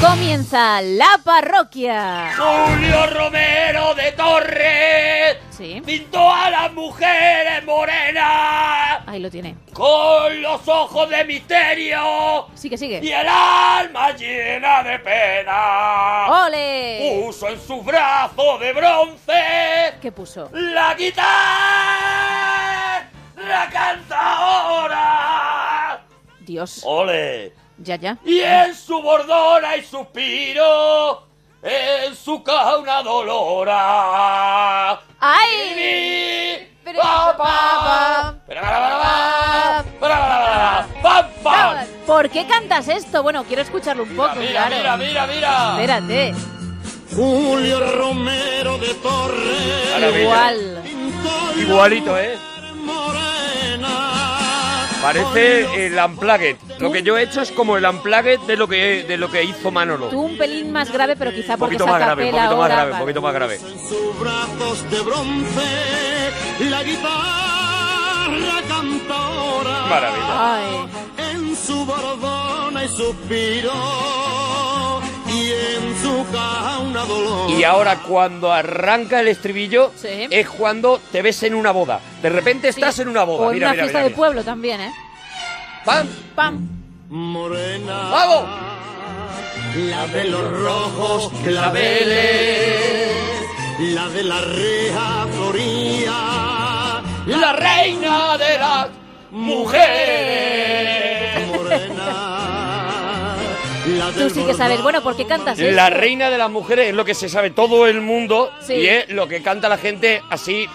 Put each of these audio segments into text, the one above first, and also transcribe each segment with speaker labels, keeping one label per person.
Speaker 1: Comienza la parroquia.
Speaker 2: Julio Romero de Torres
Speaker 1: Sí.
Speaker 2: pintó a las mujeres morenas
Speaker 1: Ahí lo tiene.
Speaker 2: con los ojos de misterio
Speaker 1: Sigue,
Speaker 2: y
Speaker 1: sigue.
Speaker 2: el alma llena de
Speaker 1: Oh,
Speaker 2: pena.
Speaker 1: ¡Ole!
Speaker 2: Puso en su brazo de bronce
Speaker 1: ¿Qué puso?
Speaker 2: la guitarra, la canta ahora.
Speaker 1: Dios.
Speaker 2: Ole.
Speaker 1: Ya, ya.
Speaker 2: Y en su bordona y suspiro, en su caja una dolora.
Speaker 1: ¡Ay!
Speaker 2: Viví,
Speaker 1: Pero-
Speaker 2: pa, pa, pa, pa, pa, pa, pa, pa, pa.
Speaker 1: ¿Por qué cantas esto? Bueno, quiero escucharlo un poco,
Speaker 2: Mira,
Speaker 1: claro.
Speaker 2: mira, mira, mira.
Speaker 1: Espérate.
Speaker 3: Julio Romero de Torres.
Speaker 2: Maravilla.
Speaker 1: Igual.
Speaker 2: Igualito, ¿eh?
Speaker 3: Morena.
Speaker 2: Parece el Unplugged. Lo que yo he hecho es como el Unplugged de lo que, de lo que hizo Manolo.
Speaker 1: Tú un pelín más grave, pero quizá
Speaker 2: Un
Speaker 1: porque
Speaker 2: poquito
Speaker 1: es a
Speaker 2: más grave, un
Speaker 1: capela
Speaker 2: poquito más
Speaker 1: ahora,
Speaker 2: grave, un
Speaker 1: vale.
Speaker 2: poquito más grave.
Speaker 3: En sus brazos de bronce. La guitarra cantora.
Speaker 2: Maravilla.
Speaker 1: Ay.
Speaker 3: En su bordona y suspiro. Y en su caja una dolor.
Speaker 2: Y ahora cuando arranca el estribillo
Speaker 1: Sí.
Speaker 2: es cuando te ves en una boda. De repente estás
Speaker 1: Sí.
Speaker 2: en una boda.
Speaker 1: O en
Speaker 2: mira,
Speaker 1: una
Speaker 2: mira,
Speaker 1: fiesta
Speaker 2: mira,
Speaker 1: de
Speaker 2: mira.
Speaker 1: pueblo también, ¿eh?
Speaker 2: ¡Pam!
Speaker 1: ¡Pam!
Speaker 3: Morena.
Speaker 2: ¡Vamos!
Speaker 3: La de los rojos claveles, la de la reja floría,
Speaker 2: La reina de las mujeres.
Speaker 3: morena. La
Speaker 1: Tú sí que sabes. Bueno, ¿por qué cantas eh? esto?
Speaker 2: La reina de las mujeres es lo que se sabe todo el mundo
Speaker 1: Sí.
Speaker 2: y es lo que canta la gente así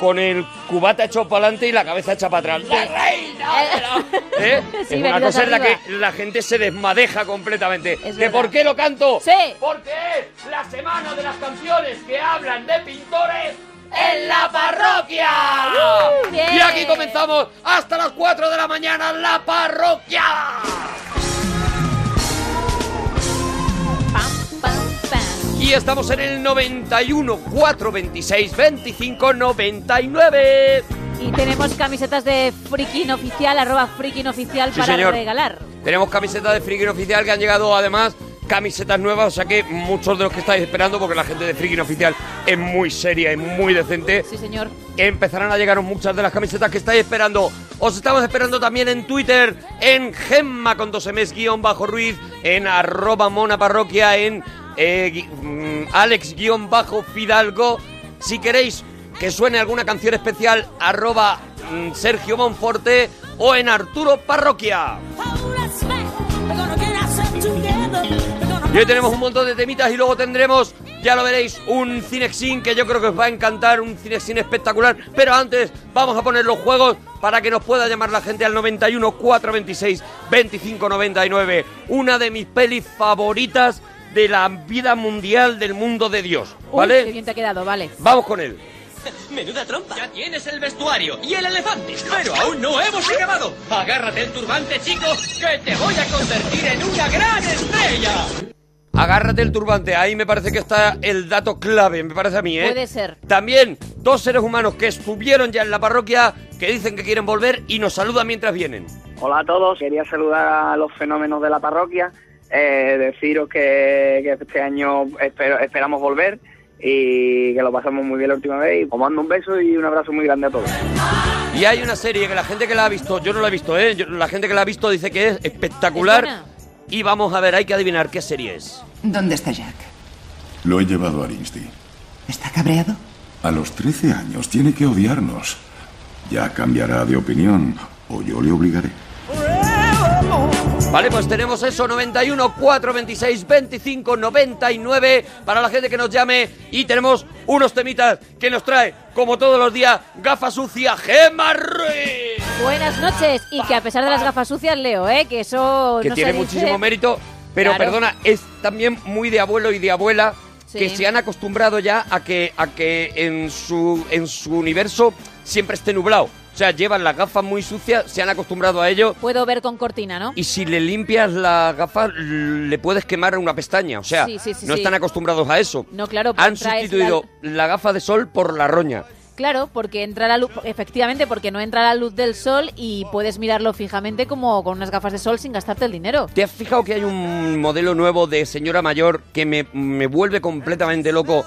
Speaker 2: con el cubata hecho para adelante y la cabeza hecha para atrás. La reina de las ¿Eh?
Speaker 1: Sí,
Speaker 2: es una
Speaker 1: venidos
Speaker 2: cosa en la que
Speaker 1: arriba.
Speaker 2: la gente se desmadeja completamente.
Speaker 1: Es
Speaker 2: ¿De
Speaker 1: verdad.
Speaker 2: por qué lo canto?
Speaker 1: Sí.
Speaker 2: Porque es la semana de las canciones que hablan de pintores en la parroquia.
Speaker 1: ¡Uh! Bien.
Speaker 2: Y aquí comenzamos hasta las 4 de la mañana la parroquia.
Speaker 1: ¡Pam, pam, pam!
Speaker 2: Y estamos en el 91 426 25 99.
Speaker 1: Y tenemos camisetas de freaking oficial, arroba freaking oficial
Speaker 2: Sí,
Speaker 1: para
Speaker 2: señor.
Speaker 1: regalar.
Speaker 2: Tenemos camisetas de Freaking Oficial que han llegado además camisetas nuevas, o sea que muchos de los que estáis esperando, porque la gente de Freaking Oficial es muy seria y muy decente,
Speaker 1: Sí, señor.
Speaker 2: empezarán a llegaros muchas de las camisetas que estáis esperando. Os estamos esperando también en Twitter, en Gemma con 12 mes guión bajo Ruiz, en arroba mona parroquia, en eh, gui- mm, Alex guión bajo Fidalgo. Si queréis que suene alguna canción especial, arroba mm, Sergio Monforte o en Arturo Parroquia. Y hoy tenemos un montón de temitas y luego tendremos, ya lo veréis, un Cinexin que yo creo que os va a encantar, un Cinexin espectacular. Pero antes vamos a poner los juegos para que nos pueda llamar la gente al 91 426 2599. Una de mis pelis favoritas de la vida mundial del mundo de Dios.
Speaker 1: Uy,
Speaker 2: ¿Vale?
Speaker 1: qué bien te ha quedado, vale.
Speaker 2: Vamos con él.
Speaker 4: Menuda trompa. Ya tienes el vestuario y el elefante, pero aún no hemos acabado. Agárrate el turbante, chico, que te voy a convertir en una gran estrella.
Speaker 2: Agárrate el turbante, ahí me parece que está el dato clave, me parece a mí, ¿eh?
Speaker 1: Puede ser.
Speaker 2: También dos seres humanos que estuvieron ya en la parroquia, que dicen que quieren volver y nos saludan mientras vienen.
Speaker 5: Hola a todos, quería saludar a los fenómenos de la parroquia, eh, deciros que, que este año espero- esperamos volver y que lo pasamos muy bien la última vez. Y os mando un beso y un abrazo muy grande a todos.
Speaker 2: Y hay una serie que la gente que la ha visto, yo no la he visto, ¿eh? Yo- la gente que la ha visto dice que es espectacular.
Speaker 1: ¿Es buena?
Speaker 2: y vamos a ver, hay que adivinar qué serie es.
Speaker 6: ¿Dónde está Jack?
Speaker 7: Lo he llevado a Arinsti.
Speaker 6: ¿Está cabreado?
Speaker 7: A los 13 años tiene que odiarnos. Ya cambiará de opinión o yo le obligaré.
Speaker 2: Vale, pues tenemos eso, 91 426 25 99 para la gente que nos llame. Y tenemos unos temitas que nos trae, como todos los días, gafa sucia Gemma Ruiz.
Speaker 1: Buenas noches. Y que a pesar de las gafas sucias, leo, ¿eh? Que eso
Speaker 2: que
Speaker 1: no
Speaker 2: tiene
Speaker 1: se dice.
Speaker 2: muchísimo mérito, pero
Speaker 1: Claro.
Speaker 2: perdona, es también muy de abuelo y de abuela
Speaker 1: Sí.
Speaker 2: que se han acostumbrado ya a que a que en su en su universo siempre esté nublado. O sea, llevan las gafas muy sucias, se han acostumbrado a ello
Speaker 1: Puedo ver con cortina, ¿no?
Speaker 2: y si le limpias las gafas l- le puedes quemar una pestaña, o sea,
Speaker 1: Sí, sí, sí,
Speaker 2: no
Speaker 1: sí.
Speaker 2: están acostumbrados a eso.
Speaker 1: No, claro,
Speaker 2: han
Speaker 1: traes
Speaker 2: sustituido la... gafa de sol por la roña.
Speaker 1: Claro, porque entra la luz, efectivamente, porque no entra la luz del sol y puedes mirarlo fijamente como con unas gafas de sol sin gastarte el dinero.
Speaker 2: ¿Te has fijado que hay un modelo nuevo de señora mayor que me, me vuelve completamente loco?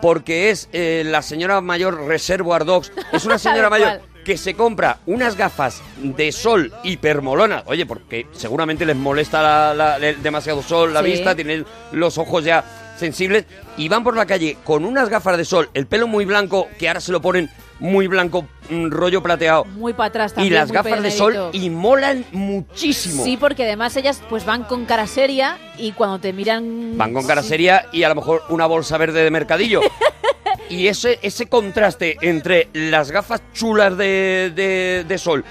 Speaker 2: Porque es eh, la señora mayor Reservoir Dogs. Es una señora
Speaker 1: Tal
Speaker 2: mayor que se compra unas gafas de sol hipermolonas. Oye, porque seguramente les molesta la- la- el demasiado sol, la
Speaker 1: Sí.
Speaker 2: vista, tienen los ojos ya sensibles. Y van por la calle con unas gafas de sol, el pelo muy blanco, que ahora se lo ponen muy blanco, mm, rollo plateado.
Speaker 1: Muy para atrás
Speaker 2: Y
Speaker 1: también.
Speaker 2: las
Speaker 1: muy
Speaker 2: gafas de sol
Speaker 1: peinadito.
Speaker 2: y molan muchísimo.
Speaker 1: Sí, porque además ellas pues van con cara seria y cuando te miran...
Speaker 2: Van con cara seria y a lo mejor una bolsa verde de mercadillo. Y ese, ese contraste entre las gafas chulas de, de- de sol,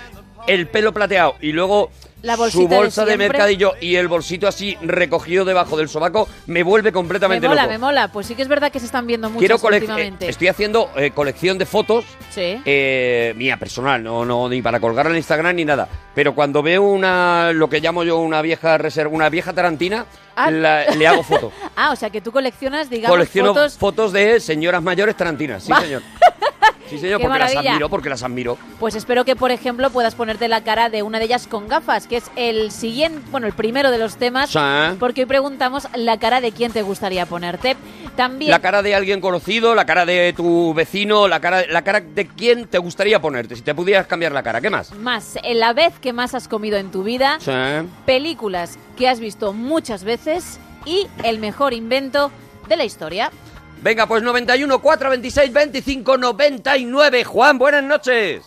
Speaker 2: el pelo plateado y luego
Speaker 1: La
Speaker 2: su
Speaker 1: bolsita de
Speaker 2: bolsa de,
Speaker 1: siempre.
Speaker 2: mercadillo y el bolsito así recogido debajo del sobaco, me vuelve
Speaker 1: Me
Speaker 2: completamente
Speaker 1: mola,
Speaker 2: loco.
Speaker 1: me mola. Pues sí que es verdad que se están viendo muchas
Speaker 2: Quiero colec-
Speaker 1: últimamente.
Speaker 2: eh, estoy haciendo eh, colección de fotos
Speaker 1: Sí.
Speaker 2: eh, mía personal, no, no, ni para colgarla en Instagram ni nada. Pero cuando veo una, lo que llamo yo una vieja reserva, una vieja tarantina,
Speaker 1: Ah.
Speaker 2: la- le hago foto.
Speaker 1: Ah, o sea que tú coleccionas, digamos,
Speaker 2: Colecciono fotos...
Speaker 1: fotos...
Speaker 2: de señoras mayores tarantinas, sí
Speaker 1: Va.
Speaker 2: señor. Sí señor,
Speaker 1: Qué
Speaker 2: porque las
Speaker 1: maravilla.
Speaker 2: admiro, porque las admiro.
Speaker 1: Pues espero que, por ejemplo, puedas ponerte la cara de una de ellas con gafas, que es el siguiente, bueno, el primero de los temas,
Speaker 2: Sí.
Speaker 1: porque hoy preguntamos la cara de quién te gustaría ponerte. También
Speaker 2: La cara de alguien conocido, la cara de tu vecino, la cara, la cara de quién te gustaría ponerte, si te pudieras cambiar la cara, ¿qué más?
Speaker 1: más, eh, la vez que más has comido en tu vida,
Speaker 2: Sí.
Speaker 1: películas que has visto muchas veces y el mejor invento de la historia.
Speaker 2: Venga, pues 91, 4, 26, 25, 99. Juan, buenas noches.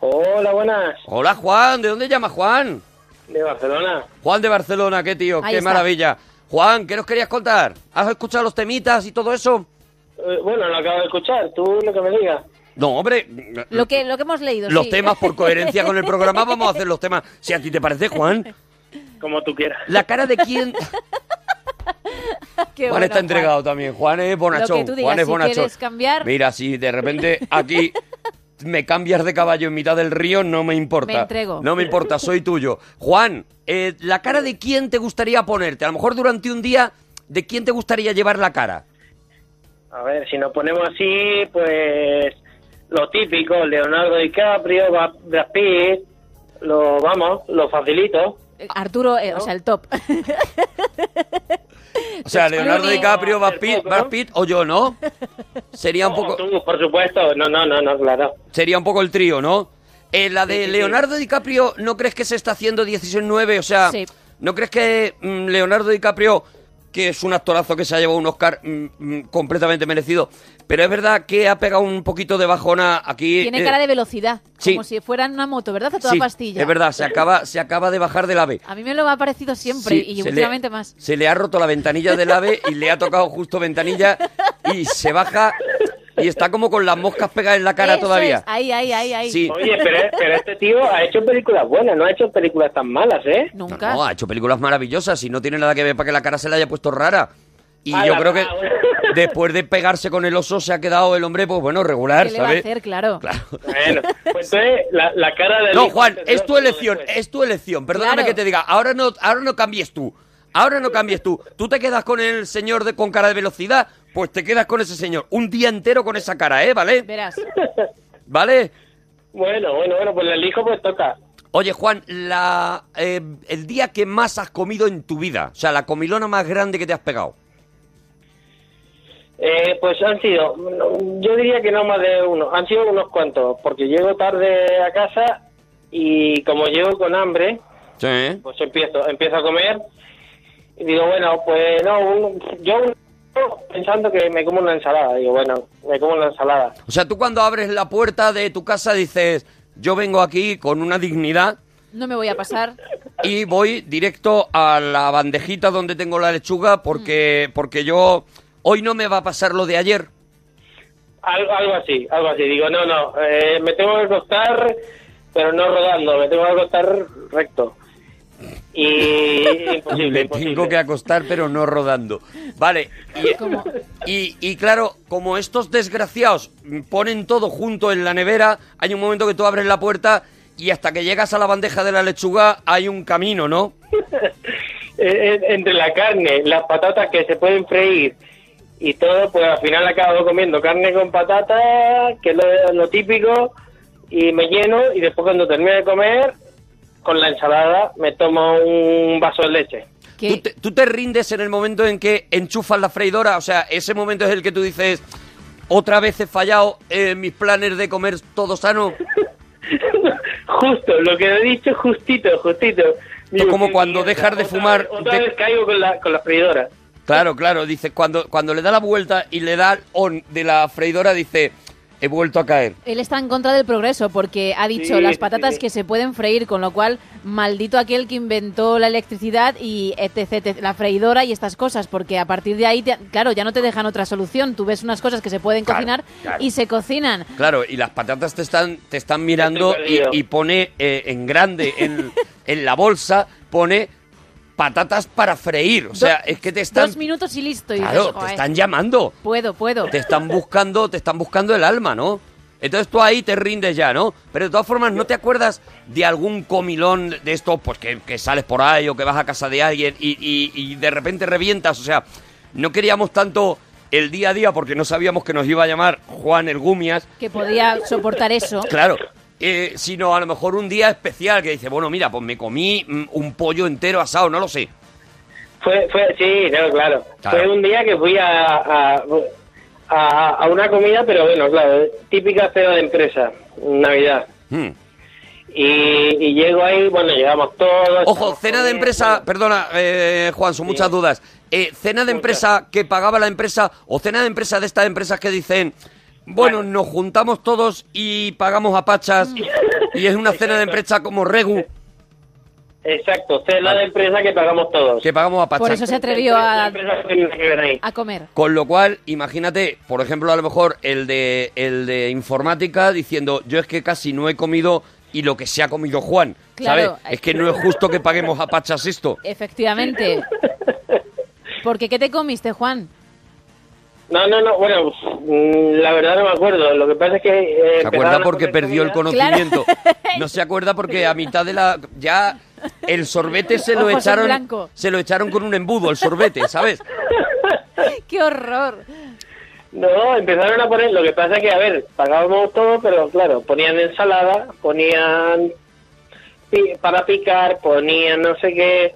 Speaker 8: Hola, buenas.
Speaker 2: Hola Juan, ¿de dónde llama Juan?
Speaker 8: De Barcelona.
Speaker 2: Juan de Barcelona, qué tío,
Speaker 1: Ahí
Speaker 2: qué
Speaker 1: está.
Speaker 2: maravilla. Juan, ¿qué nos querías contar? ¿Has escuchado los temitas y todo eso?
Speaker 8: Eh, bueno, lo acabo de escuchar. Tú lo que me digas.
Speaker 2: No, hombre.
Speaker 1: Lo que, lo que hemos leído.
Speaker 2: los
Speaker 1: sí.
Speaker 2: temas por coherencia con el programa vamos a hacer los temas si a ti te parece Juan
Speaker 8: Como tú quieras.
Speaker 2: la cara de quién
Speaker 1: Qué
Speaker 2: Juan
Speaker 1: bueno,
Speaker 2: está entregado también Juan es bonachón
Speaker 1: Lo que tú digas,
Speaker 2: Juan es
Speaker 1: si
Speaker 2: bonachón
Speaker 1: quieres cambiar-
Speaker 2: mira si de repente aquí me cambias de caballo en mitad del río no me importa
Speaker 1: Me entrego.
Speaker 2: no me importa soy tuyo Juan eh, la cara de quién te gustaría ponerte a lo mejor durante un día de quién te gustaría llevar la cara
Speaker 8: A ver, si nos ponemos así, pues lo típico, Leonardo DiCaprio, Ba- Brad Pitt, lo vamos, lo facilito.
Speaker 1: Arturo, eh, o sea, el top.
Speaker 2: o sea Leonardo
Speaker 1: Clooney.
Speaker 2: DiCaprio Brad Pitt,
Speaker 8: Tampoco, ¿no?
Speaker 2: Brad Pitt o yo no sería un
Speaker 8: Como
Speaker 2: poco
Speaker 8: tú, por supuesto. No, no, no, no, claro.
Speaker 2: Sería un poco el trío, ¿no? Eh, la de
Speaker 8: sí, sí.
Speaker 2: Leonardo DiCaprio, ¿no crees que se está haciendo 16-9? O sea,
Speaker 1: Sí.
Speaker 2: ¿no crees que mm, Leonardo DiCaprio, que es un actorazo que se ha llevado un Oscar mm, mm, completamente merecido, pero es verdad que ha pegado un poquito de bajona aquí?
Speaker 1: Tiene
Speaker 2: eh,
Speaker 1: cara de velocidad,
Speaker 2: sí.
Speaker 1: como si fuera en una moto, ¿verdad? A toda
Speaker 2: sí,
Speaker 1: pastilla.
Speaker 2: Es verdad, se acaba, se acaba de bajar del ave.
Speaker 1: A mí me lo ha parecido siempre
Speaker 2: Sí,
Speaker 1: y
Speaker 2: se
Speaker 1: últimamente
Speaker 2: le,
Speaker 1: más.
Speaker 2: Se le ha roto la ventanilla del ave y le ha tocado justo ventanilla y se baja y está como con las moscas pegadas en la cara
Speaker 1: Eso
Speaker 2: todavía.
Speaker 1: es, Ahí, ahí, ahí, ahí.
Speaker 2: Sí.
Speaker 8: Oye, pero, pero este tío ha hecho películas buenas, no ha hecho películas tan malas, ¿eh?
Speaker 1: Nunca.
Speaker 2: No, no, ha hecho películas maravillosas y no tiene nada que ver para que la cara se le haya puesto rara. Y
Speaker 8: A
Speaker 2: yo
Speaker 8: la
Speaker 2: creo que
Speaker 8: brava.
Speaker 2: después de pegarse con el oso se ha quedado el hombre, pues bueno, regular,
Speaker 1: ¿Qué le va a
Speaker 2: ¿sabes?
Speaker 1: hacer? Claro.
Speaker 2: Claro.
Speaker 8: Bueno, pues entonces la, la cara de...
Speaker 2: No, Juan, es tu elección, es tu elección. Perdóname
Speaker 1: Claro.
Speaker 2: que te diga, ahora no, ahora no cambies tú. Ahora no cambies tú. Tú te quedas con el señor de, con cara de velocidad, pues te quedas con ese señor. Un día entero con esa cara, ¿eh? ¿Vale?
Speaker 1: Verás.
Speaker 2: ¿Vale?
Speaker 8: Bueno, bueno, bueno, pues la elijo, pues toca.
Speaker 2: Oye, Juan, la, eh, el día que más has comido en tu vida, o sea, la comilona más grande que te has pegado.
Speaker 8: Eh, pues han sido, yo diría que no más de uno, han sido unos cuantos, porque llego tarde a casa y como llego con hambre,
Speaker 2: Sí.
Speaker 8: pues empiezo, empiezo a comer y digo, bueno, pues no, un- yo un- pensando que me como una ensalada, digo, bueno, me como una ensalada.
Speaker 2: O sea, tú cuando abres la puerta de tu casa dices, yo vengo aquí con una dignidad
Speaker 1: No me voy a pasar.
Speaker 2: y voy directo a la bandejita donde tengo la lechuga porque, porque yo hoy no me va a pasar lo de ayer.
Speaker 8: Al- algo así, algo así, digo, no, no, eh, me tengo que acostar, pero no rodando, me tengo que acostar recto. Y imposible,
Speaker 2: me
Speaker 8: imposible.
Speaker 2: tengo que acostar pero no rodando. Vale,
Speaker 1: Como,
Speaker 2: y, y claro, como estos desgraciados ponen todo junto en la nevera, hay un momento que tú abres la puerta y hasta que llegas a la bandeja de la lechuga hay un camino, ¿no?
Speaker 8: Eh, eh, entre la carne, las patatas que se pueden freír y todo, pues al final acabo comiendo carne con patata, que es lo, lo típico, y me lleno y después cuando termino de comer, con la ensalada me tomo un vaso de leche.
Speaker 1: Que-
Speaker 2: ¿Tú te, tú te rindes en el momento en que enchufas la freidora? O sea, ese momento es el que tú dices, otra vez he fallado en mis planes de comer todo sano.
Speaker 8: Justo, lo que he dicho, justito, justito. Digo,
Speaker 2: como
Speaker 8: qué
Speaker 2: cuando
Speaker 8: mierda,
Speaker 2: dejas de
Speaker 8: otra
Speaker 2: fumar,
Speaker 8: vez- otra
Speaker 2: de-
Speaker 8: vez caigo con la, con la freidora.
Speaker 2: Claro, claro, dices, cuando, cuando le da la vuelta y le da al on de la freidora, dice, he vuelto a caer.
Speaker 1: Él está en contra del progreso porque ha dicho
Speaker 8: Sí,
Speaker 1: las
Speaker 8: sí,
Speaker 1: patatas
Speaker 8: sí.
Speaker 1: que se pueden freír, con lo cual maldito aquel que inventó la electricidad y etc, etc, la freidora y estas cosas, porque a partir de ahí, te- claro, ya no te dejan otra solución. Tú ves unas cosas que se pueden
Speaker 2: Claro,
Speaker 1: cocinar
Speaker 2: claro.
Speaker 1: y se cocinan.
Speaker 2: Claro, y las patatas te están, te están mirando y,
Speaker 8: perdido.
Speaker 2: y pone eh, en grande, en, en la bolsa, pone patatas para freír. O sea, es que te están...
Speaker 1: Dos minutos y listo. Y
Speaker 2: Claro,
Speaker 1: dices,
Speaker 2: te
Speaker 1: "Joder,
Speaker 2: están llamando.
Speaker 1: Puedo, puedo.
Speaker 2: te están buscando, te están buscando el alma, ¿no? Entonces tú ahí te rindes ya, ¿no? Pero de todas formas, ¿no te acuerdas de algún comilón de estos, pues que, que sales por ahí o que vas a casa de alguien y, y- y de repente revientas? O sea, no queríamos tanto el día a día porque no sabíamos que nos iba a llamar Juan el Gumias,
Speaker 1: Que podía soportar eso.
Speaker 2: claro, eh, sino a lo mejor un día especial que dice, bueno, mira, pues me comí mm, un pollo entero asado, no lo sé.
Speaker 8: Fue, fue, sí, no, claro.
Speaker 2: Claro.
Speaker 8: Fue un día que fui a, a, a- a una comida, pero bueno, claro, típica cena de empresa, Navidad.
Speaker 2: Mm.
Speaker 8: Y, y llego ahí, bueno, llegamos todos.
Speaker 2: Ojo,
Speaker 8: estamos
Speaker 2: cena de
Speaker 8: comiendo.
Speaker 2: empresa, perdona, eh, Juan, son muchas dudas. Eh, cena de
Speaker 8: Muchas.
Speaker 2: empresa que pagaba la empresa o cena de empresa de estas empresas que dicen, bueno,
Speaker 8: Bueno.
Speaker 2: nos juntamos todos y pagamos a pachas y es una cena de empresa como Regu
Speaker 8: Exacto, cena
Speaker 2: Vale.
Speaker 8: de empresa que pagamos todos.
Speaker 2: que pagamos a pachas.
Speaker 1: Por eso se atrevió a,
Speaker 8: La empresa que tiene que ver ahí.
Speaker 1: a comer.
Speaker 2: Con lo cual, imagínate, por ejemplo, a lo mejor el de, el de informática diciendo, yo es que casi no he comido y lo que se ha comido Juan,
Speaker 1: Claro.
Speaker 2: ¿sabes? Es que no es justo que paguemos a pachas esto.
Speaker 1: Efectivamente. Porque ¿qué te comiste, Juan?
Speaker 8: No, no, no, bueno, mm, la verdad no me acuerdo. Lo que pasa es que. eh,
Speaker 2: Se
Speaker 8: empezaron
Speaker 2: acuerda
Speaker 8: a
Speaker 2: porque
Speaker 8: comer
Speaker 2: perdió el
Speaker 8: comida.
Speaker 2: conocimiento. No se acuerda porque a mitad de la ya el sorbete se lo
Speaker 1: Ojos en
Speaker 2: echaron
Speaker 1: blanco.
Speaker 2: se lo echaron con un embudo el sorbete, ¿sabes?
Speaker 1: ¡Qué horror!
Speaker 8: No, empezaron a poner, lo que pasa es que, a ver, pagábamos todo, pero claro, ponían ensalada, ponían pi- para picar, ponían no sé qué.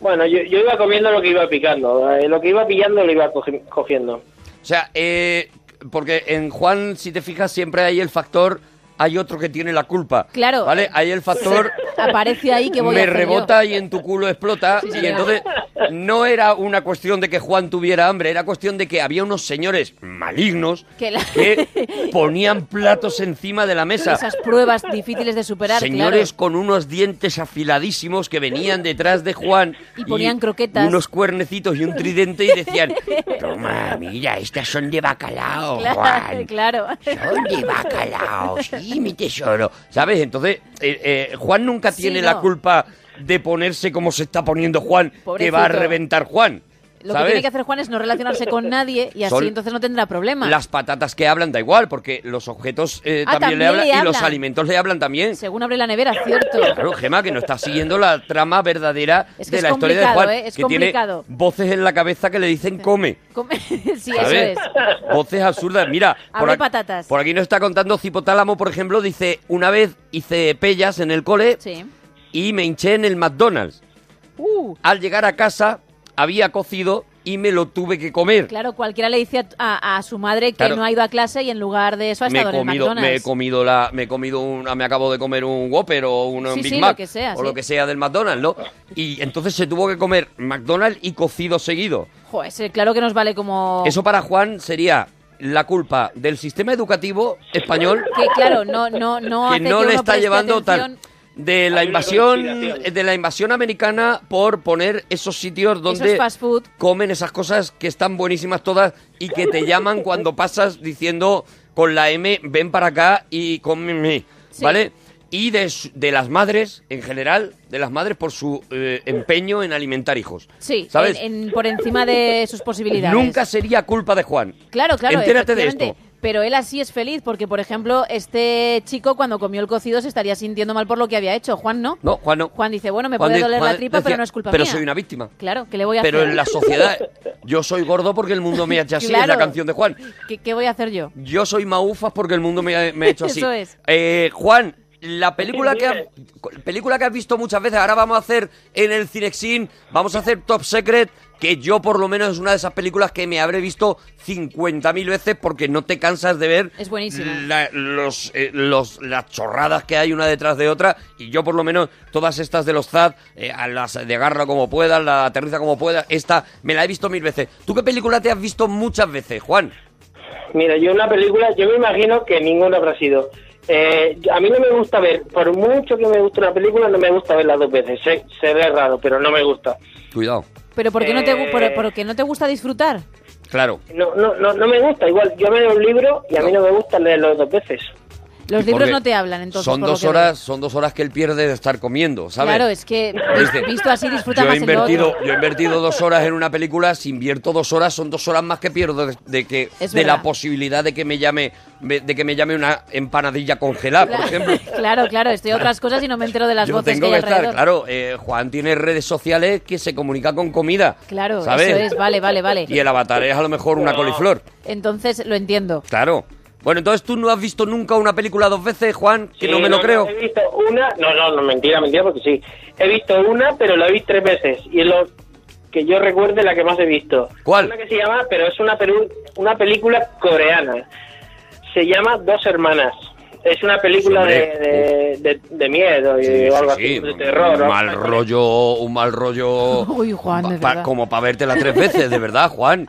Speaker 8: Bueno, yo, yo iba comiendo lo que iba picando, eh, lo que iba pillando lo iba cogi- cogiendo.
Speaker 2: O sea, eh, porque en Juan si te fijas siempre hay el factor hay otro que tiene la culpa.
Speaker 1: Claro.
Speaker 2: ¿Vale? Hay el factor
Speaker 1: Aparece ahí que voy a
Speaker 2: me
Speaker 1: hacer yo?
Speaker 2: rebota y en tu culo explota. y
Speaker 1: señor.
Speaker 2: entonces no era una cuestión de que Juan tuviera hambre, era cuestión de que había unos señores malignos
Speaker 1: Que la-
Speaker 2: que ponían platos encima de la mesa.
Speaker 1: Esas pruebas difíciles de superar,
Speaker 2: Señores
Speaker 1: claro.
Speaker 2: con unos dientes afiladísimos que venían detrás de Juan.
Speaker 1: Y ponían croquetas.
Speaker 2: Unos cuernecitos y un tridente y decían, toma, mira, estas son de bacalao, Juan.
Speaker 1: Claro,
Speaker 2: Son de bacalao, sí, mi tesoro. ¿Sabes? Entonces, eh, eh, Juan nunca
Speaker 1: Sí,
Speaker 2: tiene la
Speaker 1: no.
Speaker 2: culpa de ponerse como se está poniendo Juan, que va a
Speaker 1: Pobrecito.
Speaker 2: reventar Juan.
Speaker 1: Lo que
Speaker 2: ¿sabes?
Speaker 1: tiene que hacer Juan es no relacionarse con nadie y así
Speaker 2: Son
Speaker 1: entonces no tendrá problemas.
Speaker 2: Las patatas que hablan da igual, porque los objetos eh,
Speaker 1: Ah,
Speaker 2: también, le
Speaker 1: también
Speaker 2: hablan
Speaker 1: le
Speaker 2: y los
Speaker 1: hablan.
Speaker 2: alimentos le hablan también.
Speaker 1: Según abre la nevera, cierto.
Speaker 2: Claro, Gema, que no está siguiendo la trama verdadera
Speaker 1: Es que
Speaker 2: de
Speaker 1: es
Speaker 2: la historia de
Speaker 1: complicado,
Speaker 2: Juan.
Speaker 1: ¿eh? Es
Speaker 2: que
Speaker 1: complicado.
Speaker 2: tiene voces en la cabeza que le dicen come.
Speaker 1: Come- sí,
Speaker 2: ¿sabes?
Speaker 1: eso es.
Speaker 2: Voces absurdas. Mira,
Speaker 1: Abre
Speaker 2: ac-
Speaker 1: patatas.
Speaker 2: por aquí nos está contando Cipotálamo, por ejemplo, dice, una vez hice pellas en el cole
Speaker 1: Sí.
Speaker 2: y me hinché en el McDonald's.
Speaker 1: Uh,
Speaker 2: Al llegar a casa había cocido y me lo tuve que comer.
Speaker 1: claro, cualquiera le dice a, a- a su madre que
Speaker 2: Claro.
Speaker 1: no ha ido a clase y en lugar de eso ha
Speaker 2: me he
Speaker 1: estado
Speaker 2: comido,
Speaker 1: en el
Speaker 2: me he
Speaker 1: McDonald's.
Speaker 2: comido la, me he comido una, me acabo de comer un Whopper o un
Speaker 1: Sí,
Speaker 2: Big
Speaker 1: sí,
Speaker 2: Mac
Speaker 1: lo que sea,
Speaker 2: o
Speaker 1: sí.
Speaker 2: lo que sea del McDonald's, ¿no? Y entonces se tuvo que comer McDonald's y cocido seguido.
Speaker 1: Joder, ese claro que nos vale como...
Speaker 2: Eso para Juan sería la culpa del sistema educativo español
Speaker 1: Que claro, no, no, no
Speaker 2: que
Speaker 1: hace que
Speaker 2: no le
Speaker 1: uno
Speaker 2: está
Speaker 1: preste
Speaker 2: llevando
Speaker 1: atención.
Speaker 2: tal de la
Speaker 8: Hay una
Speaker 2: invasión
Speaker 8: conspiración.
Speaker 2: de la invasión americana por poner esos sitios donde
Speaker 1: Esos fast food.
Speaker 2: comen esas cosas que están buenísimas todas y que te llaman cuando pasas diciendo con la M ven para acá y cómeme,
Speaker 1: Sí.
Speaker 2: ¿vale? Y de, su- de las madres en general, de las madres por su eh, empeño en alimentar hijos.
Speaker 1: Sí,
Speaker 2: ¿sabes?
Speaker 1: en- en- por encima de sus posibilidades.
Speaker 2: Nunca sería culpa de Juan.
Speaker 1: Claro, claro.
Speaker 2: Entérate de
Speaker 1: efectivamente.
Speaker 2: esto.
Speaker 1: pero él así es feliz porque, por ejemplo, este chico cuando comió el cocido se estaría sintiendo mal por lo que había hecho. Juan no.
Speaker 2: No, Juan no.
Speaker 1: Juan dice, bueno, me
Speaker 2: Juan
Speaker 1: puede
Speaker 2: di-
Speaker 1: doler
Speaker 2: Juan
Speaker 1: la tripa,
Speaker 2: decía,
Speaker 1: pero no es culpa
Speaker 2: Pero
Speaker 1: mía.
Speaker 2: soy una víctima.
Speaker 1: Claro, ¿qué le voy a
Speaker 2: Pero
Speaker 1: hacer?
Speaker 2: en la sociedad, yo soy gordo porque el mundo me ha hecho así, es la
Speaker 1: Claro.
Speaker 2: canción de Juan.
Speaker 1: ¿Qué, qué voy a hacer yo?
Speaker 2: Yo soy maufas porque el mundo me ha, me ha hecho así.
Speaker 1: Eso es.
Speaker 2: Eh, Juan, la película que, has, película que has visto muchas veces, ahora vamos a hacer en el Cinexin, vamos a hacer Top Secret, que yo por lo menos es una de esas películas que me habré visto 50.000 veces porque no te cansas de ver
Speaker 1: Es buenísima.
Speaker 2: la- los, eh, los- las chorradas que hay una detrás de otra y yo por lo menos todas estas de los ZAD, eh, a las de garra como puedas, la aterriza como puedas, esta me la he visto mil veces. ¿Tú qué película te has visto muchas veces, Juan?
Speaker 8: Mira, yo una película, yo me imagino que ninguna habrá sido. Eh, a mí no me gusta ver, por mucho que me guste una película, no me gusta verla dos veces. Se, se ve raro, pero no me gusta.
Speaker 2: Cuidado.
Speaker 1: ¿Pero por qué, no te, gu-
Speaker 8: Eh.
Speaker 1: por, por qué no te gusta disfrutar?
Speaker 2: Claro.
Speaker 8: No, no, no, no me gusta. Igual, yo leo un libro y a mí no me gusta leerlo dos veces.
Speaker 1: Los
Speaker 2: Y
Speaker 1: libros
Speaker 2: porque
Speaker 1: no te hablan, entonces.
Speaker 2: Son
Speaker 1: por lo
Speaker 2: dos
Speaker 1: que
Speaker 2: horas, son dos horas que él pierde de estar comiendo,
Speaker 1: veo.
Speaker 2: ¿sabes?
Speaker 1: Claro, es que
Speaker 2: Dice,
Speaker 1: visto así disfruta
Speaker 2: yo
Speaker 1: más
Speaker 2: he
Speaker 1: el otro.
Speaker 2: invertido, yo he invertido dos horas en una película, si invierto dos horas, son dos horas más que pierdo de, de que
Speaker 1: Es
Speaker 2: de
Speaker 1: verdad.
Speaker 2: la posibilidad de que me llame de que me llame una empanadilla congelada, por ejemplo.
Speaker 1: Claro, claro, estoy a otras cosas y no me entero de las
Speaker 2: Yo
Speaker 1: voces
Speaker 2: tengo
Speaker 1: que
Speaker 2: que
Speaker 1: hay
Speaker 2: estar,
Speaker 1: alrededor.
Speaker 2: claro, eh, Juan tiene redes sociales que se comunica con comida.
Speaker 1: Claro,
Speaker 2: ¿sabes?
Speaker 1: eso es, vale, vale, vale.
Speaker 2: Y el avatar es a lo mejor una coliflor.
Speaker 1: Entonces lo entiendo.
Speaker 2: Claro. Bueno, entonces tú no has visto nunca una película dos veces, Juan, que
Speaker 8: Sí,
Speaker 2: no me lo creo.
Speaker 8: he visto una, no, no, no, mentira, mentira, porque sí. He visto una, pero la vi tres veces. Y es lo que yo recuerde la que más he visto.
Speaker 2: ¿Cuál?
Speaker 8: Una que se llama, pero es una, pelu- una película coreana. Se llama Dos Hermanas. Es una película
Speaker 2: Hombre,
Speaker 8: de, de, de- de miedo y
Speaker 2: Sí,
Speaker 8: algo así,
Speaker 2: sí, sí,
Speaker 8: de
Speaker 2: un
Speaker 8: terror. ¿no?
Speaker 2: mal rollo, un mal rollo.
Speaker 1: Uy, Juan, de
Speaker 2: pa-
Speaker 1: verdad.
Speaker 2: como para vértela tres veces, de verdad, Juan.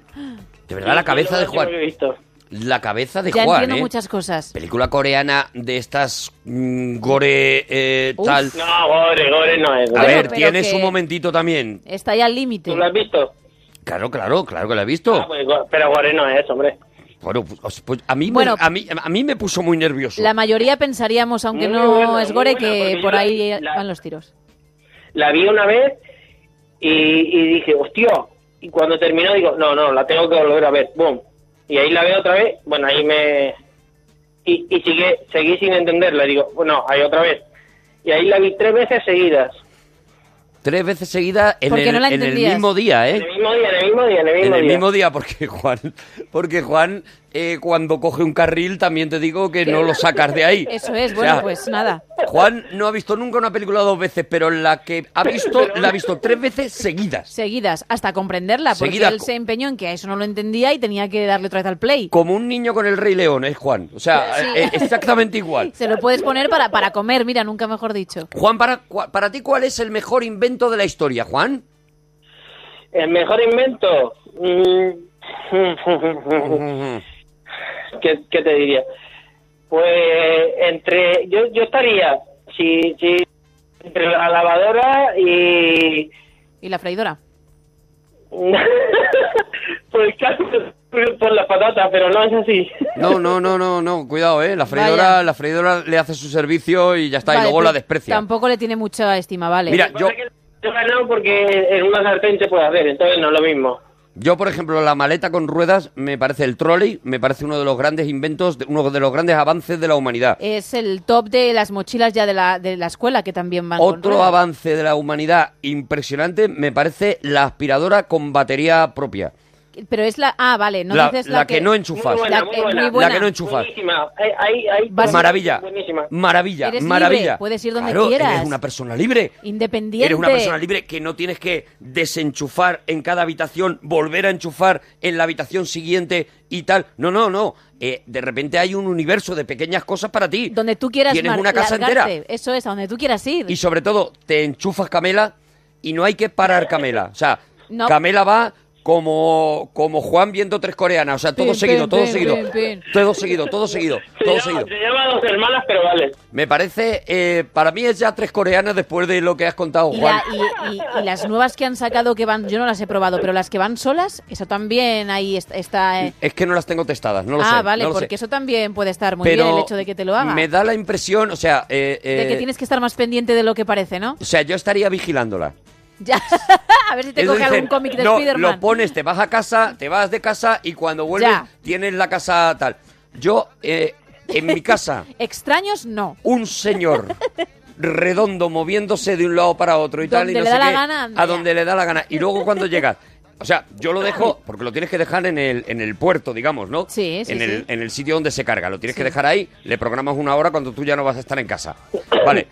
Speaker 2: De verdad, la cabeza de
Speaker 8: Es lo más que
Speaker 2: Juan.
Speaker 8: he visto.
Speaker 2: La cabeza de
Speaker 1: ya
Speaker 2: Juan,
Speaker 1: entiendo
Speaker 2: ¿eh?
Speaker 1: muchas cosas.
Speaker 2: Película coreana de estas mm, gore eh,
Speaker 1: Uf.
Speaker 2: tal.
Speaker 8: No, gore, gore no es.
Speaker 2: A
Speaker 8: gore.
Speaker 2: ver,
Speaker 1: pero
Speaker 2: tienes
Speaker 1: que-
Speaker 2: un momentito también.
Speaker 1: Está ya al límite.
Speaker 8: ¿Tú lo has visto?
Speaker 2: Claro, claro, claro que la he visto.
Speaker 8: Ah, pues, go- pero gore no es, hombre.
Speaker 2: Bueno, pues, pues a, mí
Speaker 1: Bueno.
Speaker 2: me, a, mí, a mí me puso muy nervioso.
Speaker 1: La mayoría pensaríamos, aunque
Speaker 8: Muy
Speaker 1: no
Speaker 8: buena,
Speaker 1: es
Speaker 8: muy
Speaker 1: gore,
Speaker 8: buena,
Speaker 1: que
Speaker 8: porque
Speaker 1: por
Speaker 8: yo la-
Speaker 1: ahí eh,
Speaker 8: la-
Speaker 1: van los tiros.
Speaker 8: la vi una vez y, y dije, hostia, y cuando terminó digo, no, no, la tengo que volver a ver, boom. Y ahí la veo otra vez, bueno, ahí me... Y, y sigue, seguí sin entenderla, digo, bueno, ahí otra vez. Y ahí la vi tres veces seguidas.
Speaker 2: Tres veces seguida en,
Speaker 1: Porque
Speaker 2: el,
Speaker 1: no la
Speaker 2: en el
Speaker 1: entendías.
Speaker 2: mismo día, ¿eh?
Speaker 8: En el mismo día, en el mismo día, en el mismo
Speaker 2: En el
Speaker 8: día.
Speaker 2: mismo día, porque Juan, porque Juan eh, cuando coge un carril también te digo que no lo sacas de ahí.
Speaker 1: Eso es,
Speaker 2: O
Speaker 1: bueno,
Speaker 2: sea,
Speaker 1: pues nada.
Speaker 2: Juan no ha visto nunca una película dos veces, pero la que ha visto, la ha visto tres veces seguidas.
Speaker 1: Seguidas, hasta comprenderla, porque
Speaker 2: Seguidas
Speaker 1: él
Speaker 2: co-
Speaker 1: se empeñó en que a eso no lo entendía y tenía que darle otra vez al play.
Speaker 2: Como un niño con el Rey León, es Juan. O sea,
Speaker 1: Sí.
Speaker 2: eh, exactamente igual.
Speaker 1: Se lo puedes poner para, para comer, mira, nunca mejor dicho.
Speaker 2: Juan, para, cua- para ti, ¿cuál es el mejor invento de la historia, Juan?
Speaker 8: El mejor invento... mm, ¿qué, qué te diría? Pues entre, yo, yo estaría, si, si, entre la lavadora y...
Speaker 1: ¿Y la freidora?
Speaker 8: pues claro, por las patatas, pero no es así.
Speaker 2: No, no, no, no, no, cuidado, eh. La freidora,
Speaker 1: Vaya.
Speaker 2: la freidora le hace su servicio y ya está,
Speaker 1: Vale,
Speaker 2: y luego la
Speaker 1: pero
Speaker 2: desprecia.
Speaker 1: Tampoco le tiene mucha estima, vale.
Speaker 2: Mira,
Speaker 8: Lo que
Speaker 2: yo-
Speaker 8: pasa es que la no, porque en una sartén se puede hacer, entonces no es lo mismo.
Speaker 2: Yo, por ejemplo, la maleta con ruedas me parece el trolley, me parece uno de los grandes inventos, de- uno de los grandes avances de la humanidad.
Speaker 1: Es el top de las mochilas ya de la, de la escuela que también van. con
Speaker 2: Otro
Speaker 1: ruedas.
Speaker 2: avance de la humanidad impresionante me parece la aspiradora con batería propia.
Speaker 1: Pero es la. Ah, vale, no
Speaker 2: la,
Speaker 1: dices
Speaker 2: la
Speaker 1: la,
Speaker 2: que... no enchufas.
Speaker 1: buena, muy buena.
Speaker 2: La que no enchufas.
Speaker 8: Buenísima. Hay- hay- hay-
Speaker 1: Vas-
Speaker 2: Maravilla,
Speaker 8: Buenísima.
Speaker 2: maravilla,
Speaker 1: Eres
Speaker 2: maravilla.
Speaker 1: libre, puedes ir donde
Speaker 2: Claro,
Speaker 1: quieras.
Speaker 2: Eres una persona libre.
Speaker 1: Independiente.
Speaker 2: Eres una persona libre que no tienes que desenchufar en cada habitación, volver a enchufar en la habitación siguiente y tal. No, no, no. Eh, de repente hay un universo de pequeñas cosas para ti.
Speaker 1: Donde tú quieras
Speaker 2: Tienes
Speaker 1: mar-
Speaker 2: una casa
Speaker 1: largarte.
Speaker 2: entera.
Speaker 1: Eso es, a donde tú quieras ir.
Speaker 2: Y sobre todo, te enchufas Camela y no hay que parar Camela. O sea,
Speaker 1: No.
Speaker 2: Camela va como, como Juan viendo tres coreanas. O sea, todo
Speaker 1: Pim,
Speaker 2: seguido,
Speaker 1: pim,
Speaker 2: todo
Speaker 1: pim,
Speaker 2: seguido.
Speaker 1: pim, pim.
Speaker 2: Todo seguido, todo seguido,
Speaker 8: Se
Speaker 2: todo
Speaker 8: llama-
Speaker 2: seguido.
Speaker 8: se llama Dos Hermanas, pero vale.
Speaker 2: Me parece, eh, para mí es ya tres coreanas después de lo que has contado,
Speaker 1: Y,
Speaker 2: Juan.
Speaker 1: la- y- y- y las nuevas que han sacado que van, yo no las he probado, pero las que van solas, eso también ahí est- está. eh.
Speaker 2: Es que no las tengo testadas, no lo sé.
Speaker 1: ah, vale,
Speaker 2: no lo
Speaker 1: porque
Speaker 2: sé.
Speaker 1: eso también puede estar muy
Speaker 2: Pero
Speaker 1: bien el hecho de que te lo haga.
Speaker 2: Me da la impresión, o sea, eh, eh,
Speaker 1: De que tienes que estar más pendiente de lo que parece, ¿no?
Speaker 2: o sea, yo estaría vigilándola.
Speaker 1: Ya. a ver si te
Speaker 2: Es
Speaker 1: coge
Speaker 2: decir,
Speaker 1: algún cómic de
Speaker 2: no,
Speaker 1: Spiderman.
Speaker 2: Lo pones, te vas a casa, te vas de casa y cuando vuelves
Speaker 1: Ya.
Speaker 2: tienes la casa tal. Yo, eh, en mi casa,
Speaker 1: Extraños, no.
Speaker 2: un señor redondo moviéndose de un lado para otro y tal y
Speaker 1: Donde
Speaker 2: no
Speaker 1: le
Speaker 2: sé
Speaker 1: da la
Speaker 2: qué,
Speaker 1: gana, anda
Speaker 2: a
Speaker 1: ya.
Speaker 2: donde le da la gana y luego cuando llegas o sea yo lo dejo porque lo tienes que dejar en el en el puerto digamos no
Speaker 1: Sí, sí,
Speaker 2: en el
Speaker 1: sí.
Speaker 2: en el sitio donde se carga lo tienes que dejar ahí le programas una hora cuando tú ya no vas a estar en casa vale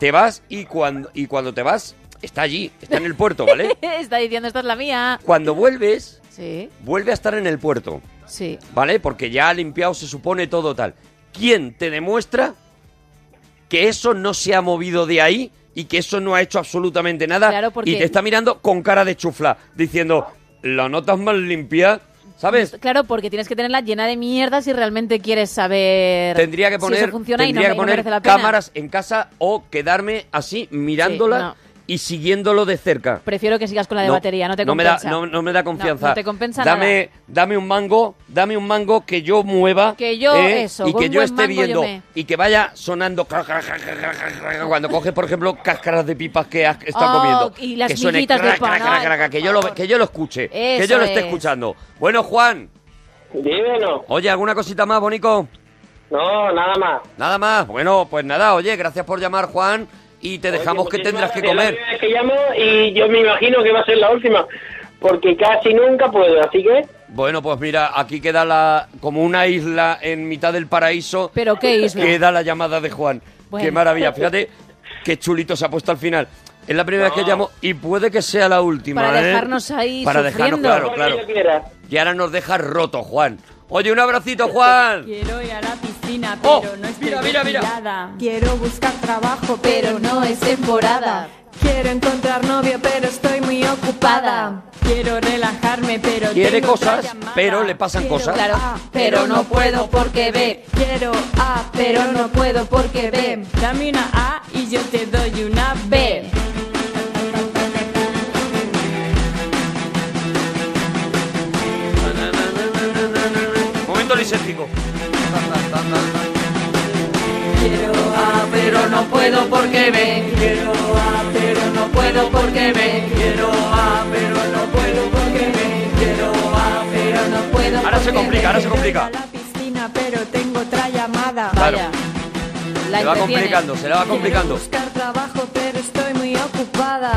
Speaker 2: te vas y cuando y cuando te vas está allí está en el puerto vale
Speaker 1: Está diciendo, esta es la mía.
Speaker 2: cuando vuelves
Speaker 1: Sí,
Speaker 2: vuelve a estar en el puerto
Speaker 1: sí.
Speaker 2: ¿vale? Porque ya ha limpiado, se supone todo tal. ¿Quién te demuestra que eso no se ha movido de ahí y que eso no ha hecho absolutamente nada?
Speaker 1: Claro, porque-
Speaker 2: Y te está mirando con cara de chufla, diciendo, la notas mal limpia, ¿sabes?
Speaker 1: Claro, porque tienes que tenerla llena de mierda si realmente quieres saber
Speaker 2: Tendría que
Speaker 1: si
Speaker 2: poner,
Speaker 1: eso funciona y no,
Speaker 2: tendría
Speaker 1: me-
Speaker 2: que
Speaker 1: no
Speaker 2: poner
Speaker 1: merece la pena.
Speaker 2: cámaras en casa o quedarme así mirándola
Speaker 1: no.
Speaker 2: y siguiéndolo de cerca.
Speaker 1: Prefiero que sigas con la de batería, no te
Speaker 2: me
Speaker 1: compensa.
Speaker 2: da, no, no me da confianza.
Speaker 1: No, no te compensa
Speaker 2: dame, Dame un mango, dame un mango que yo mueva. ¿eh?
Speaker 1: Que yo, eso,
Speaker 2: y
Speaker 1: con
Speaker 2: que yo
Speaker 1: buen
Speaker 2: esté
Speaker 1: mango yo
Speaker 2: viendo.
Speaker 1: me-
Speaker 2: Y que vaya sonando. cra, cra, cra, cra, cra, cra, cra, Cuando coges, por ejemplo, cáscaras de pipas que has- está
Speaker 1: Oh,
Speaker 2: comiendo.
Speaker 1: y las
Speaker 2: que suene
Speaker 1: miguitas de
Speaker 2: cra, cra,
Speaker 1: pan,
Speaker 2: cra,
Speaker 1: ay,
Speaker 2: cra, cra,
Speaker 1: por
Speaker 2: que, yo lo,
Speaker 1: favor.
Speaker 2: que yo lo escuche. que
Speaker 1: Eso
Speaker 2: yo lo esté
Speaker 1: es.
Speaker 2: escuchando. Bueno, Juan,
Speaker 8: Dímelo.
Speaker 2: oye, ¿alguna cosita más, Bonico?
Speaker 8: No, nada más.
Speaker 2: Nada más. Bueno, pues nada, oye, gracias por llamar, Juan. Y te
Speaker 8: pues
Speaker 2: dejamos que tendrás que comer.
Speaker 8: Es la primera vez que llamo y yo me imagino que va a ser la última, ¿eh? porque casi nunca puedo, así que
Speaker 2: Bueno, pues mira, aquí queda la como una isla en mitad del paraíso.
Speaker 1: Pero qué isla.
Speaker 2: Queda la llamada de Juan.
Speaker 1: Bueno.
Speaker 2: Qué maravilla. Fíjate qué chulito se ha puesto al final. Es la primera vez que llamo y puede que sea la última.
Speaker 1: Para
Speaker 2: ¿eh?
Speaker 1: dejarnos ahí
Speaker 2: Para
Speaker 1: sufriendo.
Speaker 2: dejarnos,
Speaker 8: porque
Speaker 2: claro,
Speaker 8: yo
Speaker 2: claro.
Speaker 8: quiera.
Speaker 2: Y ahora nos deja roto, Juan. Oye, un abracito, Juan.
Speaker 9: Quiero ir a la piscina,
Speaker 2: Oh,
Speaker 9: pero no estoy
Speaker 2: mira, mira, mira.
Speaker 9: vigilada. Quiero buscar trabajo, pero no es temporada. Quiero encontrar novio, pero estoy muy ocupada. Quiero relajarme, pero
Speaker 2: Quiere
Speaker 9: tengo otra
Speaker 2: cosas,
Speaker 9: llamada.
Speaker 2: pero le pasan
Speaker 9: Quiero
Speaker 2: cosas.
Speaker 9: Claro, A, pero no puedo porque ve. Quiero A, pero no puedo porque ve. Dame una A y yo te doy una B.
Speaker 2: Momento lisérgico.
Speaker 9: Quiero A, Ah, pero no puedo porque ve. Quiero A, pero no puedo porque ve. Quiero A, pero no puedo porque ve. Quiero A, pero no puedo
Speaker 2: Ahora se complica, ahora se complica.
Speaker 9: la piscina, pero tengo otra llamada.
Speaker 2: Claro,
Speaker 1: La
Speaker 2: se va
Speaker 1: entretiene.
Speaker 2: complicando, se la va complicando.
Speaker 9: buscar trabajo, pero estoy muy ocupada.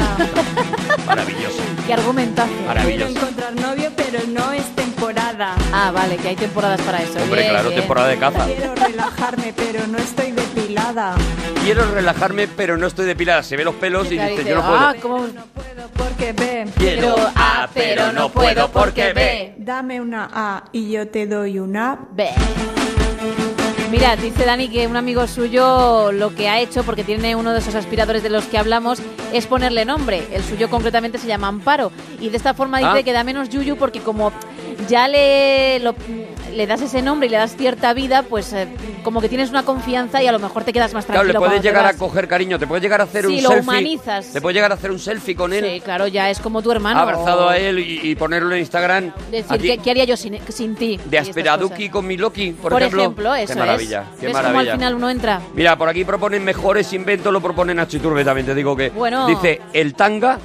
Speaker 2: Maravilloso,
Speaker 1: Qué argumentazo.
Speaker 9: Quiero
Speaker 2: maravilloso.
Speaker 9: encontrar novio, pero no es temporada.
Speaker 1: Ah, vale, que hay temporadas para eso.
Speaker 2: Hombre,
Speaker 1: Bien,
Speaker 2: claro,
Speaker 1: bien.
Speaker 2: temporada de caza.
Speaker 9: Quiero relajarme, pero no estoy depilada.
Speaker 2: Quiero relajarme, pero no estoy depilada. Se ve los pelos y
Speaker 1: Claro,
Speaker 2: dice,
Speaker 1: dice,
Speaker 2: yo no puedo.
Speaker 1: ah, ¿cómo?
Speaker 9: No puedo porque ve.
Speaker 2: Quiero A, pero no puedo porque ve.
Speaker 9: Dame una A y yo te doy una.
Speaker 1: Ve. Mira, dice Dani que un amigo suyo lo que ha hecho, porque tiene uno de esos aspiradores de los que hablamos, es ponerle nombre. El suyo concretamente se llama Amparo. Y de esta forma dice
Speaker 2: Ah.
Speaker 1: que da menos yuyu porque como ya le, lo- le das ese nombre y le das cierta vida, pues eh, como que tienes una confianza y a lo mejor te quedas más
Speaker 2: Claro,
Speaker 1: tranquilo.
Speaker 2: le puedes
Speaker 1: cuando te
Speaker 2: llegar a
Speaker 1: vas.
Speaker 2: coger cariño, te puedes llegar a hacer
Speaker 1: Sí,
Speaker 2: un
Speaker 1: lo
Speaker 2: selfie.
Speaker 1: humanizas.
Speaker 2: Te puedes llegar a hacer un selfie con él,
Speaker 1: Sí, claro, ya es como tu hermano.
Speaker 2: abrazado a él y, y ponerlo en Instagram.
Speaker 1: Decir,
Speaker 2: Aquí,
Speaker 1: ¿qué, qué haría yo sin, sin ti? Y
Speaker 2: de
Speaker 1: estas
Speaker 2: Asperaduki
Speaker 1: cosas.
Speaker 2: con Miloki, por,
Speaker 1: Por ejemplo, eso
Speaker 2: Qué maravilla,
Speaker 1: es.
Speaker 2: qué
Speaker 1: ¿Ves cómo al
Speaker 2: maravilla.
Speaker 1: final uno entra?
Speaker 2: Mira, por aquí proponen mejores inventos, lo proponen a Chiturbe también, te digo que.
Speaker 1: Bueno.
Speaker 2: Dice el tanga,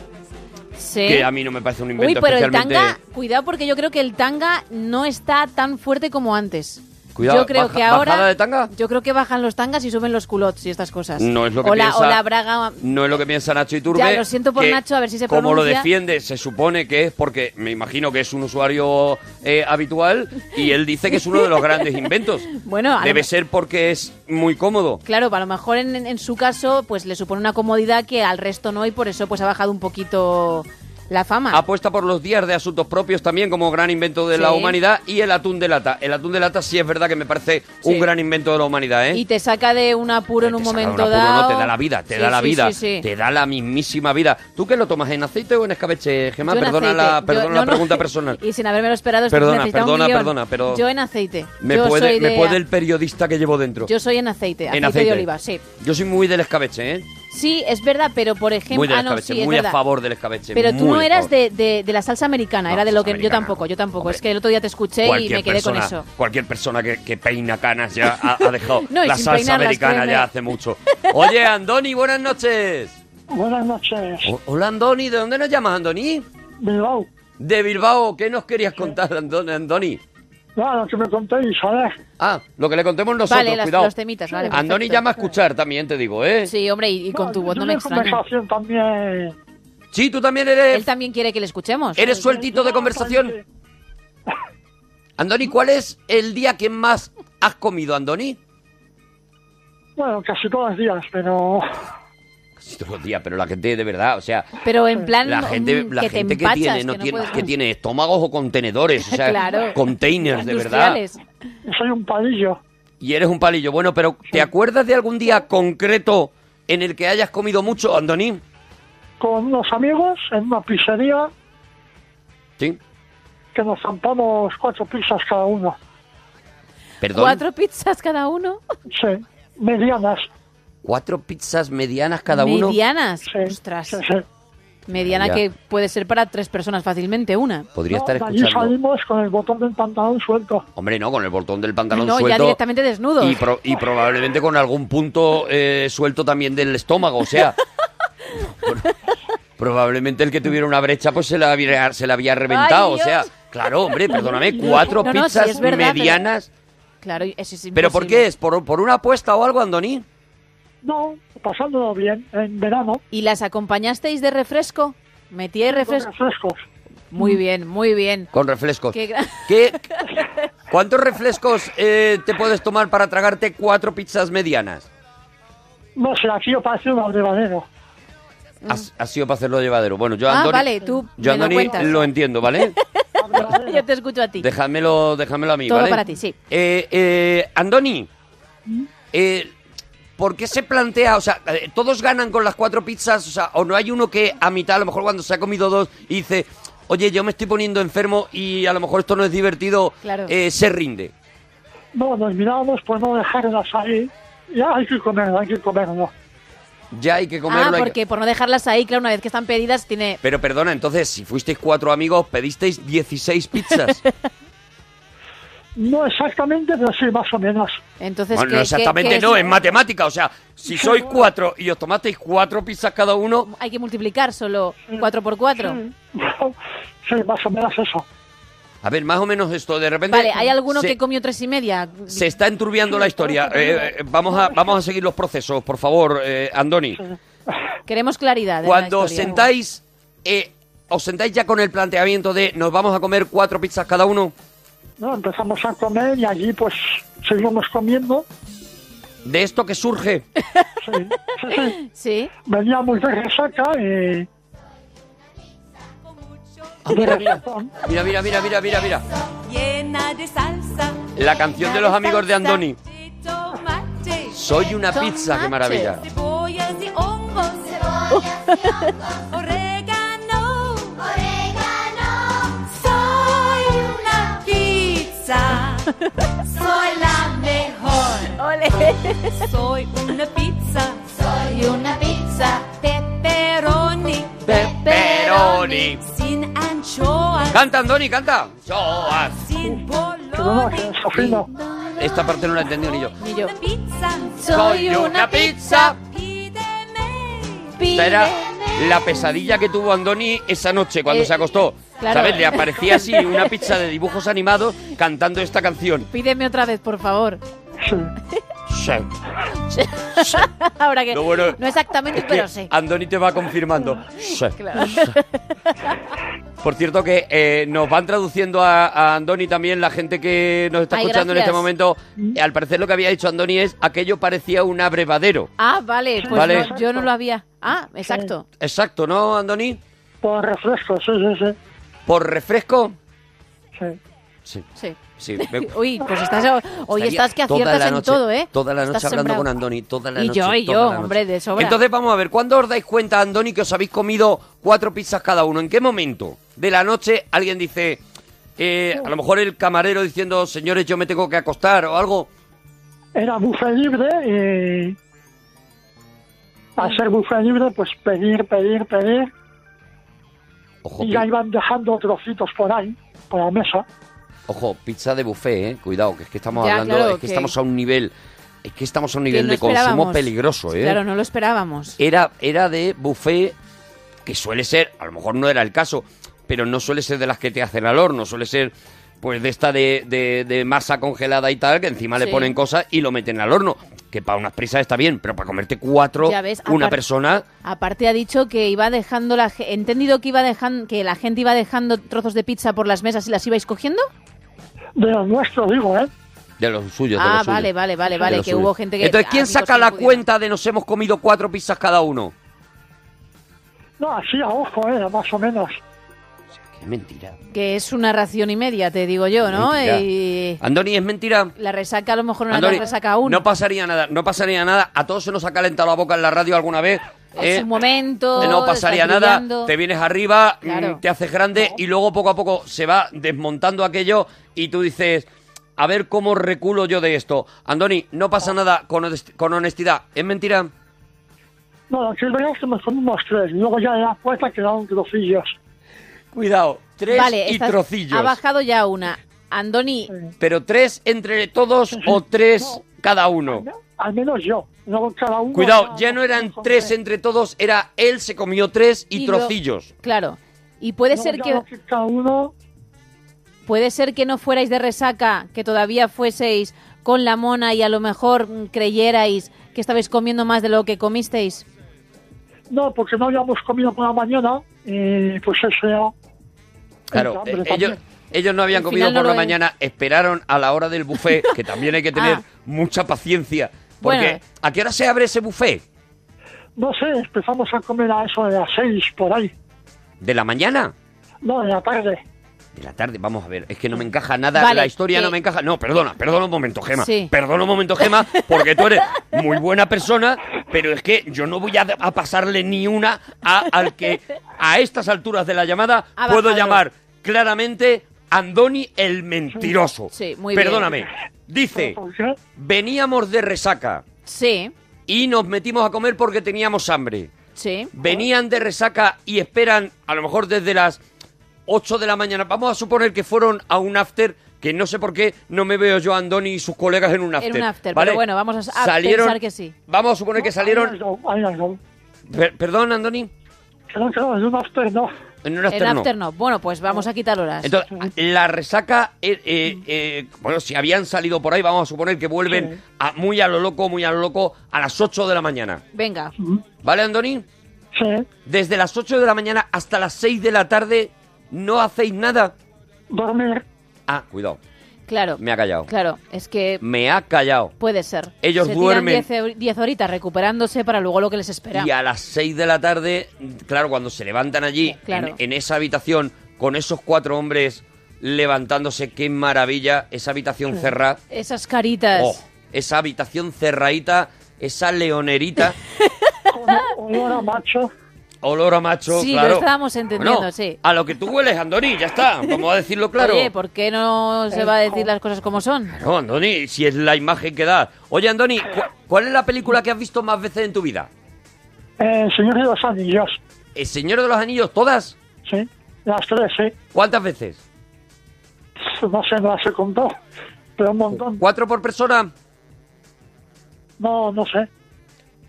Speaker 1: Sí.
Speaker 2: que a mí no me parece un
Speaker 1: Uy,
Speaker 2: invento
Speaker 1: pero el
Speaker 2: especialmente.
Speaker 1: tanga, cuidado porque yo creo que el tanga no está tan fuerte como antes.
Speaker 2: Cuidado,
Speaker 1: yo creo
Speaker 2: baja-
Speaker 1: que ahora
Speaker 2: ¿bajada de tanga?
Speaker 1: Yo creo que bajan los tangas y suben los culots y estas cosas.
Speaker 2: No es lo que
Speaker 1: o la,
Speaker 2: piensa.
Speaker 1: o la braga.
Speaker 2: No es lo que piensa Nacho Iturbe.
Speaker 1: Ya, lo siento por
Speaker 2: que
Speaker 1: Nacho, a ver si se
Speaker 2: Como lo
Speaker 1: pronuncia.
Speaker 2: defiende, se supone que es porque me imagino que es un usuario eh, habitual y él dice que es uno de los grandes inventos.
Speaker 1: Bueno, a lo
Speaker 2: debe
Speaker 1: me-
Speaker 2: ser porque es muy cómodo.
Speaker 1: Claro, a lo mejor en, en- en su caso pues le supone una comodidad que al resto no y por eso pues ha bajado un poquito la fama.
Speaker 2: Apuesta por los días de asuntos propios también como gran invento de la
Speaker 1: Sí.
Speaker 2: humanidad y el atún de lata. El atún de lata sí es verdad que me parece un
Speaker 1: Sí.
Speaker 2: gran invento de la humanidad, ¿eh?
Speaker 1: Y te saca de un apuro en
Speaker 2: Te
Speaker 1: un
Speaker 2: saca de
Speaker 1: momento
Speaker 2: apuro,
Speaker 1: dado.
Speaker 2: No, te da la vida, te
Speaker 1: Sí,
Speaker 2: da la
Speaker 1: sí,
Speaker 2: vida,
Speaker 1: sí, sí.
Speaker 2: te da la mismísima vida. ¿Tú qué lo tomas, en aceite o en escabeche, Gemma?
Speaker 1: Yo en
Speaker 2: Perdona,
Speaker 1: aceite.
Speaker 2: la,
Speaker 1: Yo-
Speaker 2: perdona
Speaker 1: no,
Speaker 2: la
Speaker 1: no.
Speaker 2: pregunta personal.
Speaker 1: Y sin haberme lo esperado, esto
Speaker 2: Perdona,
Speaker 1: necesita un
Speaker 2: perdona,
Speaker 1: guión.
Speaker 2: perdona, pero-
Speaker 1: Yo en aceite.
Speaker 2: Me,
Speaker 1: Yo
Speaker 2: puede,
Speaker 1: soy
Speaker 2: me
Speaker 1: de-
Speaker 2: puede el periodista que llevo dentro.
Speaker 1: Yo soy en aceite, aceite,
Speaker 2: en aceite
Speaker 1: de oliva, sí.
Speaker 2: Yo soy muy del escabeche, ¿eh?
Speaker 1: Sí, es verdad, pero por ejemplo...
Speaker 2: Muy del
Speaker 1: ah, no,
Speaker 2: escabeche,
Speaker 1: sí, es
Speaker 2: muy a
Speaker 1: verdad.
Speaker 2: favor del escabeche.
Speaker 1: Pero tú
Speaker 2: muy
Speaker 1: no
Speaker 2: a
Speaker 1: eras
Speaker 2: favor.
Speaker 1: de, de- de la salsa americana,
Speaker 2: No,
Speaker 1: era de lo
Speaker 2: salsa
Speaker 1: que... Yo
Speaker 2: americana,
Speaker 1: tampoco, yo tampoco.
Speaker 2: hombre.
Speaker 1: Es que el otro día te escuché y
Speaker 2: Cualquier
Speaker 1: me quedé con
Speaker 2: persona-
Speaker 1: eso.
Speaker 2: Cualquier persona que, que peina canas ya ha, ha dejado
Speaker 1: No, y
Speaker 2: la
Speaker 1: sin
Speaker 2: salsa
Speaker 1: peinar las
Speaker 2: americana
Speaker 1: puede
Speaker 2: ya
Speaker 1: ver.
Speaker 2: hace mucho. Oye, Andoni, buenas noches.
Speaker 10: Buenas noches,
Speaker 2: O- hola, Andoni, ¿de dónde nos llamas, Andoni?
Speaker 10: Bilbao.
Speaker 2: De Bilbao, ¿qué nos querías contar, Andon- Andoni?
Speaker 10: No, no, que me contéis, ¿sabes?
Speaker 2: Ah, lo que le contemos nosotros,
Speaker 1: Vale, las-
Speaker 2: cuidado.
Speaker 1: los temitas, vale,
Speaker 2: Andoni
Speaker 1: perfecto.
Speaker 2: llama a escuchar también, te digo, ¿eh?
Speaker 1: Sí, hombre, y, y con tu voz no me extraña.
Speaker 10: conversación también.
Speaker 2: Sí, tú también eres...
Speaker 1: Él también quiere que le escuchemos.
Speaker 2: ¿Eres sueltito de conversación? Andoni, ¿cuál es el día que más has comido, Andoni?
Speaker 10: Bueno, casi todos los días, pero.
Speaker 2: Casi todos los días, pero la gente de verdad, o sea,
Speaker 1: Pero en plan
Speaker 2: la
Speaker 1: mm,
Speaker 2: gente, la
Speaker 1: que te
Speaker 2: gente que
Speaker 1: empachas,
Speaker 2: tiene, no
Speaker 1: que no
Speaker 2: tiene,
Speaker 1: puedes-
Speaker 2: que tiene estómagos o contenedores, o sea,
Speaker 1: Claro.
Speaker 2: containers de verdad.
Speaker 1: Industriales.
Speaker 10: Soy un palillo.
Speaker 2: Y eres un palillo. Bueno, pero ¿te acuerdas de algún día concreto en el que hayas comido mucho, Andoni?
Speaker 10: Con unos amigos en una pizzería
Speaker 2: Sí.
Speaker 10: que nos zampamos cuatro pizzas cada uno.
Speaker 2: Perdón.
Speaker 1: Cuatro pizzas cada uno.
Speaker 10: Sí, medianas.
Speaker 2: Cuatro pizzas medianas cada uno.
Speaker 1: Medianas.
Speaker 10: Sí,
Speaker 1: Ostras.
Speaker 10: sí, sí.
Speaker 1: Mediana
Speaker 2: Ya.
Speaker 1: que puede ser para tres personas fácilmente, una.
Speaker 2: Podría
Speaker 10: No,
Speaker 2: estar
Speaker 10: de allí
Speaker 2: escuchando.
Speaker 10: salimos con el botón del pantalón suelto.
Speaker 2: Hombre, no, con el botón del pantalón
Speaker 1: No, ya
Speaker 2: suelto.
Speaker 1: directamente desnudos.
Speaker 2: Y, pro- y probablemente con algún punto eh, suelto también del estómago, o sea. pro- probablemente el que tuviera una brecha pues se la había, se la había reventado,
Speaker 1: Ay,
Speaker 2: o sea.
Speaker 1: Dios.
Speaker 2: Claro, hombre, perdóname, cuatro
Speaker 1: No, no, sí,
Speaker 2: pizzas
Speaker 1: es verdad, pero-
Speaker 2: medianas.
Speaker 1: Claro, y eso es
Speaker 2: Pero, ¿por
Speaker 1: imposible.
Speaker 2: qué es? ¿Por, ¿Por una apuesta o algo, Andoni?
Speaker 10: No, pasándolo bien, en verano,
Speaker 1: ¿Y las acompañasteis de refresco? ¿Metíais
Speaker 10: con
Speaker 1: refresco?
Speaker 10: refrescos.
Speaker 1: Muy bien, muy bien.
Speaker 2: Con refrescos.
Speaker 1: Qué gra-
Speaker 2: ¿Qué- ¿Cuántos refrescos eh, te puedes tomar para tragarte cuatro pizzas medianas?
Speaker 10: No sé, aquí yo parece un aldebanero.
Speaker 2: Ha, ha sido para hacerlo llevadero. Bueno, yo a
Speaker 1: Mm. Ah,
Speaker 2: Andoni,
Speaker 1: vale, tú
Speaker 2: yo a
Speaker 1: me lo
Speaker 2: Andoni
Speaker 1: cuentas.
Speaker 2: lo entiendo, ¿vale?
Speaker 1: Yo te escucho a ti.
Speaker 2: Déjamelo, déjamelo a mí,
Speaker 1: Todo
Speaker 2: ¿vale?
Speaker 1: para ti, sí.
Speaker 2: Eh, eh, Andoni,
Speaker 1: ¿Mm?
Speaker 2: eh, ¿por qué se plantea, o sea, eh, todos ganan con las cuatro pizzas, o sea, o no hay uno que a mitad, a lo mejor cuando se ha comido dos, y dice, oye, yo me estoy poniendo enfermo y a lo mejor esto no es divertido,
Speaker 1: Claro.
Speaker 2: eh, se rinde.
Speaker 10: No, nos mirábamos por no dejarlas ahí. Ya hay que comerlo, hay que comerlo.
Speaker 2: Ya hay que comerlo.
Speaker 1: Ah,
Speaker 2: hay que-
Speaker 1: porque por no dejarlas ahí, claro, una vez que están pedidas, tiene.
Speaker 2: Pero perdona, entonces, si fuisteis cuatro amigos, pedisteis 16 pizzas.
Speaker 10: No exactamente, pero sí, más o menos.
Speaker 1: Entonces,
Speaker 2: bueno,
Speaker 1: ¿qué-
Speaker 2: no
Speaker 1: qué-
Speaker 2: exactamente
Speaker 1: qué es?
Speaker 2: no, es matemática. O sea, si sois cuatro y os tomasteis cuatro pizzas cada uno,
Speaker 1: Hay que multiplicar solo cuatro por cuatro.
Speaker 10: sí, más o menos eso.
Speaker 2: a ver, más o menos esto, de repente...
Speaker 1: Vale, hay alguno
Speaker 2: se-
Speaker 1: que comió tres y media.
Speaker 2: Se está enturbiando la historia. Eh, eh, vamos, a, vamos a seguir los procesos, por favor, eh, Andoni.
Speaker 1: Queremos claridad. en la
Speaker 2: Cuando os
Speaker 1: historia.
Speaker 2: sentáis, eh, os sentáis ya con el planteamiento de nos vamos a comer cuatro pizzas cada uno.
Speaker 10: No, empezamos a comer y allí pues seguimos comiendo.
Speaker 2: De esto que surge,
Speaker 10: Sí, sí, sí.
Speaker 1: Sí.
Speaker 10: Veníamos de resaca eh, y... De reggaetón.
Speaker 2: mira, mira, mira, mira, mira, mira.
Speaker 9: Llena de salsa.
Speaker 2: La canción de los amigos de Andoni.
Speaker 9: Tomate,
Speaker 2: Soy una pizza, qué
Speaker 1: Tomates.
Speaker 2: maravilla.
Speaker 9: cebollas y hongos.
Speaker 1: Oh.
Speaker 9: Orégano. Soy una pizza. Soy la mejor. Soy una pizza. Soy una pizza. Pepperoni.
Speaker 2: Pepperoni.
Speaker 9: Sin anchoas.
Speaker 2: Canta, Andoni, canta. Soas.
Speaker 9: Sin
Speaker 10: Pero no,
Speaker 9: bolones.
Speaker 10: que desafino.
Speaker 2: Esta parte no la he entendido ni yo.
Speaker 1: Ni yo.
Speaker 9: pizza.
Speaker 2: Soy una pizza.
Speaker 9: Pídeme.
Speaker 2: Esta era la pesadilla que tuvo Andoni esa noche cuando
Speaker 1: Eh,
Speaker 2: se acostó.
Speaker 1: claro.
Speaker 2: ¿Sabes? Le aparecía así una pizza de dibujos animados cantando esta canción.
Speaker 1: Pídeme otra vez, por favor.
Speaker 10: Sí.
Speaker 2: Sí.
Speaker 1: Ahora que.
Speaker 2: Lo bueno-
Speaker 1: no exactamente, pero sí.
Speaker 2: Andoni te va confirmando. Sí.
Speaker 1: Claro.
Speaker 2: Por cierto que eh, nos van traduciendo a, a Andoni también la gente que nos está
Speaker 1: Ay,
Speaker 2: escuchando en
Speaker 1: gracias. Mm.
Speaker 2: este momento. Eh, Al parecer lo que había dicho Andoni es aquello parecía un abrevadero.
Speaker 1: Ah, vale, pues
Speaker 2: Vale.
Speaker 1: no, yo no lo había. Ah, exacto.
Speaker 2: Exacto, ¿no, Andoni?
Speaker 10: Por refresco, sí, sí, sí.
Speaker 2: ¿Por refresco?
Speaker 10: sí.
Speaker 2: Sí.
Speaker 1: Sí.
Speaker 2: Sí, me-
Speaker 1: Uy, pues estás, hoy
Speaker 2: Estaría
Speaker 1: estás que
Speaker 2: toda
Speaker 1: aciertas
Speaker 2: la
Speaker 1: en
Speaker 2: noche-
Speaker 1: todo, ¿eh?
Speaker 2: Toda la noche
Speaker 1: Estás
Speaker 2: hablando
Speaker 1: sembrado.
Speaker 2: con Andoni, toda la
Speaker 1: Y
Speaker 2: noche.
Speaker 1: yo, y
Speaker 2: toda
Speaker 1: yo,
Speaker 2: la noche.
Speaker 1: hombre, de sobra.
Speaker 2: Entonces vamos a ver, ¿cuándo os dais cuenta, Andoni, que os habéis comido cuatro pizzas cada uno? ¿En qué momento de la noche alguien dice, eh, a lo mejor el camarero diciendo, señores, yo me tengo que acostar o algo?
Speaker 10: Era buffet libre y... Al ser buffet libre, pues pedir, pedir, pedir.
Speaker 2: Ojo,
Speaker 10: Y
Speaker 2: pi-
Speaker 10: ya iban dejando trocitos por ahí, por la mesa.
Speaker 2: ojo, pizza de buffet, eh. Cuidado, que es que estamos
Speaker 1: Ya,
Speaker 2: hablando,
Speaker 1: claro,
Speaker 2: es que,
Speaker 1: que-
Speaker 2: estamos a un nivel, es que estamos a un
Speaker 1: Que
Speaker 2: nivel
Speaker 1: no
Speaker 2: de consumo
Speaker 1: esperábamos.
Speaker 2: peligroso, eh.
Speaker 1: Claro, no lo esperábamos.
Speaker 2: era, era de buffet que suele ser, a lo mejor no era el caso, pero no suele ser de las que te hacen al horno, suele ser pues de esta de, de- de masa congelada y tal, que encima le
Speaker 1: Sí.
Speaker 2: ponen cosas y lo meten al horno. Que para unas prisas está bien, pero para comerte cuatro,
Speaker 1: Ya ves,
Speaker 2: una
Speaker 1: apart-
Speaker 2: persona...
Speaker 1: Aparte ha dicho que iba dejando la ge- entendido que iba dejando que la gente iba dejando trozos de pizza por las mesas y las ibais cogiendo.
Speaker 10: De los nuestros, digo, ¿eh?
Speaker 2: De los suyos,
Speaker 1: ah,
Speaker 2: de los suyos.
Speaker 1: vale, vale, vale,
Speaker 2: De
Speaker 1: vale,
Speaker 2: los
Speaker 1: que
Speaker 2: suyos.
Speaker 1: hubo gente que
Speaker 2: Entonces, ¿quién
Speaker 1: ah, chicos,
Speaker 2: saca
Speaker 1: que no
Speaker 2: la
Speaker 1: pudieron.
Speaker 2: cuenta de nos hemos comido cuatro pizzas cada uno?
Speaker 10: No, así a ojo, ¿eh? Más o menos.
Speaker 2: Qué mentira.
Speaker 1: Que es una ración y media, te digo yo, ¿no?
Speaker 2: Mentira.
Speaker 1: Y
Speaker 2: Andoni, es mentira.
Speaker 1: la resaca a lo mejor no la
Speaker 2: Andoni,
Speaker 1: resaca aún.
Speaker 2: no pasaría nada, no pasaría nada. A todos se nos ha calentado la boca en la radio alguna vez.
Speaker 1: Es
Speaker 2: ¿eh?
Speaker 1: un momento.
Speaker 2: no pasaría
Speaker 1: estás
Speaker 2: nada,
Speaker 1: brillando.
Speaker 2: te vienes arriba, mm,
Speaker 1: Claro.
Speaker 2: te haces grande y luego poco a poco se va desmontando aquello y tú dices, a ver cómo reculo yo de esto. Andoni, no pasa nada con, honest- con honestidad, es mentira.
Speaker 10: No, lo que es verdad es que me comimos tres. Y luego ya en la puerta quedaron trocillos.
Speaker 2: Cuidado, tres
Speaker 1: Vale,
Speaker 2: y
Speaker 1: estás-
Speaker 2: trocillos.
Speaker 1: Ha bajado ya una. Andoni,
Speaker 2: Pero tres entre todos o tres cada uno.
Speaker 10: Al menos yo. Luego cada uno...
Speaker 2: Cuidado, ya no eran tres entre todos, era él se comió tres y,
Speaker 1: Y lo-
Speaker 2: trocillos.
Speaker 1: claro. Y puede
Speaker 10: No,
Speaker 1: ser
Speaker 10: ya
Speaker 1: que
Speaker 10: no, Cada uno...
Speaker 1: puede ser que no fuerais de resaca, que todavía fueseis con la mona y a lo mejor mm, creyerais que estabais comiendo más de lo que comisteis.
Speaker 10: No, porque no habíamos comido por la mañana. Y pues eso ya...
Speaker 2: Claro,
Speaker 10: hambre
Speaker 2: eh,
Speaker 10: también.
Speaker 2: ellos, ellos no habían
Speaker 10: Al
Speaker 2: comido
Speaker 10: final no
Speaker 2: por
Speaker 10: lo
Speaker 2: la
Speaker 10: es.
Speaker 2: mañana, esperaron a la hora del buffet, que también hay que tener
Speaker 10: Ah.
Speaker 2: mucha paciencia. Porque,
Speaker 10: Bueno.
Speaker 2: ¿a qué hora se abre ese buffet?
Speaker 10: No sé, empezamos a comer a eso de las seis, por ahí.
Speaker 2: ¿De la mañana?
Speaker 10: No, de la tarde.
Speaker 2: De la tarde, vamos a ver, es que no me encaja nada,
Speaker 10: Vale,
Speaker 2: la historia
Speaker 10: que-
Speaker 2: no me encaja. No, perdona, perdona un momento, Gema.
Speaker 10: Sí.
Speaker 2: Perdona un momento, Gema, porque tú eres muy buena persona, pero es que yo no voy a, a pasarle ni una a- al que a estas alturas de la llamada
Speaker 1: Ha
Speaker 2: puedo
Speaker 1: bajado.
Speaker 2: llamar claramente Andoni el mentiroso.
Speaker 1: Sí, muy bien.
Speaker 2: Perdóname. Dice, veníamos de resaca
Speaker 1: Sí,
Speaker 2: y nos metimos a comer porque teníamos hambre
Speaker 1: sí.
Speaker 2: venían de resaca y esperan, a lo mejor desde las 8 de la mañana, vamos a suponer que fueron a un after, que no sé por qué no me veo yo a Andoni y sus colegas en un after.
Speaker 1: Era un after,
Speaker 2: ¿vale?
Speaker 1: pero bueno, vamos a, a
Speaker 2: Salieron-
Speaker 1: pensar que sí.
Speaker 2: Vamos a suponer que salieron...
Speaker 10: Ahí las dos.
Speaker 2: Per- perdón, Andoni.
Speaker 10: Creo que no, en un after no.
Speaker 2: En un
Speaker 1: En
Speaker 2: after, no.
Speaker 1: after no. Bueno, pues vamos a quitar horas.
Speaker 2: Entonces, la resaca, eh, eh, eh, bueno, si habían salido por ahí, vamos a suponer que vuelven a- muy a lo loco, muy a lo loco, a las 8 de la mañana.
Speaker 1: Venga.
Speaker 2: ¿Vale, Andoni?
Speaker 10: Sí.
Speaker 2: Desde las 8 de la mañana hasta las 6 de la tarde no hacéis nada.
Speaker 10: Dormir.
Speaker 2: Ah, cuidado.
Speaker 1: Claro,
Speaker 2: Me ha callado.
Speaker 1: claro. Es que
Speaker 2: Me ha callado.
Speaker 1: puede ser.
Speaker 2: Ellos
Speaker 1: Se
Speaker 2: duermen.
Speaker 1: tiran 10 10 horitas recuperándose para luego lo que les espera.
Speaker 2: Y a las 6 de la tarde, claro, cuando se levantan allí,
Speaker 1: Claro.
Speaker 2: en, en esa habitación, con esos cuatro hombres levantándose, qué maravilla, esa habitación cerrada.
Speaker 1: Esas caritas.
Speaker 2: Oh, esa habitación cerradita, esa leonerita,
Speaker 10: Olor a macho.
Speaker 2: olor a macho,
Speaker 1: sí,
Speaker 2: Oh. claro.
Speaker 1: lo estábamos entendiendo,
Speaker 2: Bueno,
Speaker 1: sí.
Speaker 2: A lo que tú hueles, Andoni, ya está, vamos a decirlo claro.
Speaker 1: Oye, ¿por qué no se va a decir las cosas como son?
Speaker 2: No, Andoni, si es la imagen que da. Oye, Andoni, ¿cu- ¿cuál es la película que has visto más veces en tu vida?
Speaker 10: Eh, señor de los Anillos.
Speaker 2: ¿El Señor de los Anillos, todas?
Speaker 10: Sí. Las tres, sí.
Speaker 2: ¿Cuántas veces?
Speaker 10: No sé, no las he contado. Pero un montón.
Speaker 2: ¿Cuatro por persona?
Speaker 10: No, no sé.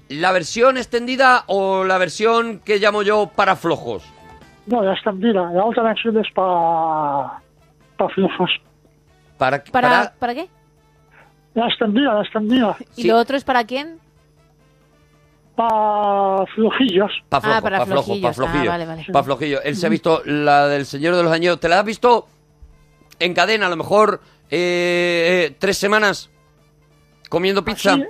Speaker 2: ¿La versión extendida o la versión que llamo yo para flojos?
Speaker 10: No, la escandila. La otra versión es para... Para flujos.
Speaker 2: Para,
Speaker 1: ¿Para, ¿para qué?
Speaker 10: La escandila, la escandila.
Speaker 1: ¿Y lo otro es para quién?
Speaker 10: Para flujillos.
Speaker 2: Pa' flojo,
Speaker 1: Ah, para
Speaker 2: pa' flojo,
Speaker 1: flojillos.
Speaker 2: pa' flojillo.
Speaker 1: Ah, vale, vale.
Speaker 2: Pa' flojillo. Él se ha visto la del Señor de los Anillos. ¿Te la has visto en cadena, a lo mejor eh, eh, tres semanas
Speaker 1: ¿Ah,
Speaker 2: comiendo pizza?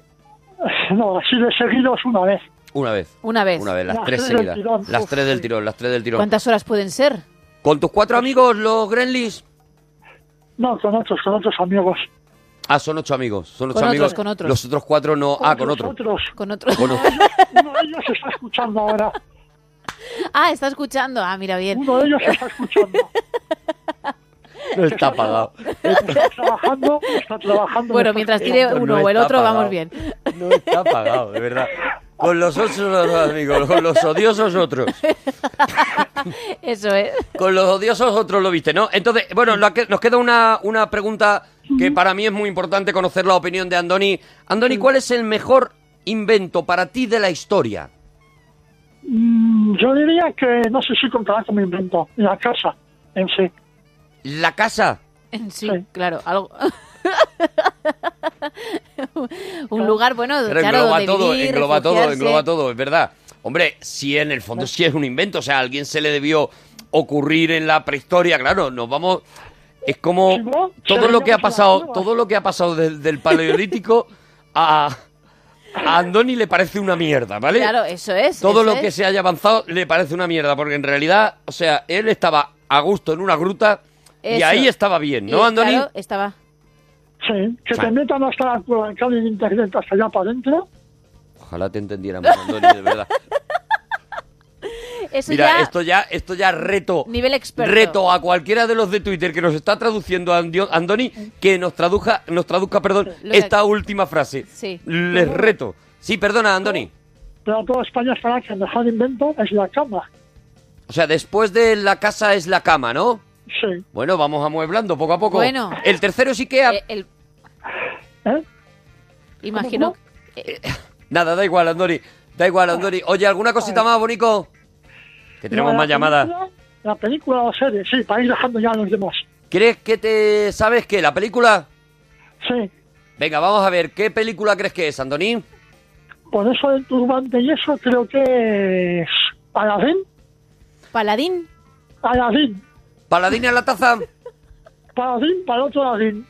Speaker 10: No, así de seguidos una vez.
Speaker 2: Una vez.
Speaker 1: Una vez.
Speaker 2: Una vez, las,
Speaker 1: Las
Speaker 2: tres
Speaker 1: tres del
Speaker 2: seguidas.
Speaker 1: tirón.
Speaker 2: Las
Speaker 1: Uf.
Speaker 2: tres del tirón, las tres del tirón.
Speaker 1: ¿Cuántas horas pueden ser?
Speaker 2: ¿Con tus cuatro amigos, los Gremlins?
Speaker 10: No, con otros, con otros amigos.
Speaker 2: Ah, son ocho amigos. Son ocho
Speaker 1: Con otros,
Speaker 2: amigos.
Speaker 1: con otros.
Speaker 2: Los otros cuatro no. ah, con Ah, otros.
Speaker 10: Otros.
Speaker 1: Con otro.
Speaker 2: Con otros.
Speaker 10: Uno de ellos está escuchando ahora.
Speaker 1: Ah, está escuchando. Ah, mira bien.
Speaker 10: Uno de ellos está escuchando.
Speaker 2: No está apagado.
Speaker 10: Está trabajando, está trabajando.
Speaker 1: Bueno,
Speaker 10: está
Speaker 1: mientras
Speaker 10: escuchando.
Speaker 1: tire uno
Speaker 2: No
Speaker 1: o el
Speaker 2: está
Speaker 1: otro,
Speaker 2: apagado.
Speaker 1: vamos bien.
Speaker 2: No está apagado, de verdad. Con los odiosos amigos, con los odiosos otros.
Speaker 1: Eso es.
Speaker 2: Con los odiosos otros lo viste, ¿no? Entonces, bueno, la que- nos queda una, una pregunta que para mí es muy importante conocer la opinión de Andoni. Andoni, ¿cuál es el mejor invento para ti de la historia?
Speaker 10: Mm, Yo diría que no sé si comparado con mi invento. La casa en sí.
Speaker 2: ¿La casa?
Speaker 1: En sí, claro, algo. un lugar bueno,
Speaker 2: Pero
Speaker 1: Pues claro,
Speaker 2: engloba
Speaker 1: donde
Speaker 2: todo,
Speaker 1: vivir,
Speaker 2: engloba todo,
Speaker 1: refugiarse.
Speaker 2: engloba todo, es verdad. Hombre, sí, en el fondo sí es un invento, o sea, a alguien se le debió ocurrir en la prehistoria, claro, nos vamos es
Speaker 1: Pues
Speaker 2: como todo lo que ha pasado, todo lo que ha pasado del, del paleolítico a a Andoni le parece una mierda, ¿vale?
Speaker 1: Claro, eso es.
Speaker 2: Todo
Speaker 1: eso
Speaker 2: lo
Speaker 1: es.
Speaker 2: que se haya avanzado le parece una mierda, porque en realidad, o sea, él estaba a gusto en una gruta y
Speaker 1: Eso.
Speaker 2: ahí estaba bien, ¿no,
Speaker 1: Y,
Speaker 2: Andoni?
Speaker 1: claro, estaba.
Speaker 10: Sí, que
Speaker 2: Vale.
Speaker 10: te metan hasta la cloacal en internet, hasta allá para adentro.
Speaker 2: Ojalá te entendiéramos, Andoni, de verdad.
Speaker 1: Eso
Speaker 2: Mira,
Speaker 1: ya,
Speaker 2: esto ya, esto ya reto.
Speaker 1: nivel experto.
Speaker 2: Reto a cualquiera de los de Twitter que nos está traduciendo a Andio- Andoni que nos traduja, nos traduzca, perdón,
Speaker 10: Lo que-
Speaker 2: esta última frase.
Speaker 1: Sí.
Speaker 2: Les reto. Sí, perdona, Andoni.
Speaker 10: Pero toda España sabrá que el mejor invento es la cama.
Speaker 2: O sea, después de la casa es la cama, ¿no?
Speaker 10: Sí.
Speaker 2: Bueno, vamos amueblando poco a poco.
Speaker 1: Bueno.
Speaker 2: El tercero sí que... ha-
Speaker 1: Eh, el-
Speaker 10: ¿Eh?
Speaker 1: Imagino.
Speaker 2: Nada, da igual, Andoni. Da igual, Andoni. Oye, ¿alguna cosita más, Bonico? Que tenemos
Speaker 10: No,
Speaker 2: más
Speaker 10: la
Speaker 2: llamadas.
Speaker 10: película- La película o serie, sí, para ir dejando ya a los demás.
Speaker 2: ¿Crees que te... ¿Sabes qué? ¿La película?
Speaker 10: Sí.
Speaker 2: Venga, vamos a ver. ¿Qué película crees que es, Andoni?
Speaker 10: Por eso el turbante y eso creo que es Aladín.
Speaker 1: ¿Paladín?
Speaker 10: Aladín.
Speaker 2: ¿Paladín en la taza?
Speaker 10: Paladín para el otro Aladín.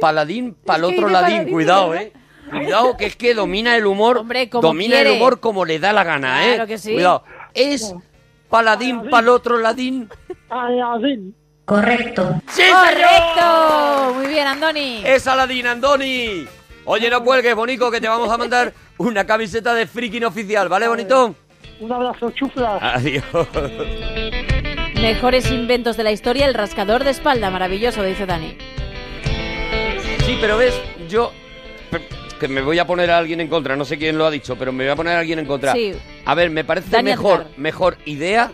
Speaker 2: Paladín para
Speaker 10: es que
Speaker 2: otro
Speaker 10: dice
Speaker 2: ladín.
Speaker 10: paladín,
Speaker 2: Cuidado,
Speaker 10: ¿verdad?
Speaker 2: eh. Cuidado, que es que domina el humor.
Speaker 1: como
Speaker 2: domina el
Speaker 1: quiere.
Speaker 2: humor como le da la gana, eh.
Speaker 1: Claro que sí.
Speaker 2: Cuidado. Es paladín para otro ladín.
Speaker 10: Aladín.
Speaker 2: Correcto. ¡Sí,
Speaker 1: ¡Correcto! Muy bien, Andoni.
Speaker 2: Es Aladín Andoni. Oye, no cuelgues, Bonico, que te vamos a mandar una camiseta de freaking oficial, ¿vale, Bonito?
Speaker 10: Un abrazo, chufla.
Speaker 2: Adiós.
Speaker 1: Mejores inventos de la historia, el rascador de espalda, maravilloso, dice Dani.
Speaker 2: Sí, pero ves, yo pe- que me voy a poner a alguien en contra, no sé quién lo ha dicho, pero me voy a poner a alguien en contra.
Speaker 1: Sí.
Speaker 2: A ver, me parece
Speaker 1: Dani
Speaker 2: mejor,
Speaker 1: Aznar.
Speaker 2: mejor idea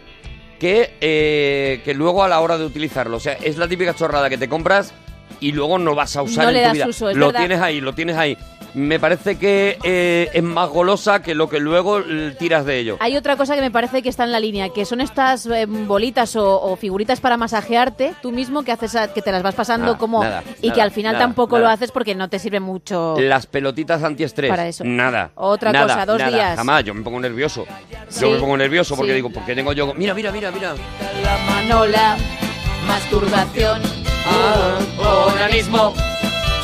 Speaker 2: que, eh, que luego a la hora de utilizarlo. O sea, es la típica chorrada que te compras y luego no vas a usar
Speaker 1: No
Speaker 2: en
Speaker 1: le
Speaker 2: tu
Speaker 1: das
Speaker 2: vida.
Speaker 1: uso, es
Speaker 2: lo
Speaker 1: verdad.
Speaker 2: tienes ahí, lo tienes ahí. Me parece que eh, es más golosa que lo que luego eh, tiras de ello.
Speaker 1: Hay otra cosa que me parece que está en la línea, que son estas eh, bolitas o, o figuritas para masajearte tú mismo que haces a- que te las vas pasando
Speaker 2: Ah,
Speaker 1: como
Speaker 2: nada,
Speaker 1: y que
Speaker 2: nada,
Speaker 1: al final
Speaker 2: nada,
Speaker 1: tampoco
Speaker 2: nada.
Speaker 1: lo haces porque no te sirve mucho.
Speaker 2: Las pelotitas antiestrés.
Speaker 1: Oh. Para eso.
Speaker 2: Nada.
Speaker 1: Otra
Speaker 2: nada,
Speaker 1: cosa, dos
Speaker 2: nada,
Speaker 1: días.
Speaker 2: Jamás, yo me pongo nervioso.
Speaker 1: Sí,
Speaker 2: Yo me pongo nervioso porque
Speaker 1: sí.
Speaker 2: digo, porque tengo yo. Mira, mira, mira, mira.
Speaker 1: La manola, masturbación,
Speaker 2: Ah. organismo,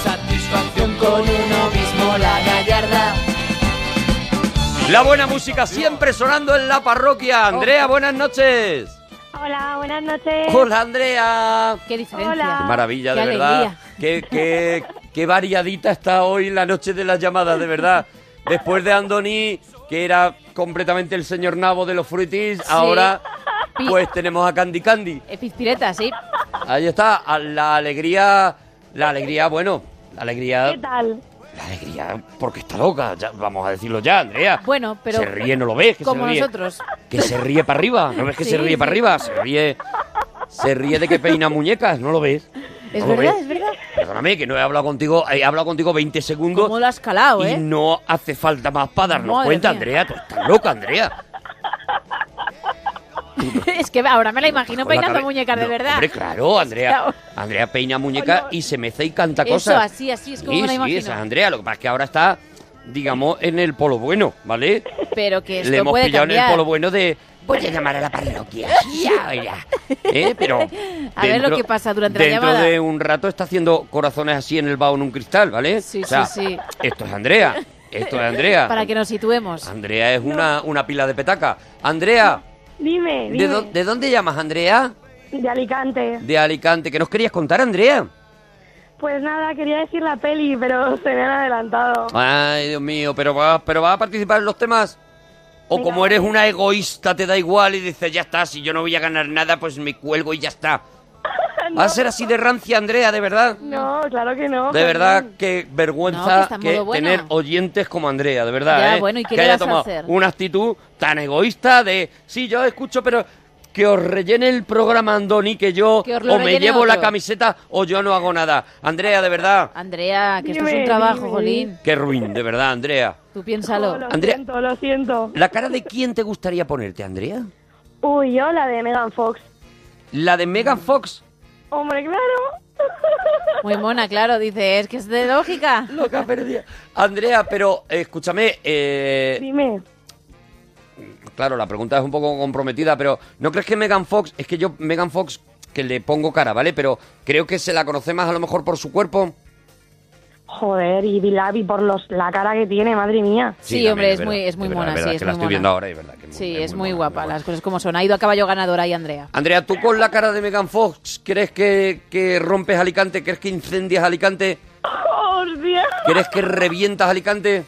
Speaker 1: satisfacción con uno mismo, la gallarda.
Speaker 2: La buena música siempre sonando en la parroquia.
Speaker 1: Oh.
Speaker 2: Andrea, buenas noches.
Speaker 11: Hola, buenas noches.
Speaker 2: Hola, Andrea.
Speaker 1: Qué diferencia.
Speaker 2: Qué maravilla,
Speaker 11: Qué
Speaker 2: de verdad.
Speaker 11: alegría.
Speaker 2: Qué, qué, qué variadita está hoy la noche de las llamadas, de verdad. Después de Andoni, que era completamente el señor nabo de los fruitis, ahora
Speaker 1: Pi-
Speaker 2: pues tenemos a Candy Candy.
Speaker 1: eh, Pizpireta, sí.
Speaker 2: Ahí está, a la alegría, la alegría, bueno, la alegría,
Speaker 11: ¿Qué tal?
Speaker 2: la alegría, porque está loca, ya, vamos a decirlo ya, Andrea.
Speaker 1: Bueno, pero
Speaker 2: se ríe, no lo ves, que
Speaker 1: como
Speaker 2: se ríe.
Speaker 1: nosotros.
Speaker 2: Que se ríe para arriba, ¿no ves que
Speaker 1: Sí,
Speaker 2: se ríe para
Speaker 1: sí.
Speaker 2: arriba? Se ríe, se ríe de que peina muñecas, ¿no lo ves?
Speaker 1: Es
Speaker 2: No lo
Speaker 1: verdad,
Speaker 2: ves.
Speaker 1: es verdad.
Speaker 2: Perdóname, que no he hablado contigo, he hablado contigo 20 segundos
Speaker 1: ¿Cómo lo has calado,
Speaker 2: y
Speaker 1: eh?
Speaker 2: no hace falta más para darnos
Speaker 1: Madre
Speaker 2: cuenta,
Speaker 1: mía.
Speaker 2: Andrea. Tú estás loca, Andrea.
Speaker 1: es que ahora me la imagino
Speaker 2: pues Con la
Speaker 1: peinando
Speaker 2: cabe-
Speaker 1: muñecas, de
Speaker 2: No,
Speaker 1: verdad.
Speaker 2: Hombre, claro, Andrea.
Speaker 1: Claro.
Speaker 2: Andrea peina muñecas y se mece y canta
Speaker 1: Eso,
Speaker 2: cosas.
Speaker 1: así, así es como
Speaker 2: Sí,
Speaker 1: me la
Speaker 2: sí,
Speaker 1: imagino.
Speaker 2: esa es Andrea. Lo que pasa es que ahora está, digamos, en el polo bueno, ¿vale?
Speaker 1: Pero que esto
Speaker 2: Le hemos
Speaker 1: puede
Speaker 2: pillado
Speaker 1: cambiar.
Speaker 2: en el polo bueno de... Voy a llamar a la parroquia. Ya, ya. ¿Eh? Pero...
Speaker 1: A ver lo que pasa durante la
Speaker 2: dentro
Speaker 1: llamada.
Speaker 2: de un rato está haciendo corazones así en el vaho en un cristal, ¿vale?
Speaker 1: Sí,
Speaker 2: O sea,
Speaker 1: sí, sí.
Speaker 2: Esto es Andrea. Esto es Ah, Andrea.
Speaker 1: Para que nos situemos.
Speaker 2: Andrea es una, una pila de petaca. Andrea,
Speaker 11: Dime,
Speaker 2: ¿de,
Speaker 11: dime.
Speaker 2: dó- ¿de dónde llamas, Andrea?
Speaker 11: De Alicante.
Speaker 2: De Alicante. ¿Qué nos querías contar, Andrea?
Speaker 11: Pues nada, quería decir la peli, pero se me han adelantado.
Speaker 2: Ay, Dios mío, pero vas pero vas a participar en los temas. O como eres una egoísta, te da igual y dices, ya está, si yo no voy a ganar nada, pues me cuelgo y ya está. Va a ser así de rancia, Andrea, de verdad.
Speaker 11: No, claro que no.
Speaker 2: De
Speaker 11: Fermín.
Speaker 2: verdad, qué
Speaker 11: No, que
Speaker 2: vergüenza
Speaker 11: está en
Speaker 2: que
Speaker 11: modo bueno.
Speaker 2: tener oyentes como Andrea, de verdad.
Speaker 11: Ya,
Speaker 2: ¿eh?
Speaker 11: bueno, ¿y qué
Speaker 2: que
Speaker 11: le
Speaker 2: haya
Speaker 11: vas a
Speaker 2: tomado
Speaker 11: hacer?
Speaker 2: una actitud tan egoísta de, sí, yo escucho, pero que os rellene el programa Andoni, que yo
Speaker 1: Que os lo
Speaker 2: o me
Speaker 1: rellene
Speaker 2: llevo la
Speaker 1: otro.
Speaker 2: camiseta o yo no hago nada. Andrea, de verdad,
Speaker 1: Andrea, que esto es
Speaker 11: Dime,
Speaker 1: un trabajo,
Speaker 11: dime.
Speaker 1: Jolín.
Speaker 2: qué ruin, de verdad, Andrea.
Speaker 1: Tú piénsalo.
Speaker 11: Lo
Speaker 2: Andrea-
Speaker 11: siento, lo siento.
Speaker 2: ¿La cara de quién te gustaría ponerte, Andrea?
Speaker 11: Uy, yo la de Megan Fox.
Speaker 2: ¿La de Megan Fox?
Speaker 11: Hombre, claro.
Speaker 1: Muy mona, claro, dice, es que es de lógica.
Speaker 2: Loca perdida. Andrea, pero eh, escúchame, eh,
Speaker 11: Dime.
Speaker 2: claro, la pregunta es un poco comprometida, pero ¿no crees que Megan Fox, es que yo Megan Fox, que le pongo cara, ¿vale? Pero creo que se la conoce más a lo mejor por su cuerpo.
Speaker 11: Joder, y Bilabi por los, la cara que tiene, madre mía.
Speaker 1: Sí, hombre, es, muy, es muy
Speaker 2: verdad,
Speaker 1: mona,
Speaker 2: es verdad,
Speaker 1: sí, es
Speaker 2: que la
Speaker 1: muy
Speaker 2: estoy
Speaker 1: mona.
Speaker 2: viendo ahora, es verdad. que-
Speaker 1: Sí, es, muy, guapa, las cosas como son. Ha ido a caballo ganador ahí, Andrea.
Speaker 2: Andrea, ¿tú con la cara de Megan Fox crees que, que rompes Alicante? ¿Crees que incendias Alicante?
Speaker 11: ¡Hostia!
Speaker 2: ¿Crees que revientas Alicante?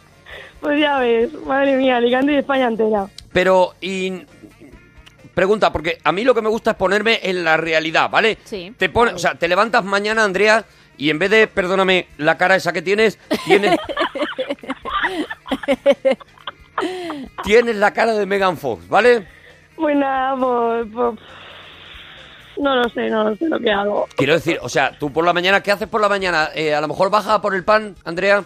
Speaker 11: Pues ya ves, madre mía, Alicante y España entera.
Speaker 2: Pero, y... Pregunta, porque a mí lo que me gusta es ponerme en la realidad, ¿vale?
Speaker 1: Sí.
Speaker 2: Te pone, o sea, te levantas mañana, Andrea, y en vez de, perdóname, la cara esa que tienes, tienes, tienes la cara de Megan Fox, ¿vale?
Speaker 11: Pues nada, pues, pues, No lo sé, no lo sé lo que hago.
Speaker 2: Quiero decir, o sea, tú por la mañana, ¿qué haces por la mañana? Eh, a lo mejor baja por el pan, Andrea,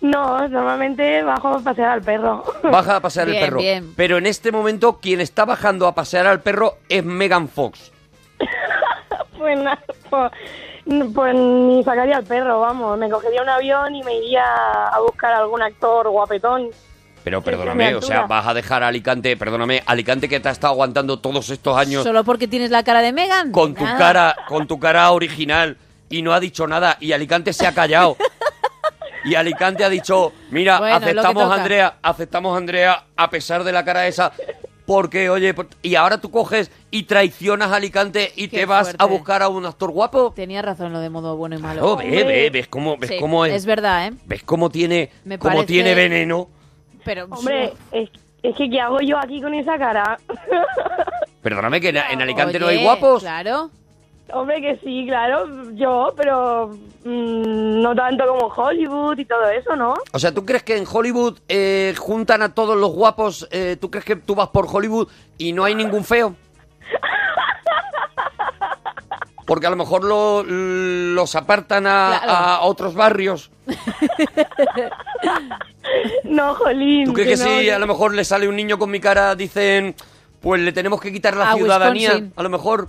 Speaker 11: No, normalmente bajo a pasear al perro.
Speaker 2: baja a pasear
Speaker 11: Bien,
Speaker 2: el perro.
Speaker 11: bien.
Speaker 2: Pero en este momento, quien está bajando a pasear al perro es Megan Fox.
Speaker 11: Pues nada, pues, pues ni sacaría al perro, vamos. Me cogería un avión y me iría a buscar algún actor guapetón.
Speaker 2: Pero perdóname, o sea,
Speaker 11: altura.
Speaker 2: vas a dejar a Alicante, perdóname, Alicante que te ha estado aguantando todos estos años
Speaker 1: ¿Solo porque tienes la cara de Megan?
Speaker 2: con tu cara, con tu cara original y no ha dicho nada y Alicante se ha callado. Y Alicante ha dicho, mira,
Speaker 1: Bueno, es lo que
Speaker 2: aceptamos a
Speaker 1: toca".
Speaker 2: Andrea, aceptamos a Andrea a pesar de la cara esa, porque oye, por- y ahora tú coges y traicionas a Alicante y
Speaker 1: Qué
Speaker 2: te vas
Speaker 1: fuerte.
Speaker 2: a buscar a un actor guapo.
Speaker 1: Tenía razón lo de modo bueno y malo.
Speaker 2: Claro, ve, ve, ves cómo, ves
Speaker 1: Sí,
Speaker 2: cómo es,
Speaker 1: Es verdad, ¿eh?
Speaker 2: ves cómo tiene,
Speaker 1: Me
Speaker 2: cómo
Speaker 1: parece-
Speaker 2: tiene veneno.
Speaker 1: Pero,
Speaker 11: Hombre, es, es que ¿qué hago yo aquí con esa cara?
Speaker 2: Perdóname que en, en Alicante no hay
Speaker 11: Oye,
Speaker 2: guapos.
Speaker 1: Claro.
Speaker 11: Hombre, que sí, claro, yo, pero mm, no tanto como Hollywood y todo eso, ¿no?
Speaker 2: O sea, ¿tú crees que en Hollywood eh, juntan a todos los guapos? eh, ¿Tú crees que tú vas por Hollywood y no hay ningún feo? Porque a lo mejor lo- los apartan a,
Speaker 11: Claro.
Speaker 2: a otros barrios.
Speaker 11: No, Jolín.
Speaker 2: ¿Tú crees que
Speaker 11: no,
Speaker 2: si a lo mejor le sale un niño con mi cara, dicen, pues le tenemos que quitar la
Speaker 11: A
Speaker 2: ciudadanía?
Speaker 11: Wisconsin.
Speaker 2: A lo mejor.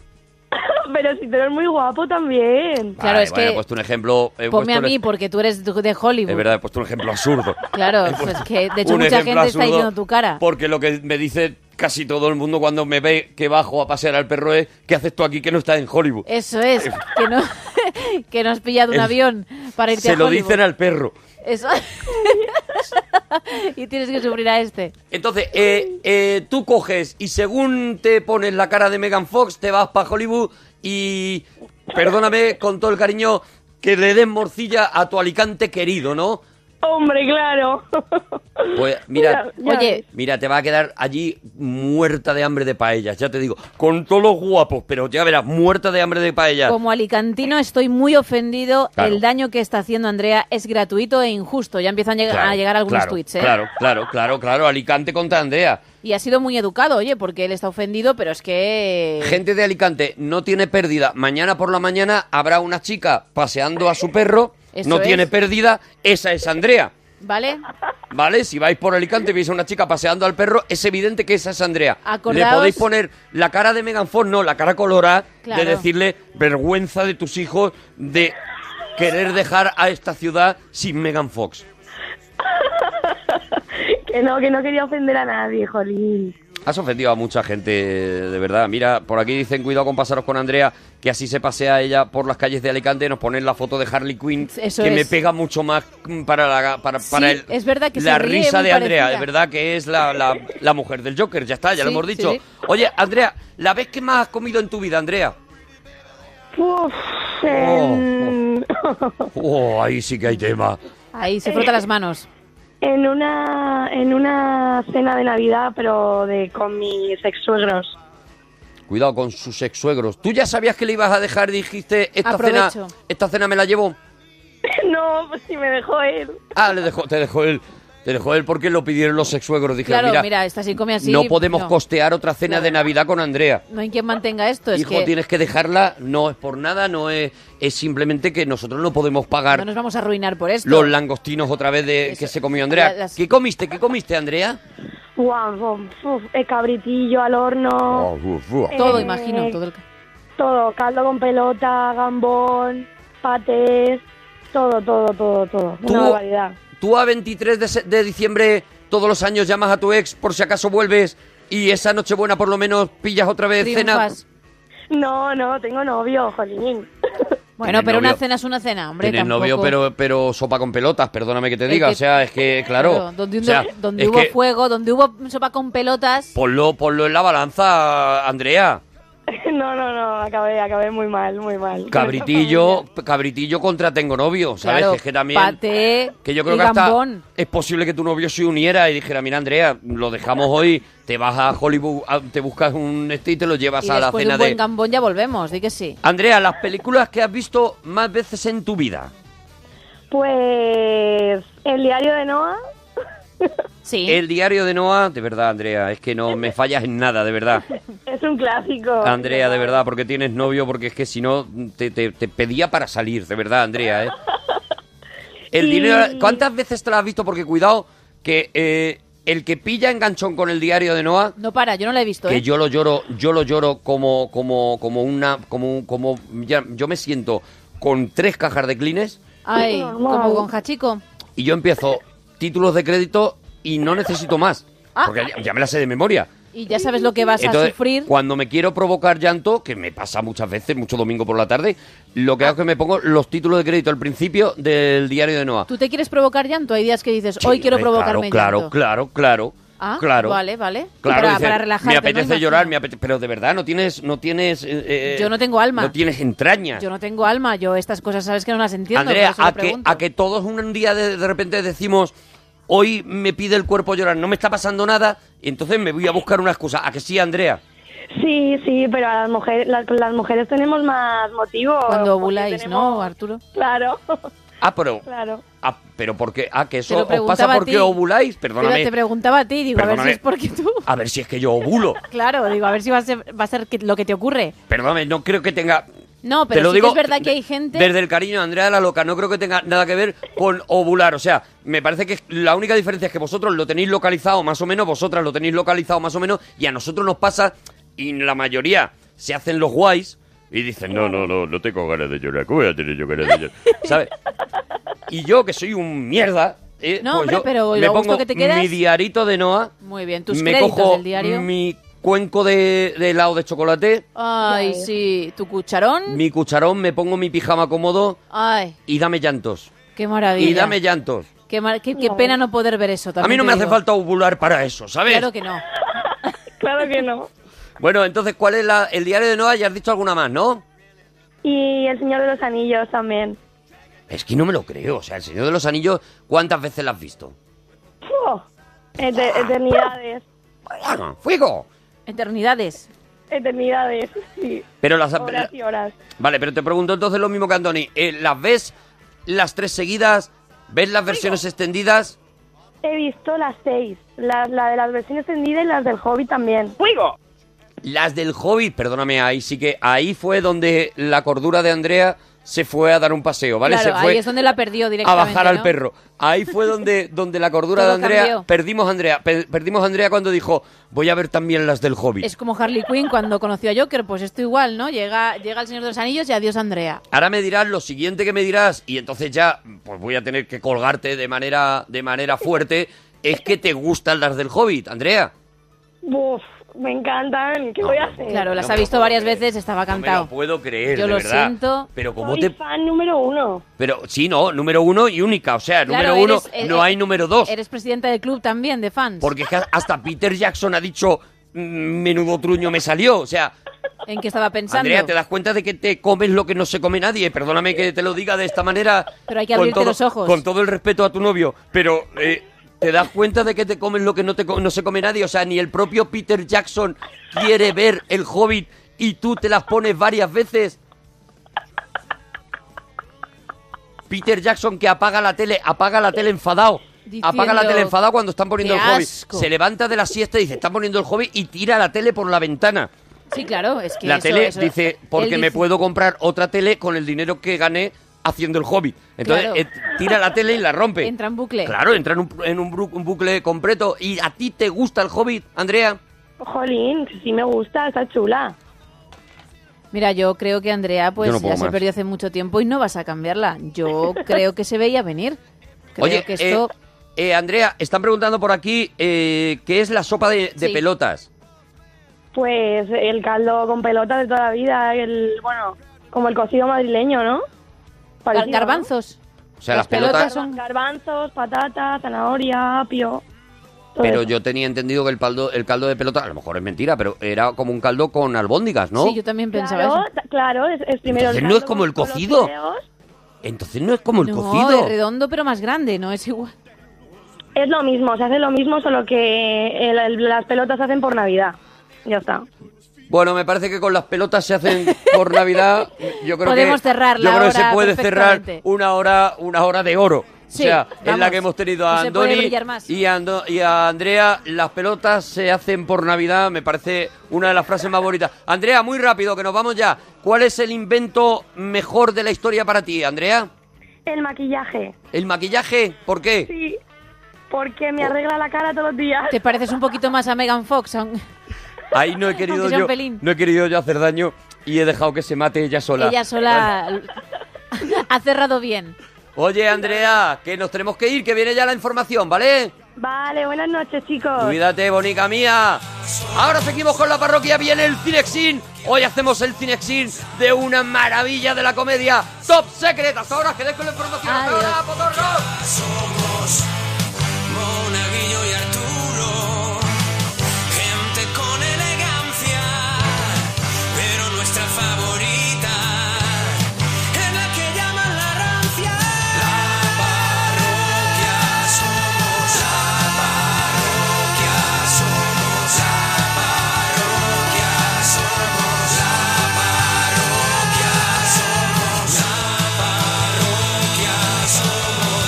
Speaker 11: Pero si tú eres muy guapo también.
Speaker 2: Vale, vale, he puesto un ejemplo.
Speaker 1: Ponme a
Speaker 2: he puesto un
Speaker 1: mí pues,
Speaker 2: ej-
Speaker 1: porque tú eres de Hollywood.
Speaker 2: Es verdad, he puesto un ejemplo absurdo.
Speaker 1: Claro,
Speaker 2: He
Speaker 1: pues
Speaker 2: puesto
Speaker 1: que de hecho
Speaker 2: un
Speaker 1: mucha gente
Speaker 2: ejemplo
Speaker 1: está
Speaker 2: absurdo
Speaker 1: diciendo tu cara.
Speaker 2: Porque lo que me dice casi todo el mundo cuando me ve que bajo a pasear al perro es ¿qué haces tú aquí que no estás en Hollywood?
Speaker 1: Eso es, que no, que no has pillado un
Speaker 2: Es-
Speaker 1: avión para irte
Speaker 2: Se
Speaker 1: a
Speaker 2: lo
Speaker 1: Hollywood.
Speaker 2: dicen al perro.
Speaker 1: Eso. y tienes que sufrir a este.
Speaker 2: Entonces, eh, eh, tú coges y según te pones la cara de Megan Fox, te vas para Hollywood y, perdóname con todo el cariño, que le des morcilla a tu Alicante querido, ¿no?
Speaker 11: Hombre, claro.
Speaker 2: Pues mira,
Speaker 11: Ya- ya Oye. ves.
Speaker 2: mira, te va a quedar allí muerta de hambre de paellas, ya te digo, con todos los guapos, pero ya verás, muerta de hambre de paellas.
Speaker 1: Como alicantino estoy muy ofendido.
Speaker 2: Claro.
Speaker 1: El daño que está haciendo Andrea es gratuito e injusto. Ya empiezan lleg-
Speaker 2: Claro,
Speaker 1: a llegar algunos
Speaker 2: claro,
Speaker 1: tweets, ¿eh?
Speaker 2: Claro, claro, claro, claro, Alicante contra Andrea.
Speaker 1: Y ha sido muy educado, oye, porque él está ofendido, pero es que...
Speaker 2: Gente de Alicante no tiene pérdida. Mañana por la mañana habrá una chica paseando a su perro,
Speaker 1: Eso
Speaker 2: no
Speaker 1: es.
Speaker 2: tiene pérdida, esa es Andrea.
Speaker 1: ¿Vale?
Speaker 2: ¿Vale? Si vais por Alicante y veis a una chica paseando al perro, es evidente que esa es Andrea.
Speaker 1: Acordaos-
Speaker 2: Le podéis poner la cara de Megan Fox, no, la cara colorada,
Speaker 1: Claro.
Speaker 2: de decirle vergüenza de tus hijos de querer dejar a esta ciudad sin Megan Fox.
Speaker 11: que no, que no quería ofender a nadie, Jolín.
Speaker 2: Has ofendido a mucha gente, de verdad. Mira, por aquí dicen cuidado con pasaros con Andrea, que así se pasea ella por las calles de Alicante. Nos ponen la foto de Harley Quinn,
Speaker 1: Eso
Speaker 2: que me
Speaker 1: es.
Speaker 2: pega mucho más mm, para la, para,
Speaker 1: Sí,
Speaker 2: para el-
Speaker 1: es verdad que se
Speaker 2: la
Speaker 1: ríe,
Speaker 2: risa
Speaker 1: muy
Speaker 2: de Andrea.
Speaker 1: parecida.
Speaker 2: Es verdad que es la, la- la mujer del Joker, ya está, ya lo
Speaker 1: Sí,
Speaker 2: hemos
Speaker 1: sí,
Speaker 2: dicho.
Speaker 1: sí.
Speaker 2: Oye, Andrea, ¿la vez que más has comido en tu vida, Andrea?
Speaker 11: Uf,
Speaker 1: Oh,
Speaker 11: en,
Speaker 2: Oh, ahí sí que hay tema.
Speaker 1: Ahí se
Speaker 2: Eh,
Speaker 1: frota las manos.
Speaker 11: en una en una cena de Navidad, pero de con mis ex suegros.
Speaker 2: Cuidado con sus ex-suegros. ¿Tú ya sabías que le ibas a dejar? Dijiste, esta cena,
Speaker 11: Aprovecho.
Speaker 2: esta cena me la llevo.
Speaker 11: No, pues si me dejó él.
Speaker 2: Ah, le dejó, te dejó él. Te dejó él porque lo pidieron los ex-suegros. Dijeron,
Speaker 1: Claro, mira,
Speaker 2: mira,
Speaker 1: esta sí come así...
Speaker 2: no podemos
Speaker 1: no.
Speaker 2: costear otra cena de Navidad con Andrea.
Speaker 1: No hay quien mantenga esto, es
Speaker 2: Hijo,
Speaker 1: que
Speaker 2: tienes que dejarla. No es por nada, no es, es simplemente que nosotros no podemos pagar
Speaker 1: no nos vamos a arruinar por esto.
Speaker 2: los langostinos otra vez de que se comió Andrea.
Speaker 1: La- las-
Speaker 2: ¿Qué comiste? ¿Qué comiste, Andrea?
Speaker 11: Guau, uf, el cabritillo al horno.
Speaker 2: Oh, uf, uf.
Speaker 1: Todo,
Speaker 11: Eh,
Speaker 1: imagino, todo el...
Speaker 11: Todo, caldo con pelota, gambón, patés, todo, todo, todo, todo. Una
Speaker 2: Tú-
Speaker 11: barbaridad.
Speaker 2: Tú a 23 de, se- de diciembre todos los años llamas a tu ex por si acaso vuelves y esa Nochebuena por lo menos pillas otra vez cena.
Speaker 11: No, no, tengo novio, jolín.
Speaker 1: Bueno,
Speaker 2: Tienes
Speaker 1: pero una
Speaker 2: novio.
Speaker 1: cena es una cena, hombre.
Speaker 2: Tienes
Speaker 1: tampoco.
Speaker 2: novio, pero, pero sopa con pelotas, perdóname que te
Speaker 1: Es
Speaker 2: diga.
Speaker 1: que-
Speaker 2: o sea, es que, claro.
Speaker 1: Claro, donde
Speaker 2: o sea,
Speaker 1: donde
Speaker 2: es
Speaker 1: hubo
Speaker 2: que
Speaker 1: fuego, donde hubo sopa con pelotas.
Speaker 2: ponlo, ponlo en la balanza, Andrea.
Speaker 11: No, no, no, acabé, acabé muy mal, muy mal.
Speaker 2: Cabritillo, cabritillo contra tengo novio, ¿sabes?
Speaker 11: Claro,
Speaker 2: Que es que también.
Speaker 1: Paté.
Speaker 2: Que yo creo
Speaker 1: y
Speaker 2: que hasta
Speaker 1: gambón.
Speaker 2: es posible que tu novio se uniera y dijera, mira Andrea, lo dejamos hoy, te vas a Hollywood, a- te buscas un este y te lo llevas
Speaker 1: Y
Speaker 2: a la
Speaker 1: después de
Speaker 2: cena
Speaker 1: un buen
Speaker 2: de...
Speaker 1: gambón ya volvemos, di que sí.
Speaker 2: Andrea, las películas que has visto más veces en tu vida.
Speaker 11: Pues el diario de Noah.
Speaker 1: Sí.
Speaker 2: El diario de Noah, de verdad Andrea, es que no me fallas en nada, de verdad.
Speaker 11: Es un clásico.
Speaker 2: Andrea, de verdad, porque tienes novio, porque es que si no te, te- te pedía para salir, de verdad, Andrea, ¿eh? El
Speaker 11: Y-
Speaker 2: dinero, ¿cuántas veces te la has visto? Porque cuidado, que eh, el que pilla enganchón con el diario de Noah,
Speaker 1: No para, yo no la he visto,
Speaker 2: que
Speaker 1: ¿eh?
Speaker 2: yo lo lloro, yo lo lloro como, como, como una, como, un- como, ya, yo me siento con tres cajas de clines
Speaker 1: Ay, como con Hachico.
Speaker 2: y yo empiezo títulos de crédito y no necesito más,
Speaker 1: Ah.
Speaker 2: porque ya, ya me las sé de memoria.
Speaker 1: Y ya sabes lo que vas a
Speaker 2: Entonces,
Speaker 1: sufrir.
Speaker 2: cuando me quiero provocar llanto, que me pasa muchas veces, mucho domingo por la tarde, lo que hago es que me pongo los títulos de crédito al principio del diario de Noah.
Speaker 1: ¿Tú te quieres provocar llanto? Hay días que dices, hoy quiero
Speaker 2: Hombre,
Speaker 1: provocarme
Speaker 2: Claro,
Speaker 1: llanto.
Speaker 2: claro, claro,
Speaker 1: Ah,
Speaker 2: claro. Claro.
Speaker 1: Vale, vale.
Speaker 2: Claro,
Speaker 1: para,
Speaker 2: dices,
Speaker 1: para relajarte.
Speaker 2: me
Speaker 1: ¿no?
Speaker 2: apetece
Speaker 1: Imagino.
Speaker 2: llorar, me apete- pero de verdad no tienes, no tienes. eh, eh,
Speaker 1: Yo no tengo alma.
Speaker 2: No tienes entraña.
Speaker 1: Yo no tengo alma, yo estas cosas sabes que no las entiendo. por
Speaker 2: Andrea,
Speaker 1: eso lo
Speaker 2: a que,
Speaker 1: pregunto.
Speaker 2: a que todos un día de, de repente decimos, hoy me pide el cuerpo llorar, no me está pasando nada, y entonces me voy a buscar una excusa. ¿A que sí, Andrea?
Speaker 11: Sí, sí, pero a las mujeres, las, las mujeres tenemos más motivos.
Speaker 1: Cuando
Speaker 11: porque
Speaker 1: ovuláis,
Speaker 11: tenemos-
Speaker 1: ¿no, Arturo?
Speaker 11: Claro,
Speaker 2: Ah, pero.
Speaker 11: claro.
Speaker 2: Ah, pero porque. Ah, que
Speaker 1: Te lo
Speaker 2: eso os
Speaker 1: preguntaba
Speaker 2: pasa
Speaker 1: a
Speaker 2: porque
Speaker 1: ti.
Speaker 2: ovuláis.
Speaker 1: Pero te
Speaker 2: Perdóname.
Speaker 1: preguntaba a ti, digo, a ver
Speaker 2: Perdóname.
Speaker 1: si es porque tú.
Speaker 2: A ver si es que yo ovulo.
Speaker 1: Claro, digo, a ver si va a ser, va a ser que- lo que te ocurre.
Speaker 2: Perdóname, no creo que tenga.
Speaker 1: No,
Speaker 2: Te
Speaker 1: pero
Speaker 2: lo
Speaker 1: sí
Speaker 2: digo
Speaker 1: que es verdad que hay gente.
Speaker 2: Desde el cariño de Andrea de la Loca, no creo que tenga nada que ver con ovular. O sea, me parece que la única diferencia es que vosotros lo tenéis localizado más o menos, vosotras lo tenéis localizado más o menos, y a nosotros nos pasa, y la mayoría se hacen los guays y dicen, no, no, no, no tengo ganas de llorar, ¿cómo voy a tener yo ganas de llorar? ¿Sabes? Y yo, que soy un mierda, eh,
Speaker 1: No,
Speaker 2: pues
Speaker 1: hombre,
Speaker 2: yo
Speaker 1: pero
Speaker 2: me
Speaker 1: lo a gusto
Speaker 2: pongo
Speaker 1: que te quedas-
Speaker 2: mi diarito de Noah,
Speaker 1: Muy bien, tus
Speaker 2: me
Speaker 1: créditos
Speaker 2: cojo
Speaker 1: del diario.
Speaker 2: mi cuenco de, de helado de chocolate,
Speaker 1: Ay, sí, tu cucharón.
Speaker 2: mi cucharón, me pongo mi pijama cómodo
Speaker 1: Ay,
Speaker 2: y dame llantos.
Speaker 1: qué maravilla.
Speaker 2: Y dame llantos.
Speaker 1: Qué, mar- qué- qué pena no poder ver eso
Speaker 2: A
Speaker 1: también.
Speaker 2: mí no
Speaker 1: te
Speaker 2: me hace
Speaker 1: digo.
Speaker 2: falta ovular para eso, ¿sabes?
Speaker 1: Claro que no.
Speaker 11: claro que no.
Speaker 2: Bueno, entonces, ¿cuál es la- el diario de Noah? Ya has dicho alguna más, ¿no?
Speaker 11: Y el Señor de los Anillos también.
Speaker 2: Es que no me lo creo. O sea, El Señor de los Anillos, ¿cuántas veces la has visto?
Speaker 11: ¡Puh! Ete- eternidades,
Speaker 2: ¡Ah, ¡Fuego!
Speaker 1: Eternidades.
Speaker 11: eternidades, sí.
Speaker 2: Pero las...
Speaker 11: Horas y horas.
Speaker 2: Vale, pero te pregunto entonces lo mismo que Andoni. Eh, ¿Las ves las tres seguidas? ¿Ves las versiones extendidas?
Speaker 11: He visto las seis, la, la de las versiones extendidas y las del Hobbit también. ¡Fuego!
Speaker 2: Las del Hobbit, perdóname, ahí sí que... Ahí fue donde la cordura de Andrea se fue a dar un paseo, ¿vale?
Speaker 1: Claro,
Speaker 2: se fue
Speaker 1: ahí es donde la perdió
Speaker 2: a
Speaker 1: directamente.
Speaker 2: bajar al
Speaker 1: ¿no?
Speaker 2: perro. Ahí fue donde, donde la cordura
Speaker 1: Todo
Speaker 2: de Andrea.
Speaker 1: cambió.
Speaker 2: Perdimos a Andrea. per- perdimos a Andrea cuando dijo: Voy a ver también las del hobby.
Speaker 1: Es como Harley Quinn cuando conoció a Joker, pues esto igual, ¿no? Llega, llega el Señor de los Anillos y adiós Andrea.
Speaker 2: Ahora me dirás lo siguiente que me dirás, y entonces ya pues voy a tener que colgarte de manera, de manera fuerte. Es que te gustan las del Hobbit, Andrea.
Speaker 11: ¡Buf! Me encantan, ¿qué voy a hacer?
Speaker 1: Claro, las
Speaker 2: No
Speaker 1: ha
Speaker 2: me lo
Speaker 1: visto varias veces, estaba
Speaker 2: No me lo
Speaker 1: cantado.
Speaker 2: puedo creer,
Speaker 1: Yo
Speaker 2: de
Speaker 1: lo
Speaker 2: verdad.
Speaker 1: siento.
Speaker 2: Pero como
Speaker 11: Soy
Speaker 2: te,
Speaker 11: fan número uno.
Speaker 2: pero sí, no, número uno y única, o sea, número
Speaker 1: Claro,
Speaker 2: uno
Speaker 1: eres- eh, eres-
Speaker 2: no hay número dos,
Speaker 1: Eres presidenta del club también, de fans.
Speaker 2: porque es que hasta Peter Jackson ha dicho "Mm, menudo truño me salió, o sea,
Speaker 1: ¿En qué estaba pensando?
Speaker 2: Andrea, ¿te das cuenta de que te comes lo que no se come nadie? Perdóname que te lo diga de esta manera.
Speaker 1: Pero hay que
Speaker 2: con
Speaker 1: abrirte
Speaker 2: todo-
Speaker 1: los ojos.
Speaker 2: Con todo el respeto a tu novio. Pero, eh, ¿te das cuenta de que te comes lo que no, te co- no se come nadie? O sea, ni el propio Peter Jackson quiere ver el Hobbit y tú te las pones varias veces. Peter Jackson que apaga la tele, apaga la tele enfadado. apaga la
Speaker 1: Diciendo,
Speaker 2: tele enfadado cuando están poniendo
Speaker 1: "Qué
Speaker 2: el hobby.
Speaker 1: asco".
Speaker 2: Se levanta de la siesta y dice, están poniendo el hobby y tira la tele por la ventana.
Speaker 1: Sí, claro, es que
Speaker 2: La
Speaker 1: eso-
Speaker 2: tele
Speaker 1: eso-
Speaker 2: dice, porque
Speaker 1: él
Speaker 2: me
Speaker 1: dice-
Speaker 2: puedo comprar otra tele con el dinero que gané haciendo el hobby. Entonces
Speaker 1: Claro.
Speaker 2: eh, tira la tele y la rompe.
Speaker 1: Entra en bucle.
Speaker 2: Claro, entra en, un, en un bru- un bucle completo. ¿Y a ti te gusta el hobby, Andrea?
Speaker 11: Jolín, sí me gusta, está chula.
Speaker 1: Mira, yo creo que Andrea pues
Speaker 2: Yo no puedo
Speaker 1: ya se
Speaker 2: más.
Speaker 1: perdió hace mucho tiempo y no vas a cambiarla. Yo creo que se veía venir. Creo
Speaker 2: Oye,
Speaker 1: que esto...
Speaker 2: eh, eh, Andrea, están preguntando por aquí eh, qué es la sopa de, de
Speaker 11: Sí.
Speaker 2: pelotas.
Speaker 11: Pues el caldo con pelota de toda la vida, el, bueno, como el cocido madrileño, ¿no? Parecido, ¿no?
Speaker 1: garbanzos.
Speaker 2: O sea, las, pelotas.
Speaker 11: Garba- Garbanzos, patatas, zanahoria, apio. todo
Speaker 2: Pero
Speaker 11: eso.
Speaker 2: yo tenía entendido que el caldo, el caldo de pelota, a lo mejor es mentira, pero era como un caldo con albóndigas, ¿no?
Speaker 1: también
Speaker 11: pensaba eso. Claro, es, es primero
Speaker 2: Entonces
Speaker 11: el
Speaker 2: no es
Speaker 11: caldo
Speaker 2: como el
Speaker 11: con los
Speaker 2: cocido.
Speaker 11: fideos.
Speaker 2: Entonces no es como el
Speaker 1: no,
Speaker 2: cocido.
Speaker 1: es redondo pero más grande, no es igual.
Speaker 11: Es lo mismo, se hace lo mismo, solo que el- el- las pelotas se hacen por Navidad. Ya está.
Speaker 2: Bueno, me parece que con las pelotas se hacen por Navidad. Yo creo
Speaker 11: Podemos
Speaker 2: que,
Speaker 11: cerrar la
Speaker 2: Yo creo que
Speaker 1: hora
Speaker 2: se puede cerrar
Speaker 1: perfectamente.
Speaker 2: una hora, una hora de oro.
Speaker 1: Sí,
Speaker 2: o sea, es
Speaker 1: vamos.
Speaker 2: la que hemos tenido a
Speaker 1: No se puede
Speaker 2: Andoni
Speaker 1: brillar más.
Speaker 2: y a, Ando- y a Andrea. Las pelotas se hacen por Navidad. Me parece una de las frases más bonitas. Andrea, muy rápido, que nos vamos ya. ¿Cuál es el invento mejor de la historia para ti, Andrea?
Speaker 11: El maquillaje.
Speaker 2: ¿El maquillaje? ¿Por qué?
Speaker 11: Sí, porque
Speaker 2: Oh.
Speaker 11: me arregla la cara todos los días.
Speaker 1: Te pareces un poquito más a Megan Fox. aun-
Speaker 2: Ahí no he querido
Speaker 1: Aunque sea un
Speaker 2: yo,
Speaker 1: pelín.
Speaker 2: no he querido yo hacer daño y he dejado que se mate ella sola.
Speaker 1: Ella sola ha cerrado bien.
Speaker 2: Oye, Andrea, que nos tenemos que ir, que viene ya la información, ¿vale?
Speaker 11: Vale, buenas noches, chicos.
Speaker 2: Cuídate, bonica mía. Ahora seguimos con la parroquia, viene el Cinexin. Hoy hacemos el Cinexin de una maravilla de la comedia, Top Secret. Hasta ahora, os quedéis con la información. Hasta
Speaker 3: Adiós.
Speaker 2: ahora, potorros.
Speaker 3: Somos Monaguillo y Arturo, gente con elegancia, pero nuestra favorita es la que llaman la rancia. La parroquia somos, la parroquia somos, la parroquia somos, la parroquia somos, la parroquia somos, la parroquia somos, la parroquia somos, la parroquia somos.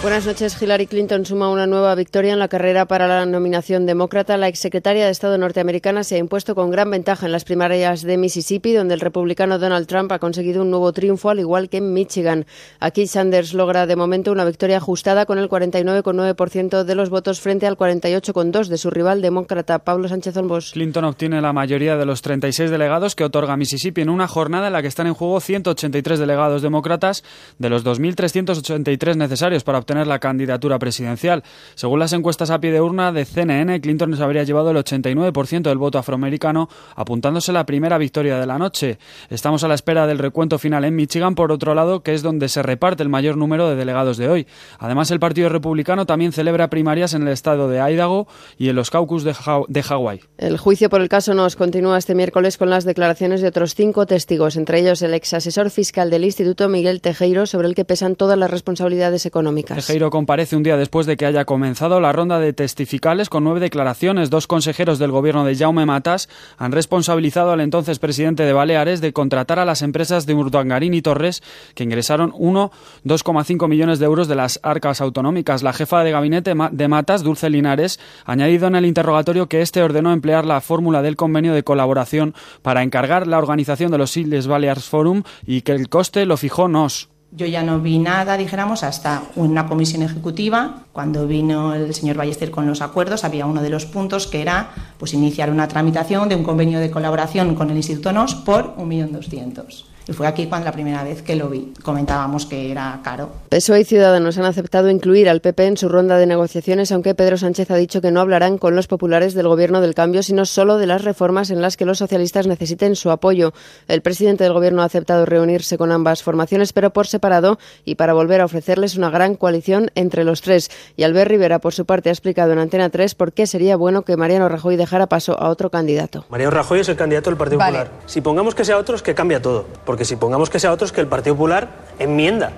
Speaker 12: Buenas noches. Hillary Clinton suma una nueva victoria en la carrera para la nominación demócrata. La exsecretaria de Estado norteamericana se ha impuesto con gran ventaja en las primarias de Mississippi, donde el republicano Donald Trump ha conseguido un nuevo triunfo, al igual que en Michigan. Aquí Sanders logra de momento una victoria ajustada con el 49,9% de los votos frente al 48,2% de su rival demócrata, Pablo Sánchez Olmos.
Speaker 13: Clinton obtiene la mayoría de los 36 delegados que otorga Mississippi en una jornada en la que están en juego 183 delegados demócratas de los 2.383 necesarios para obtener la candidatura presidencial. Según las encuestas a pie de urna de CNN, Clinton se habría llevado el 89% del voto afroamericano, apuntándose la primera victoria de la noche. Estamos a la espera del recuento final en Michigan, por otro lado, que es donde se reparte el mayor número de delegados de hoy. Además, el Partido Republicano también celebra primarias en el estado de Idaho y en los caucus de Haw- de Hawái.
Speaker 12: El juicio por el caso nos continúa este miércoles con las declaraciones de otros cinco testigos, entre ellos el ex asesor fiscal del Instituto Miguel Tejero, sobre el que pesan todas las responsabilidades económicas.
Speaker 13: Tejero comparece un día después de que haya comenzado la ronda de testificales con nueve declaraciones. Dos consejeros del gobierno de Jaume Matas han responsabilizado al entonces presidente de Baleares de contratar a las empresas de Urdangarín y Torres, que ingresaron uno 2,5 millones de euros de las arcas autonómicas. La jefa de gabinete ma- de Matas, Dulce Linares, ha añadido en el interrogatorio que este ordenó emplear la fórmula del convenio de colaboración para encargar la organización de los Isles Balears Forum y que el coste lo fijó NOS.
Speaker 14: Yo ya no vi nada, dijéramos, hasta una comisión ejecutiva. Cuando vino el señor Ballester con los acuerdos, había uno de los puntos que era pues, iniciar una tramitación de un convenio de colaboración con el Instituto NOS por 1.200.000. Y fue aquí cuando la primera vez que lo vi. Comentábamos que era caro.
Speaker 12: PSOE E y Ciudadanos han aceptado incluir al PP en su ronda de negociaciones, aunque Pedro Sánchez ha dicho que no hablarán con los populares del Gobierno del Cambio, sino solo de las reformas en las que los socialistas necesiten su apoyo. El presidente del Gobierno ha aceptado reunirse con ambas formaciones, pero por separado y para volver a ofrecerles una gran coalición entre los tres. Y Albert Rivera, por su parte, ha explicado en Antena 3 por qué sería bueno que Mariano Rajoy dejara paso a otro candidato.
Speaker 15: Mariano Rajoy es el candidato del Partido
Speaker 12: Vale.
Speaker 15: Popular. Si pongamos que sea otros, que cambia todo. Porque si pongamos que sea otros, que el Partido Popular enmienda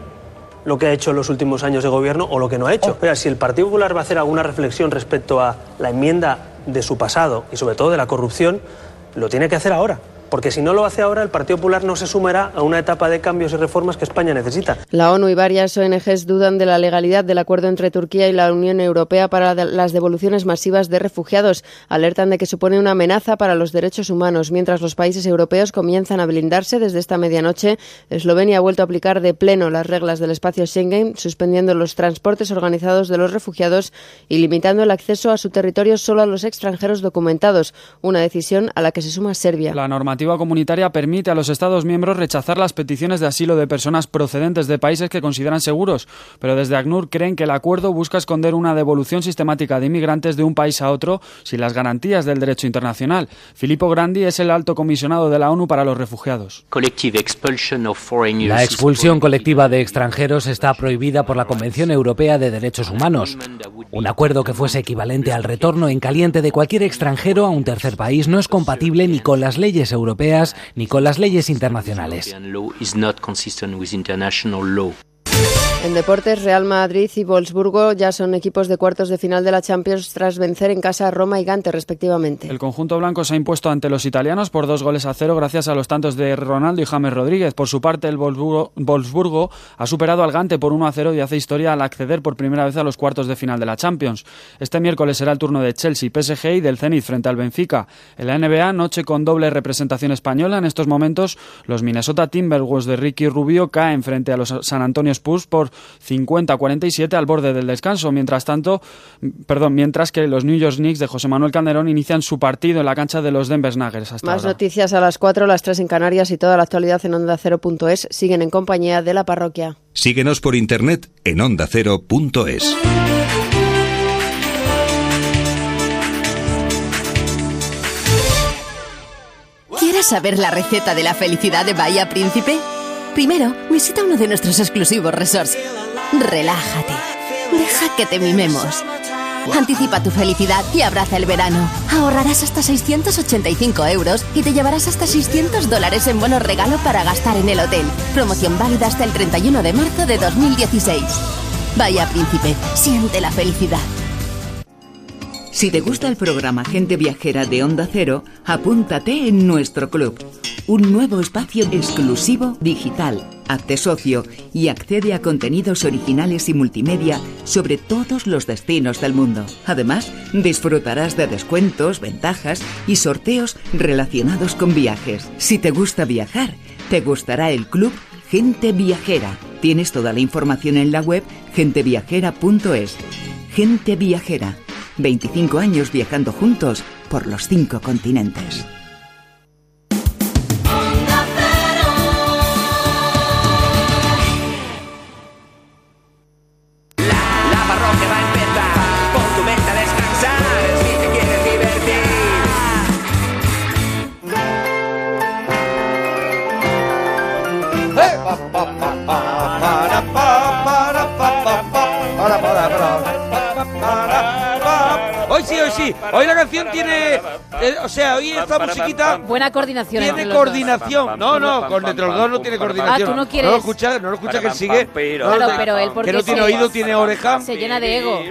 Speaker 15: lo que ha hecho en los últimos años de gobierno o lo que no ha
Speaker 12: Oh.
Speaker 15: hecho. Oiga, si el Partido Popular va a hacer alguna reflexión respecto a la enmienda de su pasado y sobre todo de la corrupción, Lo tiene que hacer ahora. Porque si no lo hace ahora, el Partido Popular no se sumará a una etapa de cambios y reformas que España necesita.
Speaker 12: La ONU y varias ONGs dudan de la legalidad del acuerdo entre Turquía y la Unión Europea para de- las devoluciones masivas de refugiados. Alertan de que supone una amenaza para los derechos humanos. Mientras los países europeos comienzan a blindarse desde esta medianoche, Eslovenia ha vuelto a aplicar de pleno las reglas del espacio Schengen, suspendiendo los transportes organizados de los refugiados y limitando el acceso a su territorio solo a los extranjeros documentados, una decisión a la que se suma Serbia.
Speaker 13: La normativa comunitaria permite a los Estados miembros rechazar las peticiones de asilo de personas procedentes de países que consideran seguros, pero desde ACNUR creen que el acuerdo busca esconder una devolución sistemática de inmigrantes de un país a otro sin las garantías del derecho internacional. Filippo Grandi es el alto comisionado de la ONU para los refugiados.
Speaker 5: La expulsión colectiva de extranjeros está prohibida por la Convención Europea de Derechos Humanos. Un acuerdo que fuese equivalente al retorno en caliente de cualquier extranjero a un tercer país no es compatible ni con las leyes europeas ni con las leyes internacionales.
Speaker 12: En deportes, Real Madrid y Wolfsburgo ya son equipos de cuartos de final de la Champions tras vencer en casa a Roma y Gante, respectivamente.
Speaker 13: El conjunto blanco se ha impuesto ante los italianos por dos goles a cero gracias a los tantos de Ronaldo y James Rodríguez. Por su parte, el Wolfsburgo, Wolfsburgo ha superado al Gante por 1 a 0 y hace historia al acceder por primera vez a los cuartos de final de la Champions. Este miércoles será el turno de Chelsea, PSG y del Zenit frente al Benfica. En la NBA, noche con doble representación española. En estos momentos, los Minnesota Timberwolves de Ricky Rubio caen frente a los San Antonio Spurs por 50-47 al borde del descanso. Mientras tanto, perdón, mientras que los New York Knicks de José Manuel Calderón inician su partido en la cancha de los Denver Nuggets. Hasta
Speaker 12: Más
Speaker 13: ahora.
Speaker 12: noticias a las 4, las 3 en Canarias y toda la actualidad en onda Cero.es. Siguen en compañía de la parroquia.
Speaker 16: Síguenos por internet en ondacero.es.
Speaker 17: ¿Quieres saber la receta de la felicidad de Bahía Príncipe? Primero, visita uno de nuestros exclusivos resorts. Relájate. Deja que te mimemos. Anticipa tu felicidad y abraza el verano. Ahorrarás hasta 685 euros y te llevarás hasta 600 dólares en bonos regalo para gastar en el hotel. Promoción válida hasta el 31 de marzo de 2016. Bahía Príncipe, siente la felicidad.
Speaker 18: Si te gusta el programa Gente Viajera de Onda Cero, apúntate en nuestro club. Un nuevo espacio exclusivo digital. Hazte socio y accede a contenidos originales y multimedia sobre todos los destinos del mundo. Además, disfrutarás de descuentos, ventajas y sorteos relacionados con viajes. Si te gusta viajar, te gustará el club Gente Viajera. Tienes toda la información en la web genteviajera.es. Gente Viajera. 25 años viajando juntos por los cinco continentes.
Speaker 19: Pon tu mente a descansar si te quieres divertir.
Speaker 20: Eh, Hoy sí, hoy sí. Hoy la canción tiene. eh, o sea, hoy esta musiquita
Speaker 1: Buena coordinación. entre
Speaker 20: tiene
Speaker 1: los dos.
Speaker 20: coordinación. No, no, con entre los dos no tiene coordinación.
Speaker 1: Ah, tú no quieres.
Speaker 20: lo escuchas, no lo escuchas que él sigue. No,
Speaker 1: Claro,
Speaker 20: no,
Speaker 1: pero él porque
Speaker 20: Que no
Speaker 1: se-
Speaker 20: tiene oído, tiene oreja.
Speaker 1: Se llena de ego.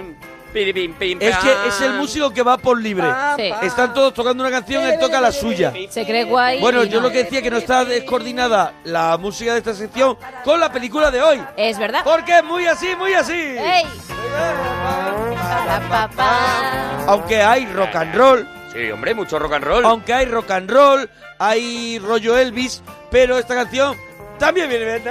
Speaker 20: Es que es el músico que va por libre.
Speaker 1: Sí.
Speaker 20: Están todos tocando una canción, él toca la suya.
Speaker 1: Se cree guay.
Speaker 20: Bueno,
Speaker 1: y
Speaker 20: yo
Speaker 1: no.
Speaker 20: lo que decía que no está descoordinada la música de esta sección con la película de hoy.
Speaker 1: Es verdad.
Speaker 20: Porque es muy así, muy así.
Speaker 1: ¡Ey!
Speaker 20: Aunque hay rock and roll. Sí, hombre, mucho rock and roll. Aunque hay rock and roll, hay rollo Elvis, pero esta canción también viene bien.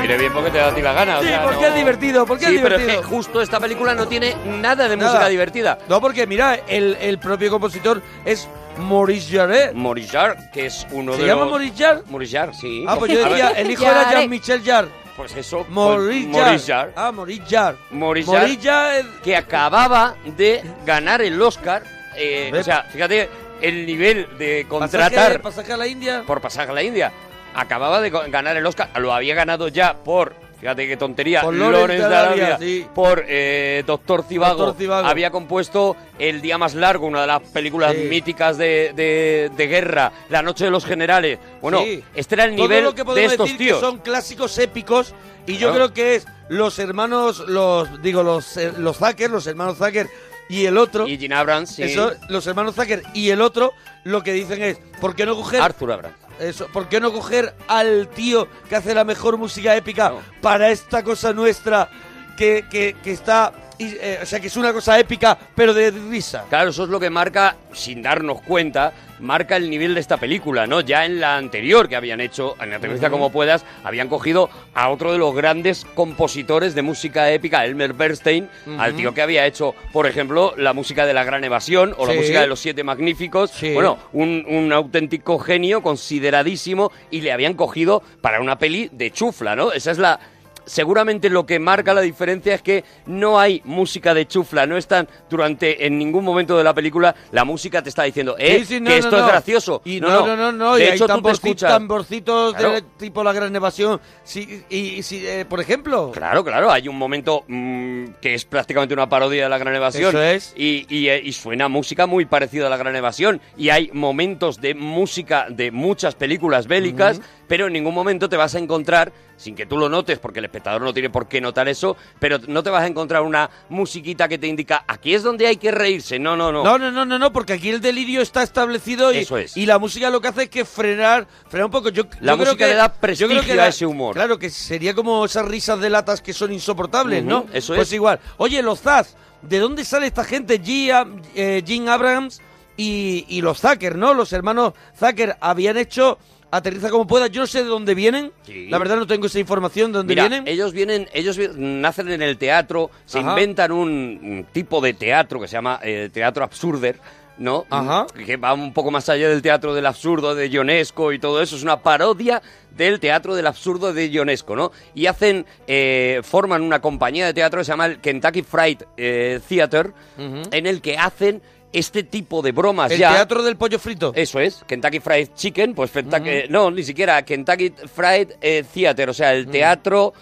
Speaker 2: Mire bien porque te da a ti la gana.
Speaker 20: Sí, porque es divertido, porque
Speaker 2: Sí,
Speaker 20: es
Speaker 2: pero
Speaker 20: divertido.
Speaker 2: es que
Speaker 20: justo esta película no tiene nada de
Speaker 2: música divertida.
Speaker 20: No, porque mira, el, el propio compositor es Maurice Jarre. Maurice Jarre, que es uno ¿Se
Speaker 2: de
Speaker 20: llama
Speaker 2: los-
Speaker 20: Maurice Jarre?
Speaker 2: Maurice Jarre, sí.
Speaker 20: Ah, pues yo
Speaker 2: A ver.
Speaker 20: decía, el hijo era Jean-Michel Jarre.
Speaker 2: Pues eso.
Speaker 20: Maurice
Speaker 2: Mor-
Speaker 20: Jarre.
Speaker 2: Maurice Jarre.
Speaker 20: Ah, Maurice Jarre.
Speaker 2: Maurice Jarre,
Speaker 20: Maurice Jarre,
Speaker 2: que acababa de ganar el Oscar. eh, o sea, fíjate el nivel de
Speaker 20: Pasaje,
Speaker 2: contratar
Speaker 20: pasaje a la India.
Speaker 2: por pasaje a la India. Acababa de go- ganar el Oscar, lo había ganado ya por, fíjate qué tontería,
Speaker 20: Por
Speaker 2: Lawrence, de Arabia,
Speaker 20: sí.
Speaker 2: por eh, Doctor, Cibago.
Speaker 20: Doctor Zivago.
Speaker 2: Había compuesto El Día Más Largo, una de las películas
Speaker 20: Sí.
Speaker 2: míticas de, de- de guerra, La Noche de los Generales. Bueno,
Speaker 20: Sí.
Speaker 2: este era el
Speaker 20: Todo
Speaker 2: nivel
Speaker 20: lo que
Speaker 2: de
Speaker 20: podemos
Speaker 2: estos
Speaker 20: decir que
Speaker 2: tíos.
Speaker 20: son clásicos épicos y yo
Speaker 2: Claro.
Speaker 20: creo que es los hermanos, los digo, los, eh, los Zucker, los hermanos Zucker y el otro. Y
Speaker 2: Gina Abrams, sí.
Speaker 20: Eso, los hermanos Zucker y el otro lo que dicen es, ¿por qué no coger.
Speaker 2: Arthur Abrams.
Speaker 20: Eso, ¿por qué no coger al tío que hace la mejor música épica para esta cosa nuestra que, que, que está. y, eh, o sea, que es una cosa épica, pero de risa.
Speaker 2: Claro, eso es lo que marca, sin darnos cuenta, marca el nivel de esta película, ¿no? Ya en la anterior que habían hecho, en la entrevista
Speaker 21: Ujú.
Speaker 2: como puedas, habían cogido a otro de los grandes compositores de música épica, Elmer Bernstein,
Speaker 21: Ujú.
Speaker 2: al tío que había hecho, por ejemplo, la música de La Gran Evasión o la
Speaker 21: Sí.
Speaker 2: música de Los Siete Magníficos. Bueno, un, un auténtico genio, consideradísimo, y le habían cogido para una peli de chufla, ¿no? Esa es la... Seguramente lo que marca la diferencia es que no hay música de chufla, no están durante en ningún momento de la película la música te está diciendo, eh,
Speaker 20: Sí, sí, no,
Speaker 2: que
Speaker 20: no,
Speaker 2: esto es
Speaker 20: no.
Speaker 2: graciosos.
Speaker 20: Y no, no, no, no.
Speaker 2: De
Speaker 20: y
Speaker 2: hecho,
Speaker 20: hay
Speaker 2: tú te
Speaker 20: tamborci-
Speaker 2: escuchas.
Speaker 20: tamborcitos
Speaker 2: Claro.
Speaker 20: de tipo la gran evasión. Sí, y, y sí, eh, por ejemplo.
Speaker 2: Claro, claro, hay un momento mm, que es prácticamente una parodia de la Gran Evasión.
Speaker 20: Eso es.
Speaker 2: Y, y, eh, y suena música muy parecida a la Gran Evasión. Y hay momentos de música de muchas películas bélicas, pero en ningún momento te vas a encontrar, sin que tú lo notes, porque el espectador no tiene por qué notar eso, pero no te vas a encontrar una musiquita que te indica aquí es donde hay que reírse. No, no, no.
Speaker 20: No, no, no, no, no, porque aquí el delirio está establecido y,
Speaker 2: Eso es.
Speaker 20: y la música lo que hace es que frenar, frenar un poco. Yo,
Speaker 2: La
Speaker 20: yo creo
Speaker 2: música
Speaker 20: que,
Speaker 2: le da
Speaker 20: yo creo que
Speaker 2: prestigio a
Speaker 20: la-
Speaker 2: ese humor.
Speaker 20: Claro, que sería como esas risas de latas que son insoportables,
Speaker 2: Ujú,
Speaker 20: ¿no?
Speaker 2: eso
Speaker 20: pues
Speaker 2: es.
Speaker 20: igual. Oye, los Zaz, ¿de dónde sale esta gente? Gia- eh, Jim Abrams y, y los Zucker, ¿no? Los hermanos Zucker habían hecho Aterriza como pueda. Yo no sé de dónde vienen.
Speaker 2: Sí.
Speaker 20: La verdad no tengo esa información de dónde
Speaker 2: Mira,
Speaker 20: vienen.
Speaker 2: Ellos vienen, ellos vi- nacen en el teatro, se
Speaker 20: Ajá.
Speaker 2: inventan un, un tipo de teatro que se llama eh, teatro absurder. ¿No?
Speaker 20: Ajá.
Speaker 2: Que va un poco más allá del teatro del absurdo de Ionesco y todo eso. Es una parodia del teatro del absurdo de Ionesco, ¿no? Y hacen, eh, forman una compañía de teatro que se llama el Kentucky Fried eh, Theater,
Speaker 20: Ujú.
Speaker 2: en el que hacen este tipo de bromas
Speaker 20: El
Speaker 2: ya.
Speaker 20: teatro del pollo frito.
Speaker 2: Eso es, Kentucky Fried Chicken, pues Kentucky- eh, no, ni siquiera Kentucky Fried eh, Theater, o sea, el teatro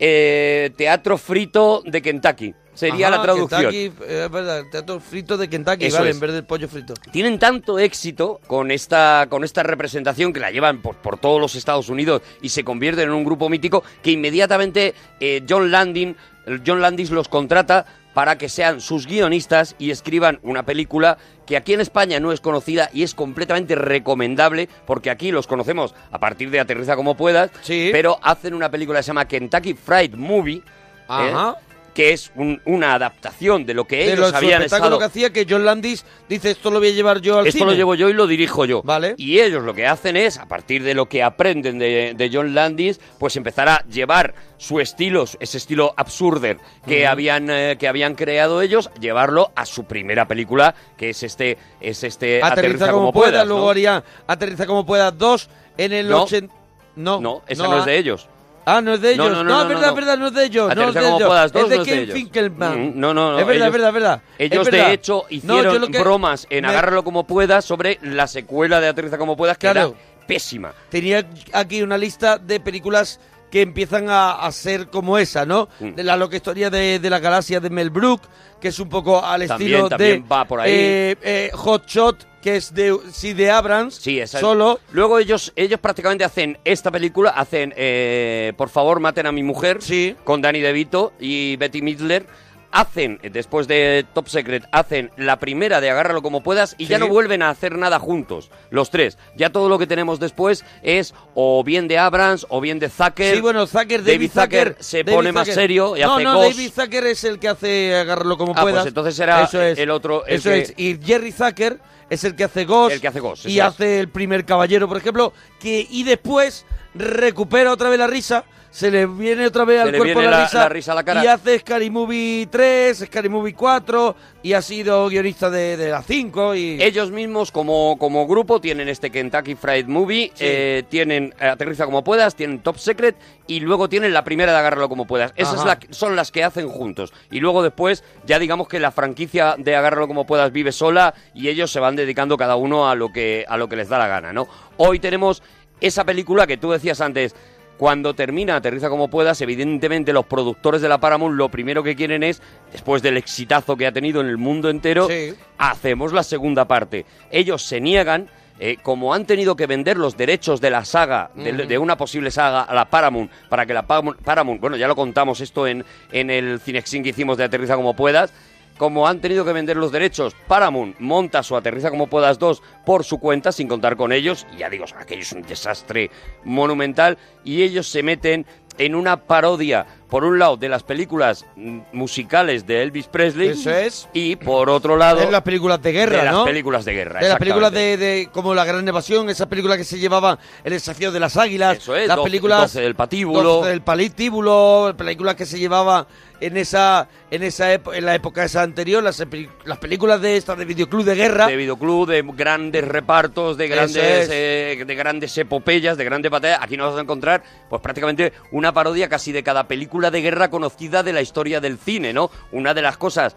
Speaker 2: eh, teatro frito de Kentucky. Sería
Speaker 20: Ajá,
Speaker 2: la traducción.
Speaker 20: Kentucky, eh, es verdad, el teatro frito de Kentucky,
Speaker 2: Eso
Speaker 20: vale,
Speaker 2: es.
Speaker 20: en vez del pollo frito.
Speaker 2: tienen tanto éxito con esta, con esta representación que la llevan por, por todos los Estados Unidos y se convierten en un grupo mítico que inmediatamente eh, John Landing, el John Landis los contrata para que sean sus guionistas y escriban una película que aquí en España no es conocida y es completamente recomendable porque aquí los conocemos a partir de Aterriza como puedas, pero hacen una película que se llama Kentucky Fried Movie, ¿eh?
Speaker 20: Ajá.
Speaker 2: que es un- una adaptación de lo que
Speaker 20: de
Speaker 2: ellos
Speaker 20: los
Speaker 2: habían
Speaker 20: espectáculos
Speaker 2: estado
Speaker 20: que hacía que John Landis dice esto lo voy a llevar yo al
Speaker 2: esto lo
Speaker 20: cine".
Speaker 2: llevo yo y lo dirijo yo. Y ellos lo que hacen es, a partir de lo que aprenden de, de John Landis, pues empezar a llevar su estilo, ese estilo absurder que,
Speaker 21: Ujú.
Speaker 2: habían, eh, que habían creado ellos, llevarlo a su primera película, que es este, es este
Speaker 20: Aterriza, como, pueda,
Speaker 2: puedas. ¿no?
Speaker 20: luego haría Aterriza como pueda 2 en el
Speaker 2: No.
Speaker 20: 80 No. No,
Speaker 2: Esa no, es de ellos.
Speaker 20: Ah, no es de
Speaker 2: No,
Speaker 20: ellos.
Speaker 2: no,
Speaker 20: No,
Speaker 2: no, no,
Speaker 20: es verdad,
Speaker 2: no.
Speaker 20: verdad, no es de ellos. no es
Speaker 2: Aterriza
Speaker 20: de
Speaker 2: como
Speaker 20: ellos.
Speaker 2: puedas
Speaker 20: es
Speaker 2: dos,
Speaker 20: de
Speaker 2: no es de
Speaker 20: Ken
Speaker 2: ellos.
Speaker 20: Finkelman.
Speaker 2: Mm, No, no, no.
Speaker 20: Es verdad,
Speaker 2: ellos-
Speaker 20: es verdad, es verdad. Es
Speaker 2: Ellos, de
Speaker 20: verdad.
Speaker 2: hecho,
Speaker 20: No,
Speaker 2: hicieron
Speaker 20: yo lo que-
Speaker 2: bromas en
Speaker 20: me-
Speaker 2: Agárralo como puedas sobre la secuela de Aterriza como puedas, que
Speaker 20: Claro.
Speaker 2: era pésima.
Speaker 20: Tenía aquí una lista de películas que empiezan a, a ser como esa, ¿no?
Speaker 2: Mm.
Speaker 20: De la loca historia de, de la galaxia de Mel Brook, que es un poco al
Speaker 2: También-
Speaker 20: estilo
Speaker 2: también
Speaker 20: de
Speaker 2: va por ahí.
Speaker 20: eh, eh, Hot Shot, que es de sí de Abrams.
Speaker 2: Sí, esa-
Speaker 20: Solo.
Speaker 2: Luego ellos, ellos prácticamente hacen esta película, hacen eh, Por favor, maten a mi mujer, con Danny DeVito y Betty Midler. Hacen, eh, después de Top Secret, hacen la primera de Agárralo como puedas y ya
Speaker 21: Sí.
Speaker 2: no vuelven a hacer nada juntos, los tres. Ya todo lo que tenemos después es o bien de Abrams o bien de Zucker.
Speaker 20: Sí, bueno, Zucker, David,
Speaker 2: Zucker, se
Speaker 20: David
Speaker 2: pone más
Speaker 20: Zucker.
Speaker 2: serio y
Speaker 20: no,
Speaker 2: hace
Speaker 20: no,
Speaker 2: Ghost.
Speaker 20: David Zucker es el que hace agarrarlo como
Speaker 2: Ah, pues
Speaker 20: puedas.
Speaker 2: entonces será
Speaker 20: Eso es.
Speaker 2: el otro, el
Speaker 20: Eso
Speaker 2: que-
Speaker 20: es. Y Jerry Zucker es el que hace Ghost.
Speaker 2: El que hace Ghost,
Speaker 20: Y
Speaker 2: eso es.
Speaker 20: hace el primer caballero, por ejemplo. que Y después recupera otra vez la risa. Se le viene otra vez
Speaker 2: Se
Speaker 20: al
Speaker 2: le
Speaker 20: cuerpo
Speaker 2: viene
Speaker 20: la,
Speaker 2: la-
Speaker 20: risa,
Speaker 2: la risa a la cara.
Speaker 20: Y hace Scary Movie 3, Scary Movie 4. Y ha sido guionista de, de la 5. Y...
Speaker 2: Ellos mismos como, como grupo tienen este Kentucky Fried Movie, eh, tienen eh, Aterriza como puedas, tienen Top Secret y luego tienen la primera de Agárralo como puedas. Esas
Speaker 21: Ajá.
Speaker 2: la- son las que hacen juntos. Y luego después ya digamos que la franquicia de Agárralo como puedas vive sola y ellos se van dedicando cada uno a lo que, a lo que les da la gana, ¿no? Hoy tenemos esa película que tú decías antes. Cuando termina Aterriza como puedas, evidentemente los productores de la Paramount lo primero que quieren es, después del exitazo que ha tenido en el mundo entero, hacemos la segunda parte. Ellos se niegan, eh, como han tenido que vender los derechos de la saga, de,
Speaker 21: Ujú.
Speaker 2: de una posible saga a la Paramount, para que la Paramount, Paramount- bueno, ya lo contamos esto en, en el Cinexin que hicimos de Aterriza como puedas, como han tenido que vender los derechos, Paramount monta su Aterriza como puedas dos por su cuenta sin contar con ellos. Y ya digo, aquello es un desastre monumental y ellos se meten en una parodia, por un lado, de las películas mm, musicales de Elvis Presley.
Speaker 20: Eso es.
Speaker 2: Y por otro lado...
Speaker 20: En las películas de guerra,
Speaker 2: de las
Speaker 20: ¿no?
Speaker 2: películas de guerra,
Speaker 20: De las películas
Speaker 2: exactamente.
Speaker 20: de, de- como La Gran Evasión, esa película que se llevaba El desafío de las águilas,
Speaker 2: Eso es,
Speaker 20: las
Speaker 2: doce-
Speaker 20: películas
Speaker 2: doce del patíbulo.
Speaker 20: doce del patíbulo, películas que se llevaba en esa en esa epo- en la época esa anterior, las, epi- las películas de estas de videoclub de guerra.
Speaker 2: De videoclub, de grandes repartos, de
Speaker 20: Eso
Speaker 2: grandes,
Speaker 20: es.
Speaker 2: eh, de grandes epopeyas, de grandes batallas. Aquí nos vas a encontrar, pues prácticamente una parodia casi de cada película de guerra conocida de la historia del cine, ¿no? Una de las cosas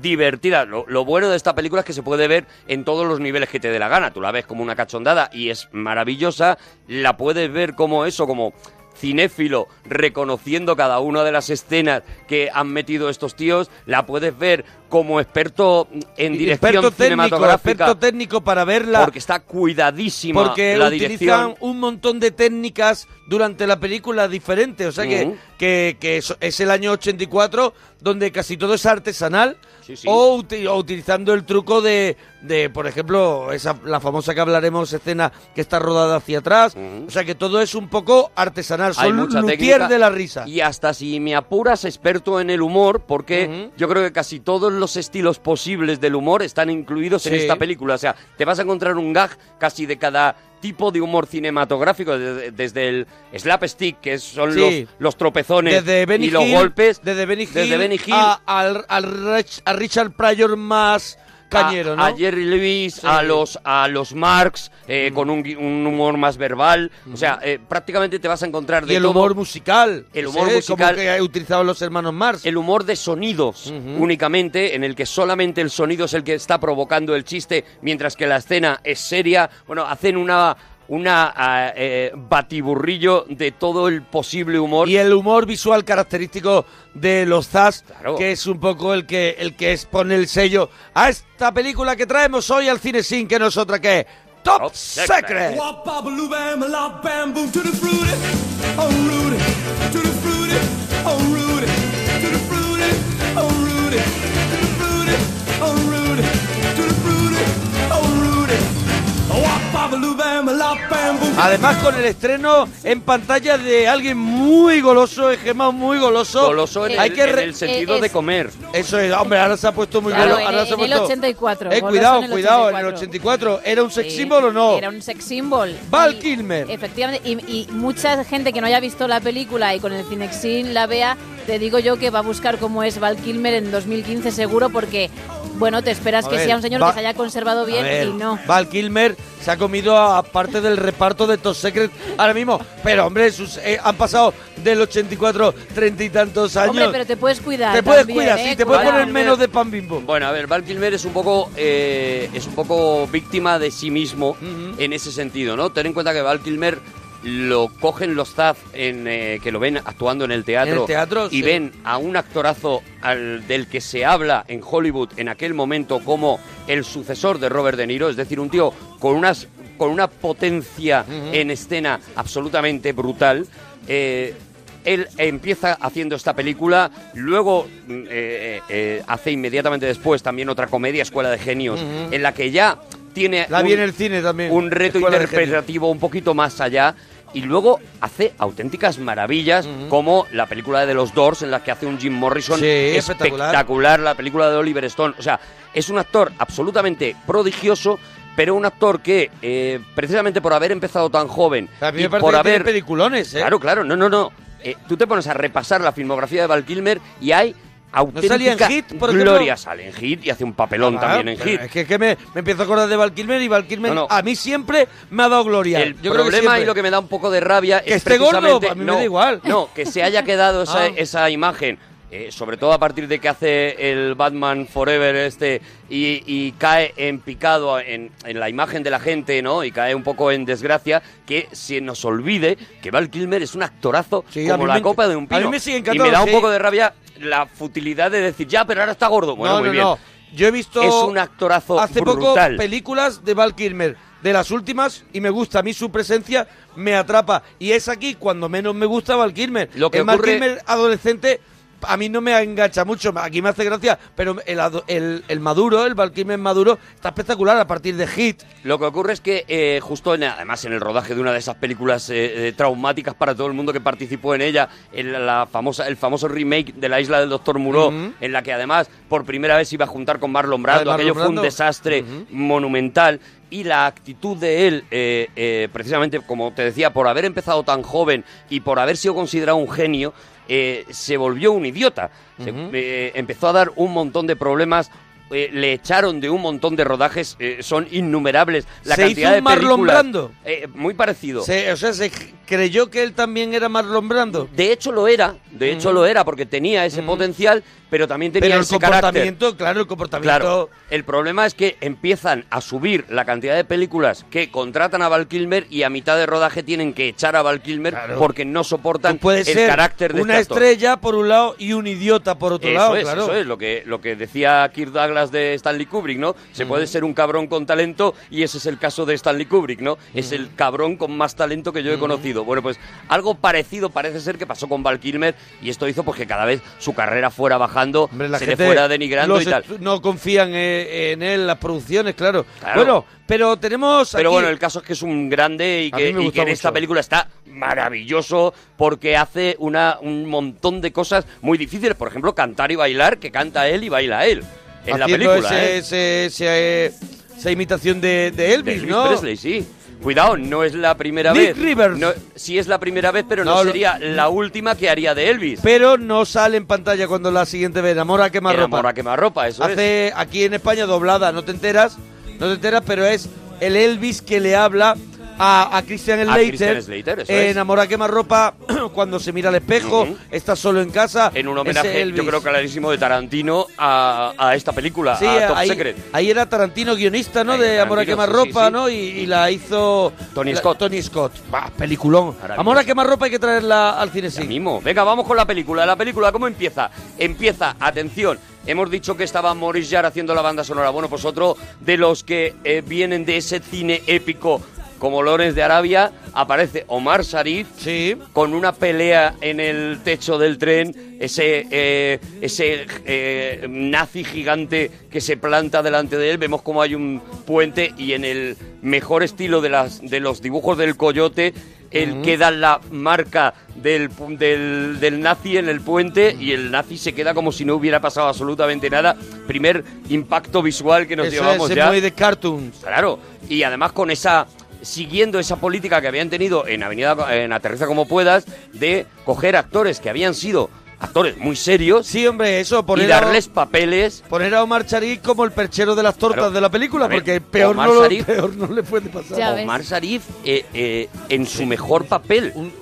Speaker 2: divertidas. Lo, lo bueno de esta película es que se puede ver en todos los niveles que te dé la gana. Tú la ves como una cachondada y es maravillosa. La puedes ver como eso, como cinéfilo reconociendo cada una de las escenas que han metido estos tíos, la puedes ver como experto en dirección
Speaker 20: experto técnico,
Speaker 2: cinematográfica
Speaker 20: experto técnico para verla.
Speaker 2: porque está cuidadísima
Speaker 20: porque
Speaker 2: la
Speaker 20: utilizan
Speaker 2: dirección.
Speaker 20: un montón de técnicas durante la película diferentes. O sea que,
Speaker 2: Ujú.
Speaker 20: que, que eso- es el año 84 donde casi todo es artesanal
Speaker 2: sí.
Speaker 20: O, uti- o utilizando el truco de, de, por ejemplo, esa, la famosa que hablaremos escena que está rodada hacia atrás. O sea que todo es un poco artesanal.
Speaker 2: Hay
Speaker 20: Son
Speaker 2: mucha
Speaker 20: luthier
Speaker 2: técnica
Speaker 20: de la risa.
Speaker 2: Y hasta si me apuras, experto en el humor, porque yo creo que casi todos los estilos posibles del humor están incluidos en
Speaker 20: Sí.
Speaker 2: esta película. O sea, te vas a encontrar un gag casi de cada tipo de humor cinematográfico, desde, desde el slapstick, que son
Speaker 20: Sí.
Speaker 2: los, los tropezones
Speaker 20: Desde Benny
Speaker 2: y los
Speaker 20: Hill,
Speaker 2: golpes,
Speaker 20: Desde Benny Hill,
Speaker 2: desde Benny Hill
Speaker 20: A, al- al Rich- a Richard Pryor más cañero,
Speaker 2: a,
Speaker 20: ¿no?
Speaker 2: a Jerry Lewis, a los a los Marx, eh, con un, gui- un humor más verbal. O sea, eh, prácticamente te vas a encontrar de
Speaker 20: y el
Speaker 2: todo.
Speaker 20: humor musical.
Speaker 2: El
Speaker 20: que
Speaker 2: humor
Speaker 20: sé,
Speaker 2: musical.
Speaker 20: Como que ha utilizado los hermanos Mm. Mars.
Speaker 2: El humor de sonidos únicamente, en el que solamente el sonido es el que está provocando el chiste, mientras que la escena es seria. Bueno, hacen una una ah, eh, batiburrillo de todo el posible humor.
Speaker 20: Y el humor visual característico de los Zaz,
Speaker 2: Claro.
Speaker 20: que es un poco el que el que es, pone el sello a esta película que traemos hoy al cine sin que no es otra que Top, Secret.
Speaker 4: Wop, bop, loo, bam, lop, bam, boom, to the fruity. Oh, Rudy. To the fruity. Oh, Rudy. To the fruity. Oh, Rudy. To the fruity. Oh, Rudy. To the fruity. Oh, Rudy. Wop, bop, loo, bam, lop, bam, boom.
Speaker 20: Además con el estreno en pantalla de alguien muy goloso, es Gemma muy goloso.
Speaker 2: Goloso en el- en
Speaker 20: re-
Speaker 2: el sentido Eh, de es- comer.
Speaker 20: Eso es, hombre, ahora se ha puesto muy
Speaker 1: Claro,
Speaker 20: golo-
Speaker 1: en-
Speaker 20: ahora se ha
Speaker 1: en el
Speaker 20: puesto-
Speaker 1: 84,
Speaker 20: Eh,
Speaker 1: goloso
Speaker 20: cuidado,
Speaker 1: en el
Speaker 20: cuidado, en el 84. ¿Era un sex symbol o no?
Speaker 1: Era un sex symbol.
Speaker 20: Val Kilmer.
Speaker 1: Efectivamente, y, y mucha gente que no haya visto la película y con el Cinexin la vea, te digo yo que va a buscar cómo es Val Kilmer en 2015 seguro porque, bueno, te esperas
Speaker 20: A
Speaker 1: que
Speaker 20: ver,
Speaker 1: sea un señor
Speaker 20: va-
Speaker 1: que se haya conservado bien
Speaker 20: A ver,
Speaker 1: y no.
Speaker 20: Val Kilmer se ha comido a parte del reparto de Top Secret ahora mismo. Pero, hombre, sus- eh, han pasado del 84 treinta y tantos años.
Speaker 1: Hombre, pero te puedes cuidar.
Speaker 20: Te puedes
Speaker 1: también,
Speaker 20: cuidar,
Speaker 1: ¿eh?
Speaker 20: sí, te puedes
Speaker 1: Cuidado.
Speaker 20: poner menos de pan bimbo.
Speaker 2: Bueno, a ver, Val Kilmer es un poco, eh, es un poco víctima de sí mismo en ese sentido, ¿no? Ten en cuenta que Val Kilmer lo cogen los Zaz en, eh, que lo ven actuando en el teatro,
Speaker 20: En el teatro,
Speaker 2: y
Speaker 20: sí.
Speaker 2: ven a un actorazo al, del que se habla en Hollywood en aquel momento como el sucesor de Robert De Niro, es decir, un tío con unas con una potencia
Speaker 21: Ujú.
Speaker 2: en escena absolutamente brutal. eh, él empieza haciendo esta película, luego mm, eh, eh, eh, hace inmediatamente después también otra comedia, Escuela de Genios,
Speaker 20: Ujú.
Speaker 2: en la que ya tiene
Speaker 20: La
Speaker 2: un,
Speaker 20: vi en el cine también.
Speaker 2: un reto
Speaker 20: Escuela de Genio.
Speaker 2: interpretativo un poquito más allá. Y luego hace auténticas maravillas, como la película de los Doors, en la que hace un Jim Morrison
Speaker 20: Sí, espectacular.
Speaker 2: espectacular, la película de Oliver Stone. O sea, es un actor absolutamente prodigioso, pero un actor que, eh, precisamente por haber empezado tan joven
Speaker 20: A mí
Speaker 2: y
Speaker 20: me parece
Speaker 2: por
Speaker 20: que
Speaker 2: haber
Speaker 20: tiene peliculones, ¿eh?
Speaker 2: Claro, claro, no, no, no. Eh, tú te pones a repasar la filmografía de Val Kilmer y hay auténtica
Speaker 20: salía en Hit, por ejemplo?
Speaker 2: gloria. Sale en Hit y hace un papelón
Speaker 20: Ah,
Speaker 2: también en
Speaker 20: pero
Speaker 2: Hit.
Speaker 20: Es que, es que me, me empiezo a acordar de Val Kilmer y Val Kilmer
Speaker 2: No, no.
Speaker 20: a mí siempre me ha dado gloria.
Speaker 2: El
Speaker 20: Yo creo que
Speaker 2: problema
Speaker 20: siempre.
Speaker 2: y lo que me da un poco de rabia
Speaker 20: Que
Speaker 2: es
Speaker 20: esté gordo, pues
Speaker 2: precisamente-
Speaker 20: a mí me
Speaker 2: no,
Speaker 20: da igual.
Speaker 2: No, que se haya quedado esa,
Speaker 20: Ah.
Speaker 2: esa imagen. eh, sobre todo a partir de que hace el Batman Forever este y, y cae en picado en, en la imagen de la gente, ¿no? Y cae un poco en desgracia, que se nos olvide que Val Kilmer es un actorazo
Speaker 20: Sí, a
Speaker 2: como
Speaker 20: mí
Speaker 2: la
Speaker 20: me-
Speaker 2: copa de un
Speaker 20: a
Speaker 2: pino.
Speaker 20: mí me sigue
Speaker 2: y
Speaker 20: encantando,
Speaker 2: me da un
Speaker 20: sí.
Speaker 2: poco de rabia la futilidad de decir, ya, pero ahora está gordo. Bueno,
Speaker 20: no,
Speaker 2: muy
Speaker 20: no,
Speaker 2: bien.
Speaker 20: no. Yo he visto.
Speaker 2: Es un actorazo
Speaker 20: Hace
Speaker 2: brutal.
Speaker 20: poco películas de Val Kilmer, de las últimas, y me gusta. A mí su presencia me atrapa. Y es aquí cuando menos me gusta Val Kilmer.
Speaker 2: Lo que
Speaker 20: El Val
Speaker 2: ocurre-
Speaker 20: Kilmer adolescente a mí no me engancha mucho, aquí me hace gracia, pero el, ado- el, el maduro, el Valkymen maduro, está espectacular a partir de Hit.
Speaker 2: Lo que ocurre es que eh, justo en- además en el rodaje de una de esas películas eh, eh, traumáticas para todo el mundo que participó en ella, el, la famosa, el famoso remake de la isla del Doctor Muró,
Speaker 21: Ujú.
Speaker 2: en la que además por primera vez se iba a juntar con Marlon Brando,
Speaker 21: Marlon
Speaker 2: aquello fue
Speaker 21: Brando.
Speaker 2: un desastre monumental. Y la actitud de él, eh, eh, precisamente como te decía, por haber empezado tan joven y por haber sido considerado un genio, eh, se volvió un idiota. Se-
Speaker 21: Ujú.
Speaker 2: eh, empezó a dar un montón de problemas. eh, le echaron de un montón de rodajes, eh, son innumerables la
Speaker 20: se hizo
Speaker 2: cantidad
Speaker 20: un
Speaker 2: de
Speaker 20: Marlon
Speaker 2: películas.
Speaker 20: Brando.
Speaker 2: Eh, muy parecido.
Speaker 20: Se- o sea, se creyó que él también era Marlon Brando.
Speaker 2: De hecho lo era, de hecho lo era, porque tenía ese potencial, pero también tenía
Speaker 20: Pero el
Speaker 2: ese carácter.
Speaker 20: comportamiento, claro, el comportamiento.
Speaker 2: Claro, el problema es que empiezan a subir la cantidad de películas que contratan a Val Kilmer y a mitad de rodaje tienen que echar a Val Kilmer porque no soportan
Speaker 20: Pues Puede
Speaker 2: el
Speaker 20: ser
Speaker 2: carácter de
Speaker 20: una
Speaker 2: este actor.
Speaker 20: estrella por un lado y un idiota por otro
Speaker 2: eso
Speaker 20: lado,
Speaker 2: es,
Speaker 20: claro.
Speaker 2: eso es lo que, lo que decía Kirk Douglas de Stanley Kubrick, ¿no? Se puede ser un cabrón con talento y ese es el caso de Stanley Kubrick, ¿no? Es el cabrón con más talento que yo he conocido. Bueno, pues algo parecido parece ser que pasó con Val Kilmer y esto hizo pues que cada vez su carrera fuera bajando,
Speaker 20: Hombre, la
Speaker 2: se
Speaker 20: gente-
Speaker 2: le fuera denigrando
Speaker 20: los
Speaker 2: y tal.
Speaker 20: estu- No confían eh, en él, las producciones, claro.
Speaker 2: Claro.
Speaker 20: Bueno, pero tenemos
Speaker 2: Pero
Speaker 20: aquí-
Speaker 2: bueno, el caso es que es un grande y
Speaker 20: A
Speaker 2: que,
Speaker 20: mí me
Speaker 2: y
Speaker 20: gustó
Speaker 2: que en esta
Speaker 20: mucho.
Speaker 2: película está maravilloso porque hace una, un montón de cosas muy difíciles. Por ejemplo, cantar y bailar, que canta él y baila él. En la
Speaker 20: haciendo
Speaker 2: película.
Speaker 20: ese-
Speaker 2: ¿eh?
Speaker 20: ese- ese, eh, esa imitación de, de Elvis,
Speaker 2: De Elvis
Speaker 20: ¿no?
Speaker 2: Presley, sí. Cuidado, no es la primera
Speaker 20: Nick
Speaker 2: vez. No- sí es la primera vez, pero no,
Speaker 20: No, lo-
Speaker 2: sería la última que haría de Elvis.
Speaker 20: Pero no sale en pantalla cuando la siguiente ve Enamora a quemarropa.
Speaker 2: Enamora a quemarropa, eso
Speaker 20: Hace aquí en España doblada, no te enteras, no te enteras, pero es el Elvis que le habla a, a Christian
Speaker 2: A
Speaker 20: Slater.
Speaker 2: Christian Slater, eso
Speaker 20: eh,
Speaker 2: es.
Speaker 20: Enamora a quemarropa cuando se mira al espejo,
Speaker 2: Ujú.
Speaker 20: está solo en casa.
Speaker 2: En un homenaje, yo creo clarísimo, de Tarantino a, a esta película,
Speaker 20: Sí,
Speaker 2: a Top
Speaker 20: ahí,
Speaker 2: Secret.
Speaker 20: ahí era Tarantino guionista, ¿no?
Speaker 2: Ahí
Speaker 20: de
Speaker 2: era
Speaker 20: Amor a
Speaker 2: Tarantino,
Speaker 20: quemarropa,
Speaker 2: sí, sí, sí.
Speaker 20: ¿no? Y, y la hizo
Speaker 2: Tony
Speaker 20: la-
Speaker 2: Scott.
Speaker 20: Tony Scott. Bah, peliculón.
Speaker 2: Maravilloso.
Speaker 20: Amor a quemarropa hay que traerla al cine, sí.
Speaker 2: mismo. Venga, vamos con la película. La película, ¿cómo empieza? Empieza, atención, hemos dicho que estaba Maurice Jarre haciendo la banda sonora. Bueno, pues otro de los que eh, vienen de ese cine épico como Lorenz de Arabia, aparece Omar Sharif con una pelea en el techo del tren, ese, eh, ese eh, nazi gigante que se planta delante de él, vemos como hay un puente y en el mejor estilo de, las, de los dibujos del coyote, él
Speaker 21: Ujú.
Speaker 2: queda da la marca del, pu- del, del nazi en el puente y el nazi se queda como si no hubiera pasado absolutamente nada. Primer impacto visual que nos
Speaker 20: Eso
Speaker 2: llevamos
Speaker 20: es, es
Speaker 2: ya.
Speaker 20: muy de cartoons.
Speaker 2: Claro, y además con esa siguiendo esa política que habían tenido en Avenida en Aterriza como puedas de coger actores que habían sido actores muy serios.
Speaker 20: Sí, hombre, eso
Speaker 2: y
Speaker 20: poner a-
Speaker 2: darles papeles
Speaker 20: Poner a Omar Charí como el perchero de las tortas de la película,
Speaker 2: A ver,
Speaker 20: porque peor
Speaker 2: Omar
Speaker 20: no, lo-
Speaker 2: Sharif-
Speaker 20: peor no le puede pasar.
Speaker 2: Omar Sharif eh, eh, en su mejor papel.
Speaker 20: Un,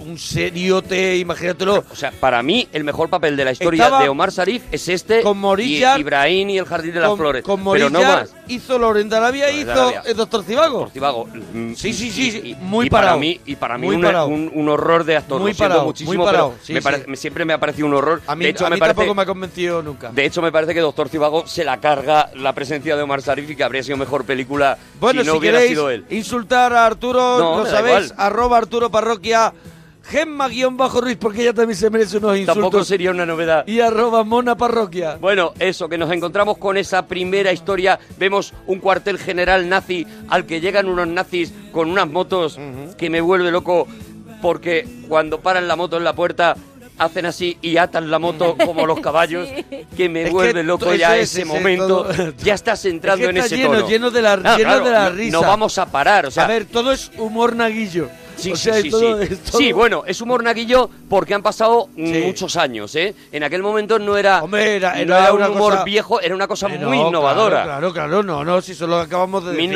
Speaker 20: seriote, imagínatelo.
Speaker 2: O sea, para mí, el mejor papel de la historia
Speaker 20: Estaba
Speaker 2: de Omar Sharif es este.
Speaker 20: con Maurice
Speaker 2: y
Speaker 20: Jarre-
Speaker 2: Ibrahim y el Jardín de las
Speaker 20: con,
Speaker 2: Flores.
Speaker 20: con
Speaker 2: pero
Speaker 20: Maurice
Speaker 2: no
Speaker 20: Jarre
Speaker 2: más.
Speaker 20: hizo Lorenz de Arabia,
Speaker 2: Lorenz de
Speaker 20: hizo
Speaker 2: Arabia.
Speaker 20: el Doctor Cibago.
Speaker 2: Ortivago. mm,
Speaker 20: Sí, sí, sí, sí,
Speaker 2: y-
Speaker 20: muy
Speaker 2: y para
Speaker 20: parado.
Speaker 2: mí Y para mí
Speaker 20: Muy
Speaker 2: un,
Speaker 20: parado.
Speaker 2: un- un horror de actor.
Speaker 20: Muy
Speaker 2: lo siento
Speaker 20: parado,
Speaker 2: muchísimo,
Speaker 20: muy parado,
Speaker 2: pero
Speaker 20: sí,
Speaker 2: me
Speaker 20: sí.
Speaker 2: parece- me- siempre me ha parecido un horror.
Speaker 20: A mí,
Speaker 2: de hecho,
Speaker 20: a
Speaker 2: me
Speaker 20: mí
Speaker 2: parece,
Speaker 20: tampoco me ha convencido nunca.
Speaker 2: De hecho, me parece que Doctor Cibago se la carga la presencia de Omar Sharif y que habría sido mejor película
Speaker 20: Bueno,
Speaker 2: si no
Speaker 20: si
Speaker 2: hubiera
Speaker 20: queréis
Speaker 2: sido él.
Speaker 20: insultar a Arturo,
Speaker 2: No,
Speaker 20: lo
Speaker 2: me da
Speaker 20: sabéis,
Speaker 2: igual.
Speaker 20: arroba Arturo Parroquia, gemma-ruiz, porque ella también se merece unos insultos.
Speaker 2: Tampoco sería una novedad.
Speaker 20: Y arroba mona parroquia.
Speaker 2: Bueno, eso, que nos encontramos con esa primera historia. Vemos un cuartel general nazi al que llegan unos nazis con unas motos que me vuelve loco porque cuando paran la moto en la puerta hacen así y atan la moto como los caballos que me
Speaker 20: Es que
Speaker 2: vuelve loco
Speaker 20: to-
Speaker 2: ya ese
Speaker 20: ese- ese
Speaker 2: momento.
Speaker 20: todo-
Speaker 2: ya estás entrando
Speaker 20: Es que
Speaker 2: en
Speaker 20: está
Speaker 2: ese
Speaker 20: lleno,
Speaker 2: tono.
Speaker 20: lleno de la-
Speaker 2: Ah,
Speaker 20: lleno de la
Speaker 2: no-
Speaker 20: risa.
Speaker 2: No vamos a parar, o sea,
Speaker 20: a ver, todo es humor naguillo.
Speaker 2: Sí,
Speaker 20: O
Speaker 2: sí,
Speaker 20: sea,
Speaker 2: sí,
Speaker 20: es todo-
Speaker 2: sí.
Speaker 20: es todo-
Speaker 2: Sí, bueno, es humor naguillo porque han pasado mm, muchos años, ¿eh? En aquel momento no era,
Speaker 20: era-
Speaker 2: no
Speaker 20: era
Speaker 2: era
Speaker 20: una
Speaker 2: un humor
Speaker 20: cosa-
Speaker 2: viejo, era una cosa
Speaker 20: Eh,
Speaker 2: muy
Speaker 20: no,
Speaker 2: innovadora.
Speaker 20: Claro, claro, claro, no, no, si solo acabamos de decir.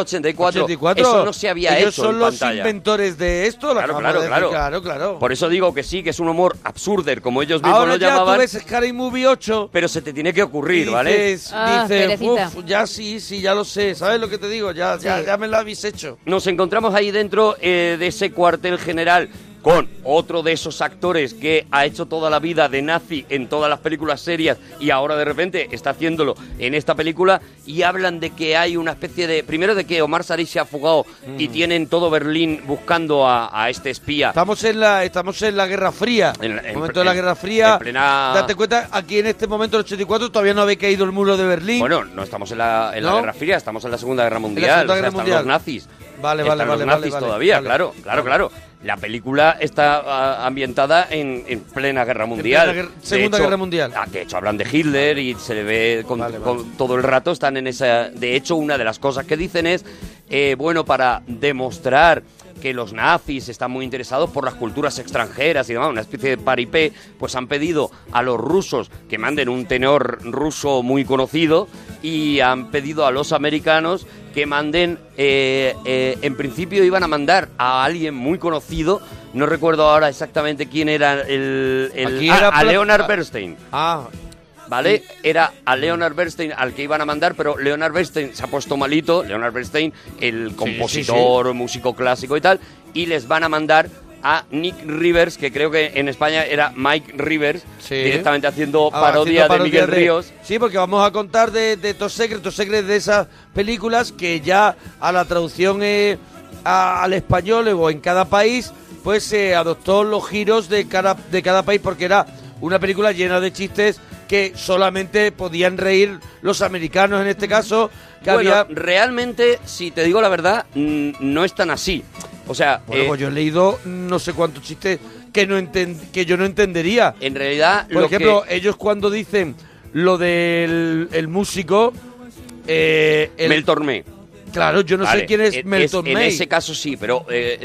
Speaker 2: 1984. Eso no se había
Speaker 20: Ellos
Speaker 2: hecho
Speaker 20: son
Speaker 2: en
Speaker 20: los
Speaker 2: pantalla.
Speaker 20: inventores de esto, lo
Speaker 2: Claro,
Speaker 20: acabamos
Speaker 2: claro,
Speaker 20: de
Speaker 2: claro.
Speaker 20: decir, claro, claro.
Speaker 2: Por eso digo que sí, que es un humor absurder, como ellos mismos
Speaker 20: Ahora
Speaker 2: lo
Speaker 20: ya
Speaker 2: llamaban.
Speaker 20: tú ves Scary Movie 8
Speaker 2: Pero se te tiene que ocurrir, ¿vale?
Speaker 20: dices, dices, "Uf, ya sí, sí, ya lo sé, ¿sabes lo que te digo? Ya, ya, ya me lo habéis hecho.
Speaker 2: Nos encontramos ahí dentro eh, de ese cuartel general con otro de esos actores que ha hecho toda la vida de nazi en todas las películas serias y ahora de repente está haciéndolo en esta película y hablan de que hay una especie de... Primero de que Omar Saris se ha fugado y
Speaker 20: Mm.
Speaker 2: tienen todo Berlín buscando a, a este espía.
Speaker 20: Estamos en la, estamos en la Guerra Fría. En el momento de la
Speaker 2: en-
Speaker 20: Guerra Fría.
Speaker 2: en plena-
Speaker 20: Date cuenta, aquí en este momento, el 84, todavía no había caído el muro de Berlín.
Speaker 2: Bueno, no estamos en la, en la
Speaker 20: ¿No?
Speaker 2: Guerra Fría, estamos en la Segunda Guerra Mundial.
Speaker 20: Segunda
Speaker 2: o sea,
Speaker 20: Guerra
Speaker 2: están
Speaker 20: Mundial.
Speaker 2: los nazis.
Speaker 20: Vale,
Speaker 2: Están
Speaker 20: vale,
Speaker 2: los
Speaker 20: vale,
Speaker 2: nazis
Speaker 20: vale, vale,
Speaker 2: todavía,
Speaker 20: vale.
Speaker 2: claro, claro, claro. La película está ah, ambientada en, en plena Guerra Mundial.
Speaker 20: plena guerra-
Speaker 2: De
Speaker 20: Segunda
Speaker 2: hecho,
Speaker 20: Guerra Mundial.
Speaker 2: ah, de hecho, hablan de Hitler y se le ve con- con todo el rato, están en esa... De hecho, una de las cosas que dicen es, eh, bueno, para demostrar que los nazis están muy interesados por las culturas extranjeras y demás, una especie de paripé, pues han pedido a los rusos que manden un tenor ruso muy conocido y han pedido a los americanos que manden, eh, eh, en principio iban a mandar a alguien muy conocido, no recuerdo ahora exactamente quién era el... el-
Speaker 20: Aquí
Speaker 2: ah,
Speaker 20: era
Speaker 2: a
Speaker 20: Pla-
Speaker 2: Leonard Bernstein.
Speaker 20: Ah,
Speaker 2: ¿Vale? Era a Leonard Bernstein al que iban a mandar, pero Leonard Bernstein se ha puesto malito, Leonard Bernstein, el compositor, músico clásico y tal, y les van a mandar a Nick Rivers, que creo que en España era Mike Rivers, directamente haciendo
Speaker 20: Ah,
Speaker 2: parodia,
Speaker 20: haciendo parodia
Speaker 2: de Miguel
Speaker 20: de-
Speaker 2: Ríos.
Speaker 20: Sí, porque vamos a contar de, de estos secretos, secretos de esas películas que ya a la traducción eh, a- al español o en cada país, pues se adoptó los giros de cada, de cada país porque era una película llena de chistes que solamente podían reír los americanos en este caso. Que
Speaker 2: Bueno,
Speaker 20: había...
Speaker 2: realmente, si te digo la verdad, mm, no es tan así. O sea,
Speaker 20: Bueno,
Speaker 2: eh,
Speaker 20: pues yo he leído no sé cuántos chistes que no enten- que yo no entendería.
Speaker 2: En realidad,
Speaker 20: por
Speaker 2: lo
Speaker 20: ejemplo,
Speaker 2: que-
Speaker 20: ellos cuando dicen lo del el músico eh, el-
Speaker 2: Mel Tormé.
Speaker 20: Claro, yo no sé
Speaker 2: Vale,
Speaker 20: quién es,
Speaker 2: en-
Speaker 20: Mel
Speaker 2: es-
Speaker 20: Tormé.
Speaker 2: En ese caso sí, pero eh,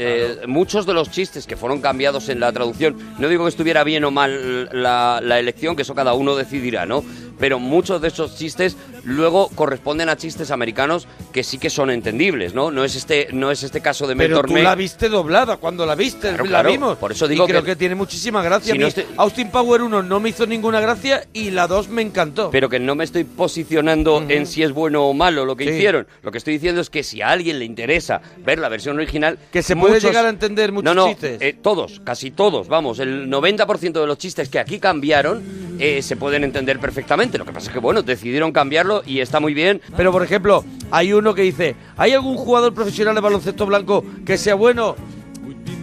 Speaker 2: eh, muchos de los chistes que fueron cambiados en la traducción, no digo que estuviera bien o mal la, la elección, que eso cada uno decidirá, ¿no? Pero muchos de esos chistes luego corresponden a chistes americanos que sí que son entendibles, ¿no? No es este, no es este caso de Mel
Speaker 20: pero tú
Speaker 2: Tormé.
Speaker 20: la viste doblada cuando la viste,
Speaker 2: Claro,
Speaker 20: la
Speaker 2: claro,
Speaker 20: vimos.
Speaker 2: por eso
Speaker 20: Y
Speaker 2: digo
Speaker 20: creo que,
Speaker 2: que-
Speaker 20: tiene muchísima
Speaker 2: Si
Speaker 20: gracia. A
Speaker 2: no
Speaker 20: mí
Speaker 2: estoy-
Speaker 20: Austin Power 1 no me hizo ninguna gracia y la 2 me encantó.
Speaker 2: pero que no me estoy posicionando en si es bueno o malo lo que
Speaker 20: Sí.
Speaker 2: hicieron. Lo que estoy diciendo es que si a alguien le interesa ver la versión original...
Speaker 20: que se puede llegar a entender
Speaker 2: no,
Speaker 20: muchos
Speaker 2: no,
Speaker 20: chistes.
Speaker 2: eh, todos, casi todos, vamos, el 90% de los chistes que aquí cambiaron eh, se pueden entender perfectamente. Lo que pasa es que, bueno, decidieron cambiarlo y está muy bien.
Speaker 20: Pero, por ejemplo, hay uno que dice, ¿hay algún jugador profesional de baloncesto blanco que sea bueno?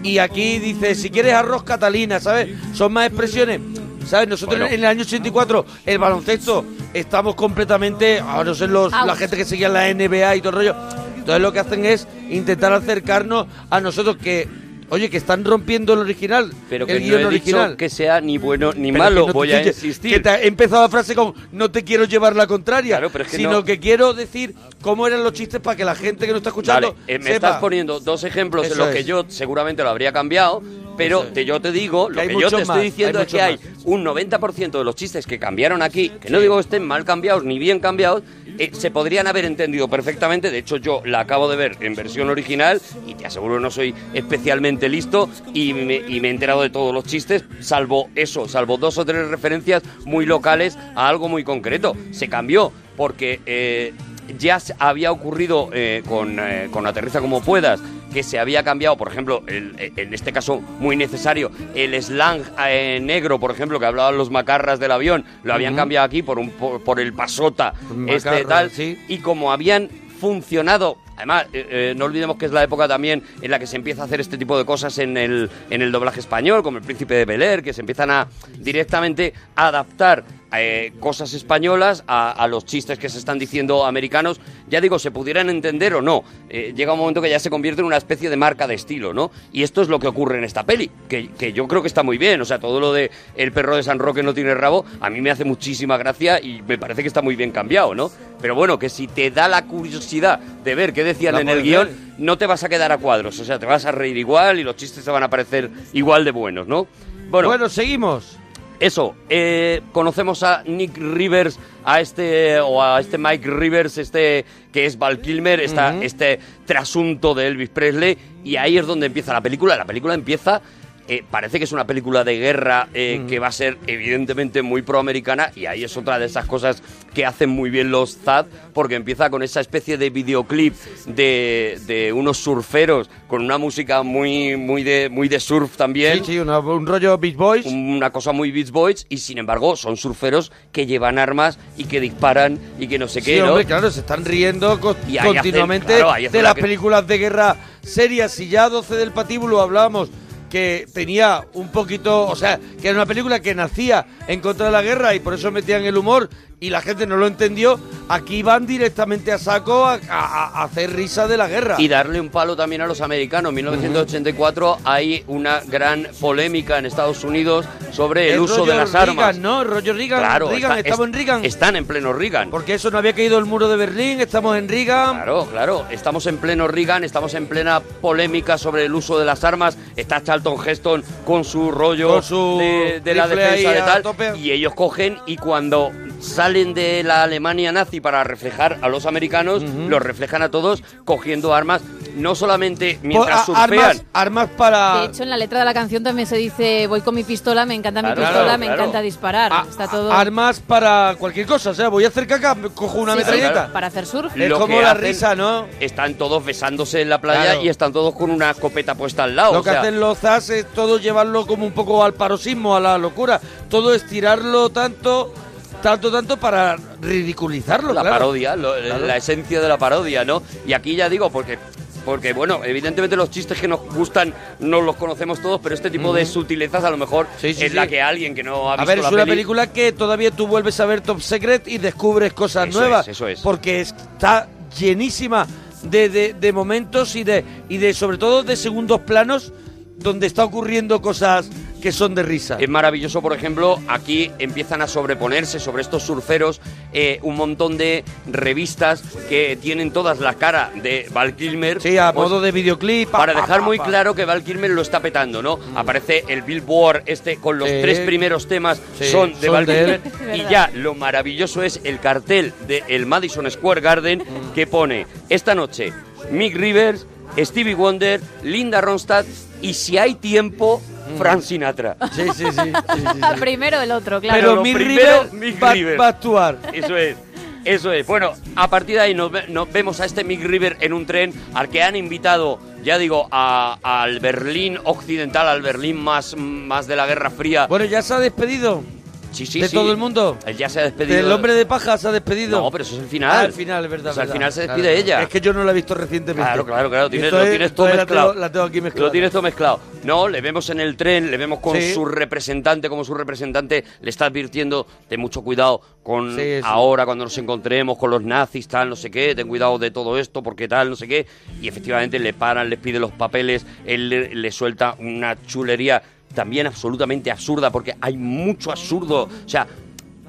Speaker 20: Y aquí dice, si quieres arroz Catalina, ¿sabes? Son más expresiones. ¿Sabes? Nosotros
Speaker 2: Bueno.
Speaker 20: en el año 84, el baloncesto, estamos completamente, ahora no sé, los, la gente que seguía la NBA y todo el rollo. Entonces lo que hacen es intentar acercarnos a nosotros que, oye, que están rompiendo el original,
Speaker 2: Pero
Speaker 20: el
Speaker 2: que no
Speaker 20: guión
Speaker 2: he
Speaker 20: original.
Speaker 2: dicho que sea ni bueno ni
Speaker 20: Pero
Speaker 2: malo,
Speaker 20: que no te
Speaker 2: voy a
Speaker 20: quille-
Speaker 2: insistir.
Speaker 20: Que te ha empezado la frase con no te quiero llevar la contraria,
Speaker 2: que
Speaker 20: sino
Speaker 2: no-
Speaker 20: que quiero decir cómo eran los chistes para que la gente que nos está escuchando
Speaker 2: Vale, eh, me
Speaker 20: sepa.
Speaker 2: estás poniendo dos ejemplos
Speaker 20: Eso
Speaker 2: en los que
Speaker 20: es.
Speaker 2: yo seguramente lo habría cambiado, pero te- yo te digo,
Speaker 20: Que
Speaker 2: lo
Speaker 20: hay
Speaker 2: que, yo
Speaker 20: muchos
Speaker 2: te
Speaker 20: más,
Speaker 2: estoy diciendo
Speaker 20: hay
Speaker 2: es que hay
Speaker 20: muchos
Speaker 2: un 90% de los chistes que cambiaron aquí, que no digo que estén mal cambiados ni bien cambiados, eh, se podrían haber entendido perfectamente. De hecho, yo la acabo de ver en versión original y te aseguro que no soy especialmente listo y me, y me he enterado de todos los chistes, salvo eso, salvo dos o tres referencias muy locales a algo muy concreto. Se cambió porque... eh, ya se había ocurrido eh, con, eh, con Aterriza como puedas, que se había cambiado, por ejemplo, el- el- en este caso muy necesario, el slang eh, negro, por ejemplo, que hablaban los macarras del avión, lo habían
Speaker 20: Ujú.
Speaker 2: cambiado aquí por, un, por, por el pasota,
Speaker 20: Macarras,
Speaker 2: este tal,
Speaker 20: sí.
Speaker 2: y como habían funcionado... Además, eh, eh, no olvidemos que es la época también en la que se empieza a hacer este tipo de cosas en el, en el doblaje español, como el príncipe de Bel Air, que se empiezan a directamente a adaptar eh, cosas españolas a, a los chistes que se están diciendo americanos. Ya digo, se pudieran entender o no. Eh, llega un momento que ya se convierte en una especie de marca de estilo, ¿no? Y esto es lo que ocurre en esta peli, que, que yo creo que está muy bien. O sea, todo lo de el perro de San Roque no tiene rabo, a mí me hace muchísima gracia y me parece que está muy bien cambiado, ¿no? Pero bueno, que si te da la curiosidad de ver qué decían
Speaker 20: La
Speaker 2: en el
Speaker 20: puedes
Speaker 2: guión,
Speaker 20: ver.
Speaker 2: no te vas a quedar a cuadros. O sea, te vas a reír igual y los chistes te van a parecer igual de buenos, ¿no? Bueno,
Speaker 20: seguimos.
Speaker 2: Eso, eh, conocemos a Nick Rivers, a este, o a este Mike Rivers, este que es Val Kilmer, esta- este trasunto de Elvis Presley, y ahí es donde empieza la película. La película empieza eh, parece que es una película de guerra eh, que va a ser evidentemente muy proamericana y ahí es otra de esas cosas que hacen muy bien los ZAD porque empieza con esa especie de videoclip de, de unos surferos con una música muy, muy, de, muy de surf también.
Speaker 20: Sí, sí, una- un rollo Beach Boys.
Speaker 2: Una cosa muy Beach Boys y sin embargo son surferos que llevan armas y que disparan y que no sé qué.
Speaker 20: Sí,
Speaker 2: ¿no?
Speaker 20: hombre, claro, se están riendo co-
Speaker 2: Y ahí hacen-
Speaker 20: continuamente
Speaker 2: claro, ahí hacen
Speaker 20: de
Speaker 2: la
Speaker 20: las
Speaker 2: que-
Speaker 20: películas de guerra serias. Y ya 12 del Patíbulo hablábamos que tenía un poquito, o sea, que era una película que nacía en contra de la guerra y por eso metían el humor y la gente no lo entendió. Aquí van directamente a saco a, a- a hacer risa de la guerra.
Speaker 2: Y darle un palo también a los americanos. En 1984 hay una gran polémica en Estados Unidos sobre el, uso
Speaker 20: rollo
Speaker 2: de las
Speaker 20: Reagan,
Speaker 2: armas.
Speaker 20: ¿no? Rollo Reagan,
Speaker 2: Claro,
Speaker 20: Reagan,
Speaker 2: está-
Speaker 20: estamos en Reagan.
Speaker 2: Están en pleno Reagan.
Speaker 20: Porque eso no había caído el muro de Berlín, estamos en Reagan.
Speaker 2: Claro, claro, estamos en pleno Reagan, estamos en plena polémica sobre el uso de las armas. Está Charlton Heston con su rollo
Speaker 20: Con su
Speaker 2: de, de la
Speaker 20: rifle
Speaker 2: defensa
Speaker 20: ahí
Speaker 2: de
Speaker 20: a
Speaker 2: tal.
Speaker 20: tope.
Speaker 2: Y ellos cogen y cuando salen de la Alemania nazi para reflejar a los americanos, los reflejan a todos cogiendo armas, no solamente mientras
Speaker 20: Por- Pues, a-
Speaker 2: surfean.
Speaker 20: armas, armas para...
Speaker 1: De hecho, en la letra de la canción también se dice voy con mi pistola, me encanta mi
Speaker 20: Claro,
Speaker 1: pistola, me
Speaker 20: claro. Ah,
Speaker 1: encanta disparar. Está todo
Speaker 20: armas para cualquier cosa. O sea, voy a hacer caca, me cojo una
Speaker 1: Sí, sí,
Speaker 20: metralleta.
Speaker 1: para hacer surf.
Speaker 20: Es
Speaker 2: Lo
Speaker 20: como
Speaker 2: que
Speaker 20: la
Speaker 2: hacen-
Speaker 20: risa, ¿no?
Speaker 2: Están todos besándose en la playa
Speaker 20: Claro.
Speaker 2: y están todos con una escopeta puesta al lado.
Speaker 20: Lo
Speaker 2: o
Speaker 20: que
Speaker 2: sea,
Speaker 20: hacen los ZAS es todo llevarlo como un poco al paroxismo, a la locura. Todo estirarlo tanto, tanto, tanto para ridiculizarlo.
Speaker 2: la
Speaker 20: claro.
Speaker 2: parodia, lo- eh,
Speaker 20: Claro.
Speaker 2: la esencia de la parodia, ¿no? Y aquí ya digo, porque, porque bueno, evidentemente los chistes que nos gustan no los conocemos todos, pero este tipo de
Speaker 20: Ujú.
Speaker 2: sutilezas a lo mejor
Speaker 20: sí,
Speaker 2: es
Speaker 20: sí.
Speaker 2: la que alguien que no ha
Speaker 20: A
Speaker 2: visto
Speaker 20: ver, es
Speaker 2: la
Speaker 20: una
Speaker 2: peli-
Speaker 20: película que todavía tú vuelves a ver Top Secret y descubres cosas
Speaker 2: Eso
Speaker 20: nuevas.
Speaker 2: es, eso es.
Speaker 20: Porque está llenísima de, de- de momentos y de, y de, sobre todo, de segundos planos donde está ocurriendo cosas que son de risa.
Speaker 2: Es maravilloso, por ejemplo, aquí empiezan a sobreponerse sobre estos surferos eh, un montón de revistas que tienen todas la cara de Val Kilmer.
Speaker 20: Sí, a
Speaker 2: Pues,
Speaker 20: modo de videoclip. pa,
Speaker 2: Para
Speaker 20: pa,
Speaker 2: dejar
Speaker 20: pa,
Speaker 2: muy
Speaker 20: pa. Mm.
Speaker 2: claro que Val Kilmer lo está petando, ¿no? Aparece el Billboard este con los
Speaker 20: Sí.
Speaker 2: tres primeros temas
Speaker 20: Sí,
Speaker 2: son de
Speaker 20: son
Speaker 2: Val
Speaker 20: de él.
Speaker 2: Kilmer
Speaker 20: Es
Speaker 2: y
Speaker 20: verdad.
Speaker 2: ya lo maravilloso es el cartel del Madison Square Garden que pone esta noche Mick Rivers, Stevie Wonder, Linda Ronstadt y si hay tiempo Frank Sinatra.
Speaker 20: Sí, sí, sí.
Speaker 1: primero el otro, claro. este
Speaker 2: Pero mi primero, Mick
Speaker 20: va-
Speaker 2: River.
Speaker 20: va a actuar.
Speaker 2: Eso es. Eso es. Bueno, a partir de ahí nos, ve- nos vemos a este Mick River en un tren al que han invitado, ya digo, a- al Berlín occidental, al Berlín más, más de la Guerra Fría.
Speaker 20: Bueno, ya se ha despedido.
Speaker 2: Sí, sí,
Speaker 20: de
Speaker 2: sí.
Speaker 20: todo el mundo.
Speaker 2: Él ya se ha despedido.
Speaker 20: El hombre de paja se ha despedido.
Speaker 2: No, pero eso es el final.
Speaker 20: Ah, al final, es verdad.
Speaker 2: O sea, al
Speaker 20: verdad.
Speaker 2: final se
Speaker 20: Claro,
Speaker 2: despide
Speaker 20: claro.
Speaker 2: ella.
Speaker 20: Es que yo no la he visto recientemente.
Speaker 2: Claro, claro, claro. Tienes,
Speaker 20: Esto
Speaker 2: lo
Speaker 20: es-
Speaker 2: tienes todo
Speaker 20: todavía la
Speaker 2: mezclado.
Speaker 20: tengo- la tengo aquí mezclada.
Speaker 2: Lo tienes todo mezclado. No, le vemos en el tren, le vemos con
Speaker 20: Sí.
Speaker 2: su representante, como su representante le está advirtiendo de mucho cuidado con
Speaker 20: Sí, sí.
Speaker 2: ahora cuando nos encontremos con los nazis, tal, no sé qué, ten cuidado de todo esto, porque tal, no sé qué. Y efectivamente le paran, les pide los papeles, él le, le suelta una chulería también absolutamente absurda, porque hay mucho absurdo. O sea.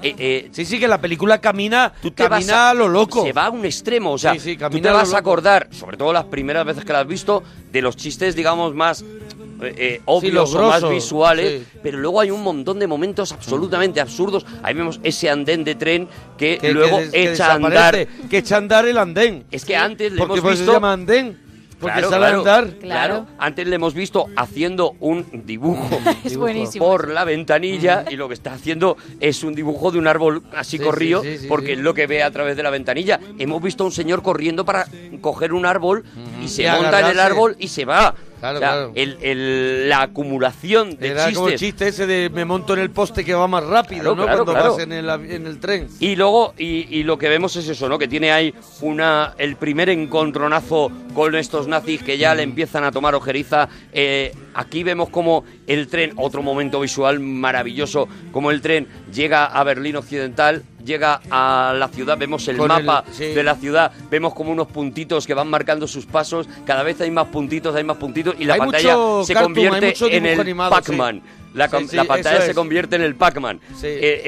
Speaker 2: eh,
Speaker 20: sí, sí, que la película camina, camina a lo loco.
Speaker 2: Se va a un extremo, o sea,
Speaker 20: Sí, sí,
Speaker 2: tú
Speaker 20: camina
Speaker 2: te
Speaker 20: a lo
Speaker 2: vas a
Speaker 20: loco.
Speaker 2: acordar, sobre todo las primeras veces que la has visto, de los chistes, digamos, más eh, eh, obvios
Speaker 20: los
Speaker 2: o más
Speaker 20: grosos,
Speaker 2: visuales,
Speaker 20: sí.
Speaker 2: pero luego hay un montón de momentos absolutamente absurdos. Ahí vemos ese andén de tren que,
Speaker 20: Que-
Speaker 2: luego
Speaker 20: que des- que
Speaker 2: echa a andar.
Speaker 20: desaparece, Que echa a andar el andén.
Speaker 2: Es que antes le
Speaker 20: Porque
Speaker 2: hemos
Speaker 20: por eso
Speaker 2: visto-
Speaker 20: se llama andén. Porque
Speaker 2: Claro,
Speaker 20: sale
Speaker 2: claro,
Speaker 20: a andar.
Speaker 2: Claro. Antes le hemos visto haciendo un dibujo,
Speaker 20: Es buenísimo.
Speaker 2: por la ventanilla y lo que está haciendo es un dibujo de un árbol así
Speaker 21: Sí,
Speaker 2: corrido
Speaker 21: sí, sí, sí,
Speaker 2: porque
Speaker 21: sí.
Speaker 2: es lo que ve a través de la ventanilla. Hemos visto a un señor corriendo para coger un árbol y se
Speaker 21: Y
Speaker 2: monta en el
Speaker 21: agarrarse.
Speaker 2: árbol y se va.
Speaker 20: Claro,
Speaker 2: O sea,
Speaker 20: claro.
Speaker 2: el- el- la acumulación de
Speaker 20: Era como el
Speaker 2: chistes
Speaker 20: chiste ese de me monto en el poste que va más rápido,
Speaker 2: Claro,
Speaker 20: ¿no?
Speaker 2: claro,
Speaker 20: Cuando
Speaker 2: claro.
Speaker 20: vas en el, avi- en el tren.
Speaker 2: Y luego, y, y lo que vemos es eso, ¿no? Que tiene ahí una el primer encontronazo con estos nazis que ya le empiezan a tomar ojeriza. Eh, aquí vemos como el tren, otro momento visual maravilloso, como el tren llega a Berlín Occidental, llega a la ciudad, vemos el
Speaker 21: Con el-
Speaker 2: mapa
Speaker 21: sí.
Speaker 2: de la ciudad, vemos como unos puntitos que van marcando sus pasos, cada vez hay más puntitos, hay más puntitos, y la
Speaker 20: Hay
Speaker 2: pantalla
Speaker 20: mucho
Speaker 2: se
Speaker 20: cartoon, hay
Speaker 2: convierte
Speaker 20: mucho
Speaker 2: en el
Speaker 20: dibujo animado, sí.
Speaker 2: Pac-Man. La, com-
Speaker 20: Sí, sí,
Speaker 2: la pantalla
Speaker 20: eso
Speaker 2: se
Speaker 20: es.
Speaker 2: convierte en el Pac-Man. Eh,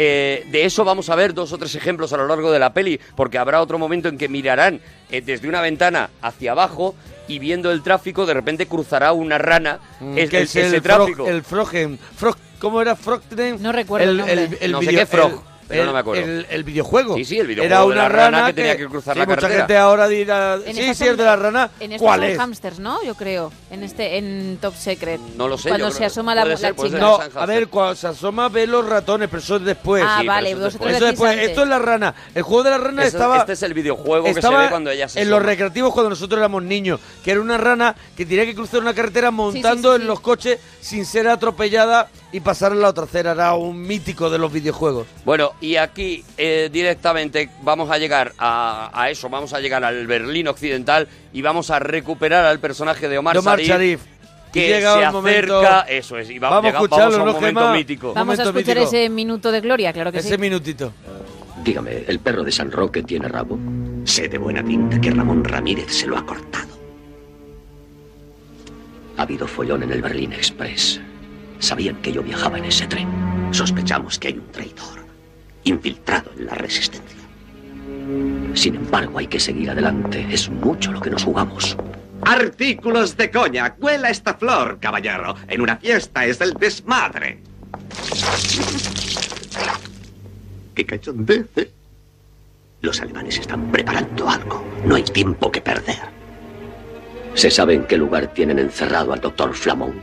Speaker 2: eh, de eso vamos a ver dos o tres ejemplos a lo largo de la peli, porque habrá otro momento en que mirarán eh, desde una ventana hacia abajo y viendo el tráfico, de repente cruzará una rana es-
Speaker 20: Mm, que
Speaker 2: es-
Speaker 20: es
Speaker 2: ese
Speaker 20: el, frog-
Speaker 2: tráfico.
Speaker 20: el Frogen. Frog- ¿Cómo era Frogtren? No
Speaker 1: recuerdo el nombre.
Speaker 2: No sé qué Frog. pero
Speaker 20: el-
Speaker 2: no me acuerdo.
Speaker 20: El, el videojuego.
Speaker 2: Sí, sí, el videojuego
Speaker 20: Era
Speaker 2: de
Speaker 20: una
Speaker 2: la
Speaker 20: rana,
Speaker 2: rana que tenía que cruzar
Speaker 20: sí,
Speaker 2: la
Speaker 20: mucha
Speaker 2: carretera.
Speaker 20: gente ahora dirá,
Speaker 1: En
Speaker 20: sí,
Speaker 1: estas
Speaker 20: sí,
Speaker 1: son-
Speaker 20: el de la rana,
Speaker 1: En estos
Speaker 20: ¿cuál
Speaker 1: son
Speaker 20: es?
Speaker 1: hámsters, ¿no? Yo creo. En este, en Top Secret.
Speaker 2: No lo sé,
Speaker 1: Cuando
Speaker 2: yo
Speaker 1: se
Speaker 2: creo-
Speaker 1: asoma la,
Speaker 2: puede
Speaker 1: la
Speaker 2: ser, puede
Speaker 1: chica.
Speaker 2: ser.
Speaker 20: No,
Speaker 2: San José.
Speaker 20: a ver, cuando se asoma ve los ratones, pero eso es después.
Speaker 1: Ah, Sí, pero vale, eso es vosotros después.
Speaker 20: Eso es después.
Speaker 1: decís antes.
Speaker 20: Esto es la rana. El juego de la rana
Speaker 2: Eso-
Speaker 20: estaba...
Speaker 2: este es el videojuego que se
Speaker 20: estaba
Speaker 2: ve cuando ella se
Speaker 20: En los
Speaker 2: asoma.
Speaker 20: recreativos cuando nosotros éramos niños, que era una rana que tenía que cruzar una carretera montando en los coches sin ser atropellada y pasar a la otra acera. Era un mítico de los videojuegos.
Speaker 2: Bueno, y aquí eh, directamente vamos a llegar a, a eso, vamos a llegar al Berlín Occidental y vamos a recuperar al personaje de Omar,
Speaker 20: De Omar Sharif.
Speaker 2: que
Speaker 20: Y llega
Speaker 2: se
Speaker 20: el
Speaker 2: acerca,
Speaker 20: momento-
Speaker 2: eso es, y va-
Speaker 20: Vamos a
Speaker 2: llega- vamos
Speaker 20: escucharlo,
Speaker 2: a un
Speaker 20: ¿no,
Speaker 2: momento
Speaker 20: Gemma?
Speaker 2: mítico.
Speaker 1: Vamos a
Speaker 20: Momento
Speaker 1: escuchar
Speaker 20: mítico.
Speaker 1: ese minuto de gloria, claro que sí.
Speaker 20: minutito.
Speaker 5: Dígame, ¿el perro de San Roque tiene rabo? Sé de buena tinta que Ramón Ramírez se lo ha cortado. Ha habido follón en el Berlín Express. Sabían que yo viajaba en ese tren. Sospechamos que hay un traidor, infiltrado en la resistencia. Sin embargo, hay que seguir adelante. Es mucho lo que nos jugamos.
Speaker 22: Artículos de coña. Cuela esta flor, caballero. En una fiesta es el desmadre.
Speaker 5: ¿Qué cachondez, eh? Los alemanes están preparando algo. No hay tiempo que perder. ¿Se sabe en qué lugar tienen encerrado al doctor Flamón?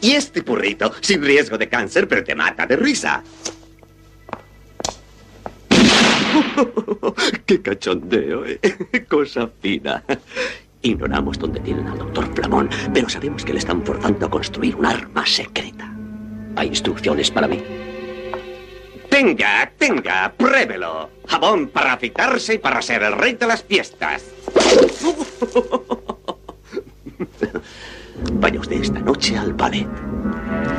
Speaker 22: Y este burrito, sin riesgo de cáncer, pero te mata de risa.
Speaker 5: ¡Qué cachondeo, eh! Cosa fina. Ignoramos dónde tienen al doctor Flamón, pero sabemos que le están forzando a construir un arma secreta. Hay instrucciones para mí.
Speaker 22: Tenga, tenga, pruébelo. Jabón para afeitarse y para ser el rey de las fiestas.
Speaker 5: Vaya usted esta noche al ballet.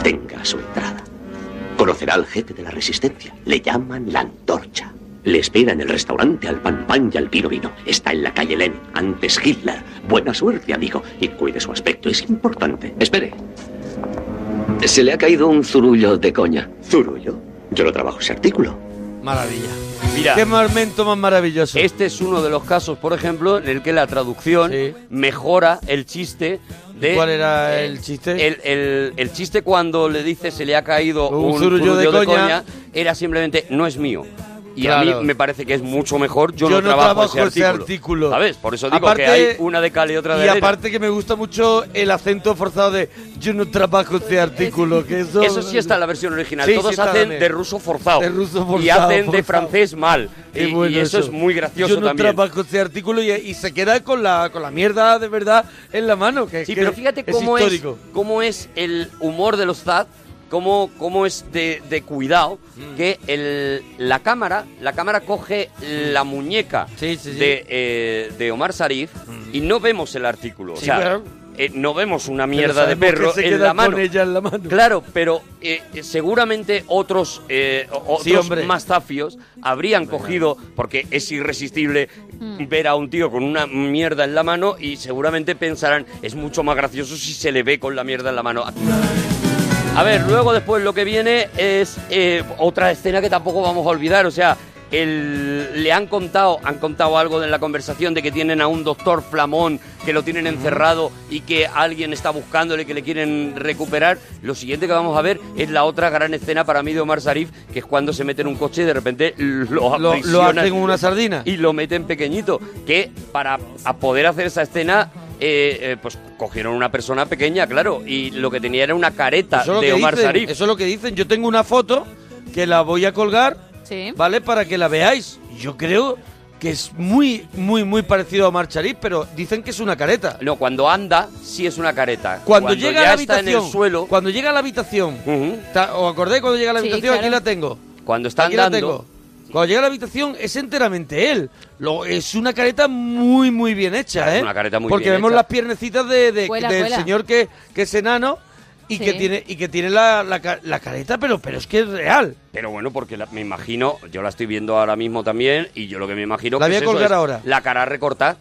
Speaker 5: Tenga su entrada. Conocerá al jefe de la resistencia. Le llaman la antorcha. Le espera en el restaurante al pan pan y al vino vino. Está en la calle Len, antes Hitler. Buena suerte, amigo, y cuide su aspecto. Es importante. Espere. Se le ha caído un zurullo de coña. ¿Zurullo? Yo no trabajo ese artículo.
Speaker 20: Maravilla.
Speaker 2: Mira,
Speaker 20: Qué momento más maravilloso.
Speaker 2: Este es uno de los casos, por ejemplo, en el que la traducción mejora el chiste de... eh,
Speaker 20: ¿Cuál era el chiste?
Speaker 2: El, el- el chiste cuando le dice se le ha caído
Speaker 20: Un
Speaker 2: un,
Speaker 20: zurullo
Speaker 2: zurullo
Speaker 20: de
Speaker 2: de, coña,
Speaker 20: coña.
Speaker 2: era simplemente no es mío. Y a
Speaker 20: Claro.
Speaker 2: mí me parece que es mucho mejor. Yo, no,
Speaker 20: Yo no
Speaker 2: trabajo,
Speaker 20: trabajo ese
Speaker 2: artículo. ¿Sabes? Por eso digo
Speaker 20: Aparte-
Speaker 2: que hay una de cal y otra de
Speaker 20: Y
Speaker 2: arena.
Speaker 20: aparte que me gusta mucho el acento forzado de yo no trabajo este artículo. Que eso,
Speaker 2: Eso sí está en la versión original.
Speaker 20: Sí,
Speaker 2: Todos
Speaker 20: sí está
Speaker 2: hacen
Speaker 20: también.
Speaker 2: de ruso forzado.
Speaker 20: De ruso
Speaker 2: Y
Speaker 20: forzado,
Speaker 2: hacen de
Speaker 20: forzado.
Speaker 2: francés mal.
Speaker 20: Qué
Speaker 2: Y, y
Speaker 20: bueno
Speaker 2: eso, es muy gracioso
Speaker 20: Yo no
Speaker 2: también.
Speaker 20: trabajo este artículo y, y se queda con la, con la mierda de verdad en la mano. Que,
Speaker 2: Sí,
Speaker 20: que
Speaker 2: pero fíjate
Speaker 20: es
Speaker 2: cómo es,
Speaker 20: histórico.
Speaker 2: cómo es el humor de los Zad, cómo, cómo es de, de cuidado
Speaker 20: Mm.
Speaker 2: que el, la cámara la cámara coge
Speaker 20: Mm.
Speaker 2: la muñeca De, eh, de Omar Sarif y no vemos el artículo.
Speaker 20: Mm. Sí,
Speaker 2: o sea,
Speaker 20: claro.
Speaker 2: eh, no vemos una
Speaker 20: Pero
Speaker 2: mierda de
Speaker 20: sabemos que
Speaker 2: perro
Speaker 20: se
Speaker 2: en
Speaker 20: queda
Speaker 2: la mano.
Speaker 20: Con ella en la mano.
Speaker 2: Claro, pero eh, eh, seguramente otros, eh, o-
Speaker 20: Sí,
Speaker 2: otros
Speaker 20: hombre.
Speaker 2: más zafios habrían cogido, porque es irresistible
Speaker 20: Mm.
Speaker 2: ver a un tío con una mierda en la mano y seguramente pensarán, es mucho más gracioso si se le ve con la mierda en la mano. A ver, luego después lo que viene es eh, otra escena que tampoco vamos a olvidar, o sea, el- le han contado, han contado algo en la conversación de que tienen a un doctor Flamón, que lo tienen encerrado y que alguien está buscándole, que le quieren recuperar. Lo siguiente que vamos a ver es la otra gran escena para mí de Omar Sarif, que es cuando se mete en un coche y de repente lo
Speaker 20: lo
Speaker 2: aprisionan.
Speaker 20: hacen una sardina.
Speaker 2: Y lo meten pequeñito, que para a poder hacer esa escena... eh, eh, pues cogieron una persona pequeña, claro, y lo que tenía era una careta
Speaker 20: Eso es, lo
Speaker 2: de
Speaker 20: que
Speaker 2: Omar
Speaker 20: dicen,
Speaker 2: Sarif.
Speaker 20: eso es lo que dicen. Yo tengo una foto que la voy a colgar, ¿vale? Para que la veáis. Yo creo que es muy, muy, muy parecido a Omar Sharif, pero dicen que es una careta.
Speaker 2: No, cuando anda, sí es una careta.
Speaker 20: Cuando, llega a
Speaker 2: ya
Speaker 20: la
Speaker 2: está
Speaker 20: habitación,
Speaker 2: en el suelo,
Speaker 20: cuando llega a la habitación, ta- ¿os acordáis cuando llega a la
Speaker 2: Sí,
Speaker 20: habitación? Aquí
Speaker 2: claro.
Speaker 20: la tengo.
Speaker 2: Cuando está
Speaker 20: Aquí
Speaker 2: andando.
Speaker 20: la tengo. Cuando llega a la habitación es enteramente él. Lo- es una careta muy, muy bien hecha, ¿eh?
Speaker 2: es una careta muy
Speaker 20: Porque
Speaker 2: bien
Speaker 20: vemos
Speaker 2: hecha.
Speaker 20: las piernecitas de, de-
Speaker 2: Cuela,
Speaker 20: del
Speaker 2: cuela.
Speaker 20: señor que, que es enano y
Speaker 2: Sí.
Speaker 20: que tiene, y que tiene la, la ca- la careta, pero, pero es que es real.
Speaker 2: Pero bueno, porque la- me imagino, yo la estoy viendo ahora mismo también, y yo lo que me imagino
Speaker 20: La
Speaker 2: que
Speaker 20: voy
Speaker 2: es
Speaker 20: a
Speaker 2: eso,
Speaker 20: colgar
Speaker 2: es
Speaker 20: ahora.
Speaker 2: La cara recortada.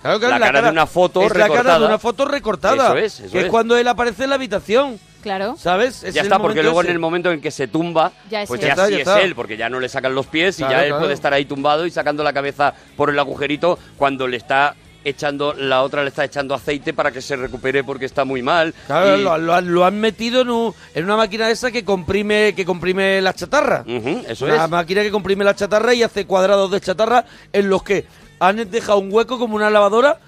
Speaker 20: Claro, claro,
Speaker 2: la, cara, de una foto
Speaker 20: es
Speaker 2: recortada.
Speaker 20: la cara de una foto recortada.
Speaker 2: Eso es, eso
Speaker 20: que es
Speaker 2: es.
Speaker 20: cuando él aparece en la habitación.
Speaker 1: Claro.
Speaker 20: ¿Sabes? Es
Speaker 2: ya
Speaker 20: el
Speaker 2: está, porque
Speaker 20: momento
Speaker 2: luego
Speaker 20: ese.
Speaker 2: en el momento en que se tumba,
Speaker 1: Ya es
Speaker 2: pues
Speaker 1: él.
Speaker 2: ya,
Speaker 1: Ya está,
Speaker 2: sí
Speaker 1: ya
Speaker 2: es
Speaker 20: está.
Speaker 2: él, porque ya no le sacan los pies
Speaker 20: Claro,
Speaker 2: y ya él
Speaker 20: claro.
Speaker 2: puede estar ahí tumbado y sacando la cabeza por el agujerito cuando le está echando, la otra le está echando aceite para que se recupere porque está muy mal.
Speaker 20: Claro,
Speaker 2: y-
Speaker 20: lo, lo han- lo han metido en, un- en una máquina de esa que comprime, que comprime la chatarra.
Speaker 2: eso
Speaker 20: una
Speaker 2: es.
Speaker 20: máquina que comprime la chatarra y hace cuadrados de chatarra en los que han dejado un hueco como una lavadora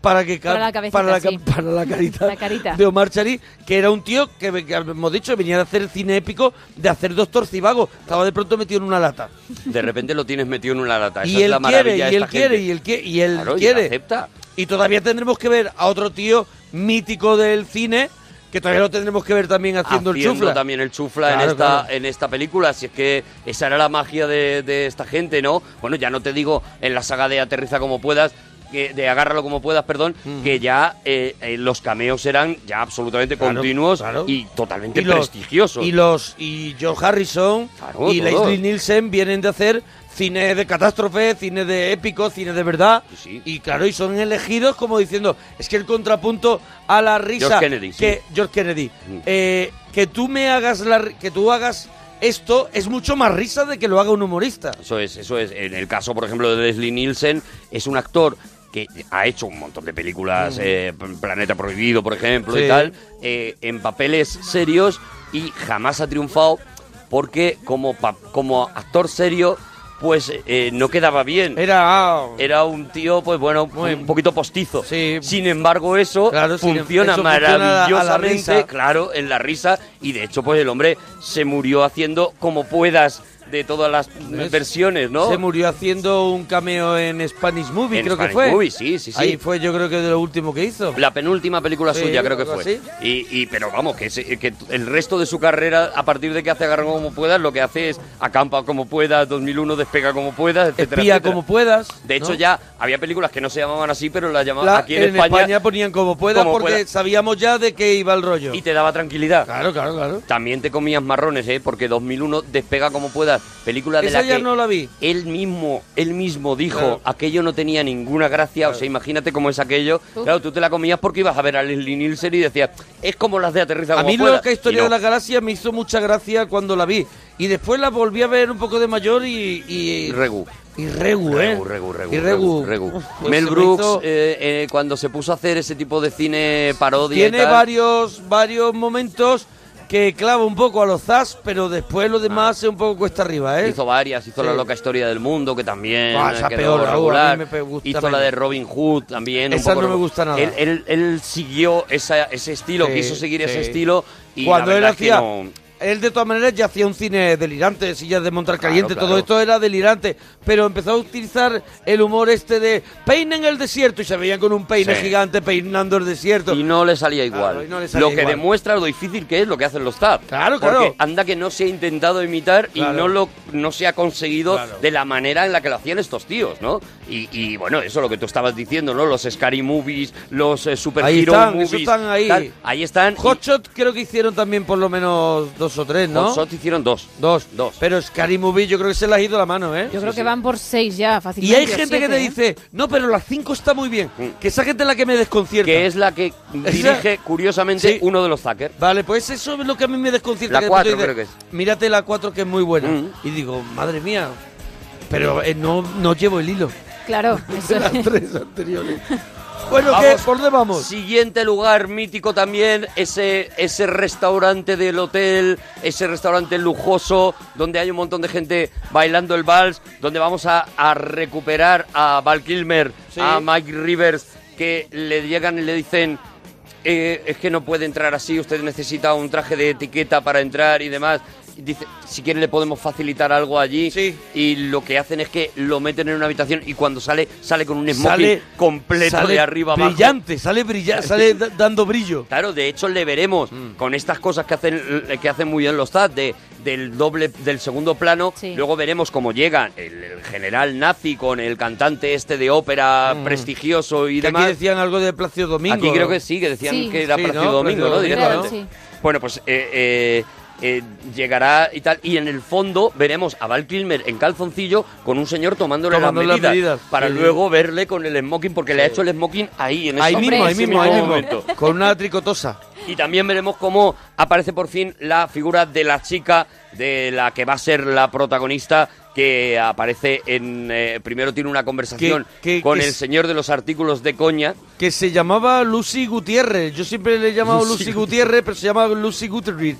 Speaker 20: para que ca-
Speaker 1: Para la cabecita,
Speaker 20: para la, ca-
Speaker 1: sí.
Speaker 20: para la carita
Speaker 1: La carita.
Speaker 20: de Omar Charí, que era un tío que, ve- que hemos dicho venía de hacer el cine épico, de hacer Doctor Cibago, estaba de pronto metido en una lata.
Speaker 2: De repente lo tienes metido en una lata. Esa
Speaker 20: Y
Speaker 2: es
Speaker 20: él,
Speaker 2: la
Speaker 20: quiere,
Speaker 2: maravilla
Speaker 20: y
Speaker 2: de
Speaker 20: él
Speaker 2: esta
Speaker 20: quiere,
Speaker 2: gente.
Speaker 20: y él quiere, y él
Speaker 2: Claro, y
Speaker 20: quiere.
Speaker 2: la acepta.
Speaker 20: Y todavía tendremos que ver a otro tío mítico del cine, que todavía lo tendremos que ver también haciendo, el chufla.
Speaker 2: también el chufla en
Speaker 20: Claro,
Speaker 2: esta
Speaker 20: claro.
Speaker 2: en esta película si es que esa era la magia de, de esta gente no bueno ya no te digo en la saga de aterriza como puedas que, de agárralo como puedas perdón que ya eh, eh, los cameos eran ya absolutamente
Speaker 20: Claro,
Speaker 2: continuos
Speaker 20: claro.
Speaker 2: y totalmente
Speaker 20: Y los-
Speaker 2: prestigiosos
Speaker 20: Y los y George Harrison
Speaker 2: Claro,
Speaker 20: y
Speaker 2: todos.
Speaker 20: Leslie Nielsen vienen de hacer cine de catástrofe, cine de épico, cine de verdad. Y claro, y son elegidos como diciendo, es que el contrapunto a la risa
Speaker 2: George Kennedy, sí. Mm.
Speaker 20: que George Kennedy, eh, que tú me hagas la ri- que tú hagas esto es mucho más risa de que lo haga un humorista.
Speaker 2: Eso es, eso es. En el caso, por ejemplo, de Leslie Nielsen, es un actor que ha hecho un montón de películas,
Speaker 20: Mm.
Speaker 2: eh, P- Planeta Prohibido, por ejemplo,
Speaker 20: Sí.
Speaker 2: y tal, eh, en papeles serios y jamás ha triunfado porque como, pa- como actor serio, pues eh, no quedaba bien.
Speaker 20: Era, ah,
Speaker 2: un tío, pues bueno,
Speaker 20: Muy-
Speaker 2: un poquito postizo. Sin embargo, eso
Speaker 20: sin- em,
Speaker 2: funciona
Speaker 20: eso funciona a la- a la
Speaker 2: maravillosamente,
Speaker 20: risa.
Speaker 2: claro, en la risa. Y de hecho, pues el hombre se murió haciendo como puedas de todas las
Speaker 20: ¿Ves?
Speaker 2: versiones, ¿no?
Speaker 20: Se murió haciendo un cameo en Spanish Movie,
Speaker 2: En
Speaker 20: creo
Speaker 2: Spanish
Speaker 20: que fue.
Speaker 2: Movie, sí, sí, sí.
Speaker 20: Ahí fue yo creo que de lo último que hizo.
Speaker 2: La penúltima película
Speaker 20: Sí,
Speaker 2: suya, creo que
Speaker 20: algo
Speaker 2: fue.
Speaker 20: así.
Speaker 2: Y, y- pero vamos, que, se- que t- el resto de su carrera, a partir de que hace Agarra como puedas, lo que hace es acampa como puedas, 2001 despega como puedas, etcétera.
Speaker 20: Pía
Speaker 2: etcétera.
Speaker 20: como puedas.
Speaker 2: de hecho,
Speaker 20: ¿no?
Speaker 2: ya había películas que no se llamaban así, pero las llamaban
Speaker 20: La-
Speaker 2: aquí en,
Speaker 20: en España, ponían como pueda
Speaker 2: como
Speaker 20: porque
Speaker 2: pueda.
Speaker 20: sabíamos ya de qué iba el rollo.
Speaker 2: Y te daba tranquilidad.
Speaker 20: Claro, claro, claro.
Speaker 2: También te comías marrones, ¿eh? Porque 2001 despega como puedas. Película de
Speaker 20: Esa
Speaker 2: la
Speaker 20: ya
Speaker 2: que
Speaker 20: no la vi.
Speaker 2: él mismo, él mismo dijo,
Speaker 20: Claro.
Speaker 2: aquello no tenía ninguna gracia. O sea, imagínate cómo es aquello.
Speaker 20: Uf.
Speaker 2: Claro, tú te la comías porque ibas a ver a Leslie Nielsen y decías, es como las de Aterriza
Speaker 20: A
Speaker 2: como
Speaker 20: mí
Speaker 2: puedas.
Speaker 20: lo que Historia
Speaker 2: Y no.
Speaker 20: de la Galaxia me hizo mucha gracia cuando la vi. Y después la volví a ver un poco de mayor y...
Speaker 2: Y
Speaker 20: Y,
Speaker 2: Regu.
Speaker 20: y Regu, ¿eh?
Speaker 2: Regu, Regu, Regu,
Speaker 20: Y Regu.
Speaker 2: Regu.
Speaker 20: Uf, pues
Speaker 2: Mel
Speaker 20: se me
Speaker 2: Brooks,
Speaker 20: hizo-
Speaker 2: eh, eh, cuando se puso a hacer ese tipo de cine parodia y
Speaker 20: Tiene
Speaker 2: tal,
Speaker 20: varios, varios momentos que clava un poco a los Zas, pero después lo demás es un poco cuesta arriba, ¿eh?
Speaker 2: Ah. Hizo varias, hizo
Speaker 20: Sí.
Speaker 2: La loca historia del mundo, que también eh,
Speaker 20: Buah, Ah, esa
Speaker 2: quedó
Speaker 20: peor aún, a mí
Speaker 2: regular.
Speaker 20: me pe- gusta
Speaker 2: hizo la
Speaker 20: menos.
Speaker 2: de Robin Hood también. un
Speaker 20: Esa
Speaker 2: poco
Speaker 20: no me
Speaker 2: regu-
Speaker 20: gusta nada.
Speaker 2: Él, él- él siguió esa- ese estilo,
Speaker 20: Sí,
Speaker 2: quiso seguir
Speaker 20: sí.
Speaker 2: ese estilo. Y
Speaker 20: Cuando
Speaker 2: la
Speaker 20: él
Speaker 2: verdad es que
Speaker 20: hacía.
Speaker 2: no-
Speaker 20: Él de todas maneras ya hacía un cine delirante, sillas de montar caliente,
Speaker 2: claro.
Speaker 20: todo esto era delirante, pero empezó a utilizar el humor este de peine en el desierto y se veían con un peine
Speaker 2: Sí.
Speaker 20: gigante peinando el desierto.
Speaker 2: Y no le salía igual.
Speaker 20: Claro, y no le
Speaker 2: lo
Speaker 20: salía
Speaker 2: que
Speaker 20: igual.
Speaker 2: demuestra lo difícil que es lo que hacen los TAP.
Speaker 20: Claro, claro.
Speaker 2: Porque anda que no se ha intentado imitar y
Speaker 20: Claro.
Speaker 2: no lo no se ha conseguido
Speaker 20: Claro.
Speaker 2: de la manera en la que lo hacían estos tíos, ¿no? Y, y, bueno, eso lo que tú estabas diciendo, ¿no? Los Scary Movies, los eh, Super
Speaker 20: Ahí
Speaker 2: Hero
Speaker 20: están,
Speaker 2: Movies.
Speaker 20: esos están ahí.
Speaker 2: tal. ahí están. y-
Speaker 20: Hotshot creo que hicieron también por lo menos dos o tres, ¿no?
Speaker 2: Hotshot hicieron dos.
Speaker 20: Dos. Dos. Pero Scary Movie yo creo que se le ha ido la mano, ¿eh?
Speaker 1: Yo creo que van por seis ya,
Speaker 20: Y
Speaker 1: fácilmente.
Speaker 20: hay
Speaker 1: o
Speaker 20: gente
Speaker 1: siete,
Speaker 20: que te
Speaker 1: ¿eh?
Speaker 20: dice, no, pero la cinco está muy bien. Que esa gente es la que me desconcierta.
Speaker 2: Mm. Que es la que dirige, curiosamente, uno de los Zucker.
Speaker 20: Vale, pues eso es lo que a mí me desconcierta.
Speaker 2: La
Speaker 20: Este que de pronto
Speaker 2: cuatro,
Speaker 20: dices,
Speaker 2: creo que es. Mm.
Speaker 20: Mírate la 4 que es muy buena. Y digo, madre mía, pero eh, no, no llevo el hilo.
Speaker 1: Claro, eso
Speaker 20: De
Speaker 1: es.
Speaker 20: las tres anteriores. Bueno,
Speaker 2: Vamos.
Speaker 20: ¿qué? ¿por dónde vamos?
Speaker 2: Siguiente lugar mítico también, ese, ese restaurante del hotel, ese restaurante lujoso, donde hay un montón de gente bailando el vals, donde vamos a, a recuperar a Val Kilmer,
Speaker 20: Sí.
Speaker 2: a Mike Rivers, que le llegan y le dicen, eh, es que no puede entrar así, usted necesita un traje de etiqueta para entrar y demás. Y Dice, si quiere le podemos facilitar algo allí. Y lo que hacen es que lo meten en una habitación y cuando sale, sale con un smoking
Speaker 20: Sale-
Speaker 2: completo
Speaker 20: sale
Speaker 2: de arriba abajo.
Speaker 20: Brillante, sale brillante, sale da- dando brillo.
Speaker 2: Claro, de hecho le veremos
Speaker 20: Mm.
Speaker 2: con estas cosas que hacen que hacen muy bien los TAD de, del doble del segundo plano. Luego veremos cómo llegan el, el general nazi con el cantante este de ópera
Speaker 20: Mm.
Speaker 2: prestigioso y
Speaker 20: Que aquí
Speaker 2: demás.
Speaker 20: decían algo de Placido Domingo.
Speaker 2: Aquí creo
Speaker 20: ¿no?
Speaker 2: que sí, que decían
Speaker 20: Sí.
Speaker 2: que era
Speaker 20: Sí,
Speaker 2: Plácido
Speaker 20: ¿no?
Speaker 2: Domingo, ¿no?
Speaker 20: Plácido Domingo,
Speaker 2: Directamente.
Speaker 20: ¿no?
Speaker 2: Bueno, pues eh, eh, eh, llegará y tal. Y en el fondo veremos a Val Kilmer en calzoncillo con un señor tomándole,
Speaker 20: Tomando las
Speaker 2: las medidas.
Speaker 20: medidas,
Speaker 2: Para
Speaker 20: sí.
Speaker 2: luego verle con el smoking, porque le ha hecho el smoking ahí, en ese
Speaker 20: Ahí mismo, ahí mismo, ahí mismo.
Speaker 2: momento.
Speaker 20: Con una tricotosa.
Speaker 2: Y también veremos cómo aparece por fin la figura de la chica, de la que va a ser la protagonista, que aparece en... eh, primero tiene una conversación
Speaker 20: Que- que-
Speaker 2: con
Speaker 20: que
Speaker 2: el
Speaker 20: es-
Speaker 2: señor de los artículos de coña.
Speaker 20: Que se llamaba Lucy Gutiérrez. Yo siempre le he llamado
Speaker 2: Lucy
Speaker 20: Lucy, Gutiérrez, pero se llama Lucy Gutiérrez.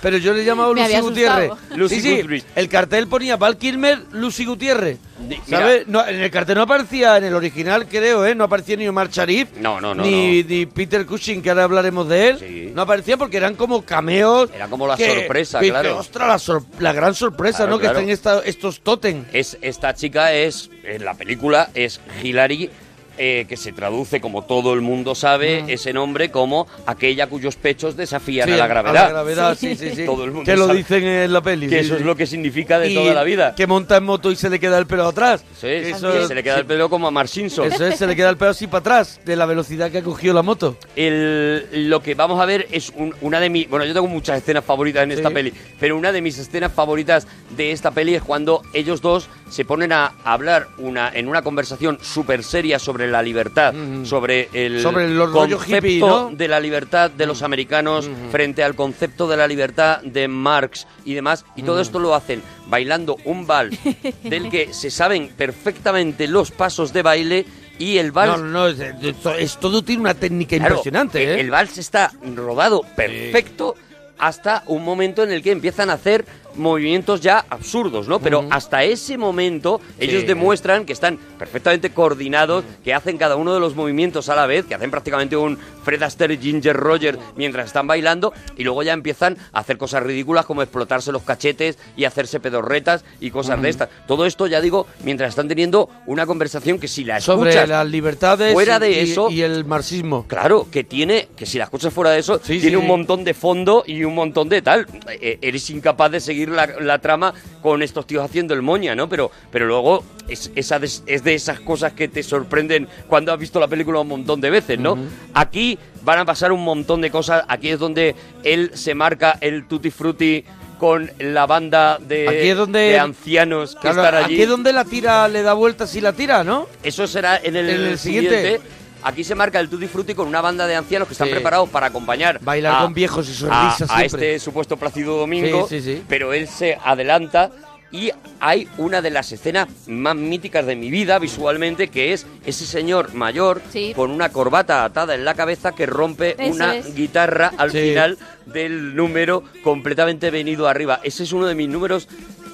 Speaker 20: Pero yo le he llamado
Speaker 2: Me
Speaker 20: Lucy
Speaker 2: había asustado.
Speaker 20: Gutiérrez.
Speaker 2: Lucy
Speaker 20: sí, sí,
Speaker 2: Goodrich.
Speaker 20: El cartel ponía Val Kilmer, Lucy Gutiérrez.
Speaker 2: Mira.
Speaker 20: ¿Sabes? No, en el cartel no aparecía, en el original creo, ¿eh? No aparecía ni Omar Sharif.
Speaker 2: No, no, no.
Speaker 20: ni, ni Peter Cushing, que ahora hablaremos de él. No aparecía porque eran como cameos.
Speaker 2: Era como la
Speaker 20: que-
Speaker 2: sorpresa,
Speaker 20: que-
Speaker 2: claro.
Speaker 20: que, ostras, la, sor- la gran sorpresa,
Speaker 2: Claro,
Speaker 20: ¿no?
Speaker 2: claro.
Speaker 20: Que este estén esta- estos totem.
Speaker 2: Es, esta chica es, en la película, es Hilary, eh, que se traduce, como todo el mundo sabe, ese nombre como aquella cuyos pechos desafían
Speaker 20: Sí,
Speaker 2: a la gravedad.
Speaker 20: gravedad, sí, sí, sí.
Speaker 2: Todo el mundo
Speaker 20: Que lo
Speaker 2: sabe
Speaker 20: dicen en la peli.
Speaker 2: que
Speaker 20: sí,
Speaker 2: eso
Speaker 20: sí.
Speaker 2: es lo que significa de
Speaker 20: Y
Speaker 2: toda la vida.
Speaker 20: Que monta en moto y se le queda el pelo atrás.
Speaker 2: Sí, que se le queda el pelo como a Marcinson.
Speaker 20: Eso es, se le queda el pelo así para atrás, de la velocidad que ha cogido la moto.
Speaker 2: El- lo que vamos a ver es un- una de mis... Bueno, yo tengo muchas escenas favoritas en esta peli, pero una de mis escenas favoritas de esta peli es cuando ellos dos se ponen a hablar una, en una conversación súper seria sobre la libertad, sobre el
Speaker 20: Sobre el rollo
Speaker 2: concepto
Speaker 20: hippie, ¿no?
Speaker 2: de la libertad de los americanos frente al concepto de la libertad de Marx y demás. Y todo esto lo hacen bailando un vals del que se saben perfectamente los pasos de baile y el vals...
Speaker 20: No, no, no, es, es- es- todo tiene una técnica
Speaker 2: Claro,
Speaker 20: impresionante,
Speaker 2: el,
Speaker 20: ¿eh?
Speaker 2: el vals está rodado perfecto hasta un momento en el que empiezan a hacer movimientos ya absurdos, ¿no? Pero hasta ese momento ellos
Speaker 20: Sí.
Speaker 2: demuestran que están perfectamente coordinados, que hacen cada uno de los movimientos a la vez, que hacen prácticamente un Fred Astaire Ginger Rogers mientras están bailando y luego ya empiezan a hacer cosas ridículas como explotarse los cachetes y hacerse pedorretas y cosas de
Speaker 20: Ujú.
Speaker 2: estas. Todo esto ya digo mientras están teniendo una conversación que si la
Speaker 20: Sobre
Speaker 2: escuchas
Speaker 20: las libertades
Speaker 2: fuera de
Speaker 20: y-
Speaker 2: eso
Speaker 20: y el marxismo.
Speaker 2: Claro, que tiene, que si las cosas fuera de eso, tiene
Speaker 20: sí,
Speaker 2: un
Speaker 20: sí.
Speaker 2: montón de fondo y un montón de tal. Eh, eres incapaz de seguir la, la trama con estos tíos haciendo el moña, ¿no? Pero, pero luego es, esa des- es de esas cosas que te sorprenden cuando has visto la película un montón de veces, ¿no? Aquí van a pasar un montón de cosas. Aquí es donde él se marca el tutti frutti con la banda de,
Speaker 20: Aquí es donde-
Speaker 2: de ancianos que
Speaker 20: Claro,
Speaker 2: están allí.
Speaker 20: aquí es donde la tira le da vueltas y la tira, ¿no?
Speaker 2: Eso será en el,
Speaker 20: En
Speaker 2: siguiente.
Speaker 20: el siguiente.
Speaker 2: Aquí se marca el Tutti Frutti con una banda de ancianos que están
Speaker 20: Sí.
Speaker 2: preparados para acompañar.
Speaker 20: Bailar
Speaker 2: a-
Speaker 20: con viejos y
Speaker 2: a,
Speaker 20: sonrisas
Speaker 2: a
Speaker 20: siempre.
Speaker 2: este supuesto Plácido Domingo.
Speaker 20: Sí, sí, sí.
Speaker 2: Pero él se adelanta y hay una de las escenas más míticas de mi vida visualmente, que es ese señor mayor
Speaker 18: Sí.
Speaker 2: con una corbata atada en la cabeza que rompe
Speaker 18: Eso
Speaker 2: una
Speaker 18: es.
Speaker 2: guitarra al
Speaker 20: Sí.
Speaker 2: final del número completamente venido arriba. Ese es uno de mis números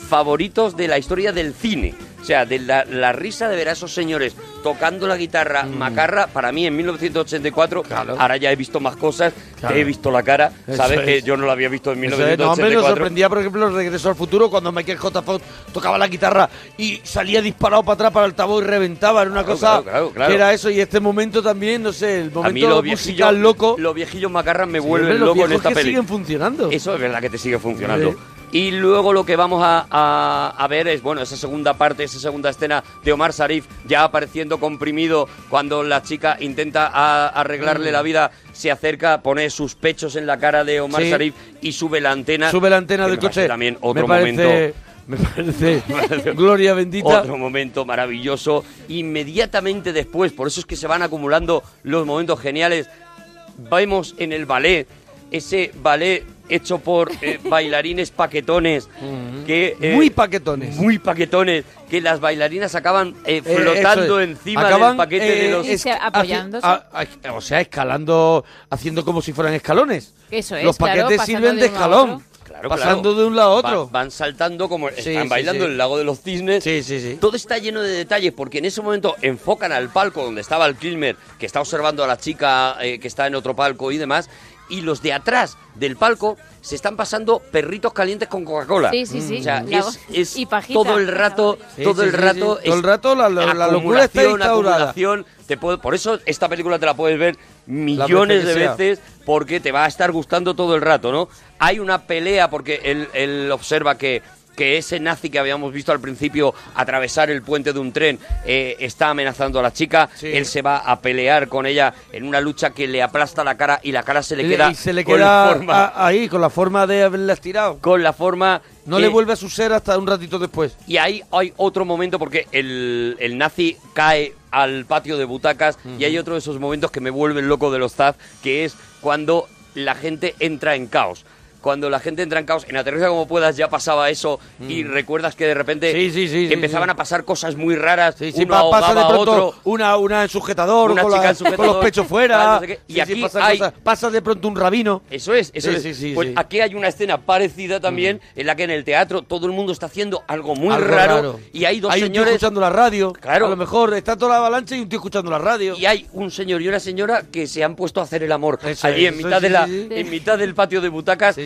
Speaker 2: favoritos de la historia del cine. O sea, de la, la risa de ver a esos señores tocando la guitarra
Speaker 20: Mm.
Speaker 2: macarra, para mí en 1984, ahora ya he visto más cosas,
Speaker 20: Claro.
Speaker 2: te he visto la cara,
Speaker 20: Eso
Speaker 2: sabes que
Speaker 20: es.
Speaker 2: yo no la había visto en
Speaker 20: Eso es, no,
Speaker 2: 1984.
Speaker 20: hombre, nos sorprendía, por ejemplo, el regreso al futuro cuando Michael J. Fox tocaba la guitarra y salía disparado para atrás para el altavoz y reventaba. Era una
Speaker 2: Claro,
Speaker 20: cosa
Speaker 2: claro, claro, claro.
Speaker 20: que era eso. Y este momento también, no sé, el
Speaker 2: A
Speaker 20: momento
Speaker 2: mí los
Speaker 20: musical
Speaker 2: viejillos,
Speaker 20: loco.
Speaker 2: los viejillos macarras me
Speaker 20: Sí,
Speaker 2: vuelven
Speaker 20: hombre, los
Speaker 2: loco en
Speaker 20: viejos
Speaker 2: esta
Speaker 20: que
Speaker 2: peli.
Speaker 20: siguen funcionando.
Speaker 2: Eso es verdad que te sigue funcionando.
Speaker 20: Sí.
Speaker 2: Y luego lo que vamos a, a- a ver es, bueno, esa segunda parte, esa segunda escena de Omar Sharif ya apareciendo comprimido cuando la chica intenta a- arreglarle
Speaker 20: Mm.
Speaker 2: la vida, se acerca, pone sus pechos en la cara de Omar
Speaker 20: Sí.
Speaker 2: Sharif y sube la antena.
Speaker 20: Sube la antena
Speaker 2: que
Speaker 20: del
Speaker 2: me parece
Speaker 20: coche.
Speaker 2: También
Speaker 20: Me
Speaker 2: otro
Speaker 20: parece-
Speaker 2: momento.
Speaker 20: Me parece. Gloria bendita.
Speaker 2: Otro momento maravilloso. Inmediatamente después, por eso es que se van acumulando los momentos geniales. Vemos en el ballet, ese ballet hecho por eh, bailarines paquetones. Que, eh,
Speaker 20: Muy paquetones.
Speaker 2: Muy paquetones. Que las bailarinas acaban eh,
Speaker 20: Eh,
Speaker 2: flotando
Speaker 20: eso es.
Speaker 2: encima del
Speaker 20: Acaban,
Speaker 2: paquete de
Speaker 20: eh,
Speaker 2: los.
Speaker 18: Y se-
Speaker 2: Es-
Speaker 18: apoyándose.
Speaker 20: haci- a- a- o sea, escalando, haciendo como si fueran escalones.
Speaker 18: Eso es,
Speaker 20: Los
Speaker 18: claro,
Speaker 20: paquetes
Speaker 18: pasando
Speaker 20: sirven
Speaker 18: de
Speaker 20: de
Speaker 18: uno a otro.
Speaker 20: escalón.
Speaker 2: Claro,
Speaker 20: pasando
Speaker 2: claro.
Speaker 20: de un lado a
Speaker 2: Va-
Speaker 20: otro.
Speaker 2: Van, saltando como
Speaker 20: Sí,
Speaker 2: están
Speaker 20: sí,
Speaker 2: bailando
Speaker 20: sí.
Speaker 2: el lago de los cisnes. Todo está lleno de detalles porque en ese momento enfocan al palco donde estaba el Kilmer, que está observando a la chica eh, que está en otro palco y demás. Y los de atrás del palco se están pasando perritos calientes con Coca-Cola.
Speaker 18: Sí, sí, sí.
Speaker 2: O sea,
Speaker 18: La-
Speaker 2: es, es
Speaker 18: y pajita.
Speaker 2: todo el rato,
Speaker 20: Sí,
Speaker 2: todo
Speaker 20: sí,
Speaker 2: el
Speaker 20: sí,
Speaker 2: rato.
Speaker 20: sí. Todo el
Speaker 2: es
Speaker 20: rato la- la- la locura está
Speaker 2: acumulación,
Speaker 20: instaurada.
Speaker 2: acumulación. Te puedo- por eso esta película te la puedes ver millones
Speaker 20: que
Speaker 2: de
Speaker 20: sea.
Speaker 2: veces porque te va a estar gustando todo el rato, ¿no? Hay una pelea porque él, él observa que, que ese nazi que habíamos visto al principio atravesar el puente de un tren eh, está amenazando a la chica. Él se va a pelear con ella en una lucha que le aplasta la cara y la cara se le
Speaker 20: Y-
Speaker 2: queda
Speaker 20: y se le
Speaker 2: con
Speaker 20: queda
Speaker 2: la forma.
Speaker 20: a- ahí, con la forma de haberla estirado.
Speaker 2: Con la forma.
Speaker 20: No le
Speaker 2: eh,
Speaker 20: vuelve a su ser hasta un ratito después.
Speaker 2: Y ahí hay otro momento porque el, el nazi cae al patio de butacas y hay otro de esos momentos que me vuelven loco de los Zaz, que es cuando la gente entra en caos. cuando la gente entra en caos, en Aterriza como puedas ya pasaba eso y recuerdas que de repente empezaban
Speaker 20: Mm. sí.
Speaker 2: a pasar cosas muy raras,
Speaker 20: Si
Speaker 2: uno ahogaba
Speaker 20: pasa de
Speaker 2: a
Speaker 20: pronto
Speaker 2: otro.
Speaker 20: una, una en sujetador,
Speaker 2: Una
Speaker 20: con,
Speaker 2: chica
Speaker 20: la-
Speaker 2: en sujetador,
Speaker 20: con los pechos
Speaker 2: tal,
Speaker 20: fuera.
Speaker 2: no sé qué. Y
Speaker 20: sí, sí,
Speaker 2: aquí
Speaker 20: pasa,
Speaker 2: hay-
Speaker 20: cosas. Pasa de pronto un rabino.
Speaker 2: Eso es, eso
Speaker 20: Sí,
Speaker 2: es.
Speaker 20: sí, sí,
Speaker 2: pues
Speaker 20: sí. Mm.
Speaker 2: aquí hay una escena parecida también en la que en el teatro todo el mundo está haciendo algo muy
Speaker 20: Algo
Speaker 2: raro,
Speaker 20: raro.
Speaker 2: y hay dos
Speaker 20: Hay un tío
Speaker 2: señores
Speaker 20: escuchando la radio.
Speaker 2: Claro.
Speaker 20: A lo mejor está toda la avalancha y un tío escuchando la radio.
Speaker 2: y hay un señor y una señora que se han puesto a hacer el amor allí
Speaker 20: es,
Speaker 2: en
Speaker 20: eso
Speaker 2: mitad
Speaker 20: es,
Speaker 2: de
Speaker 20: sí,
Speaker 2: la
Speaker 20: sí, sí.
Speaker 2: en mitad del patio de butacas.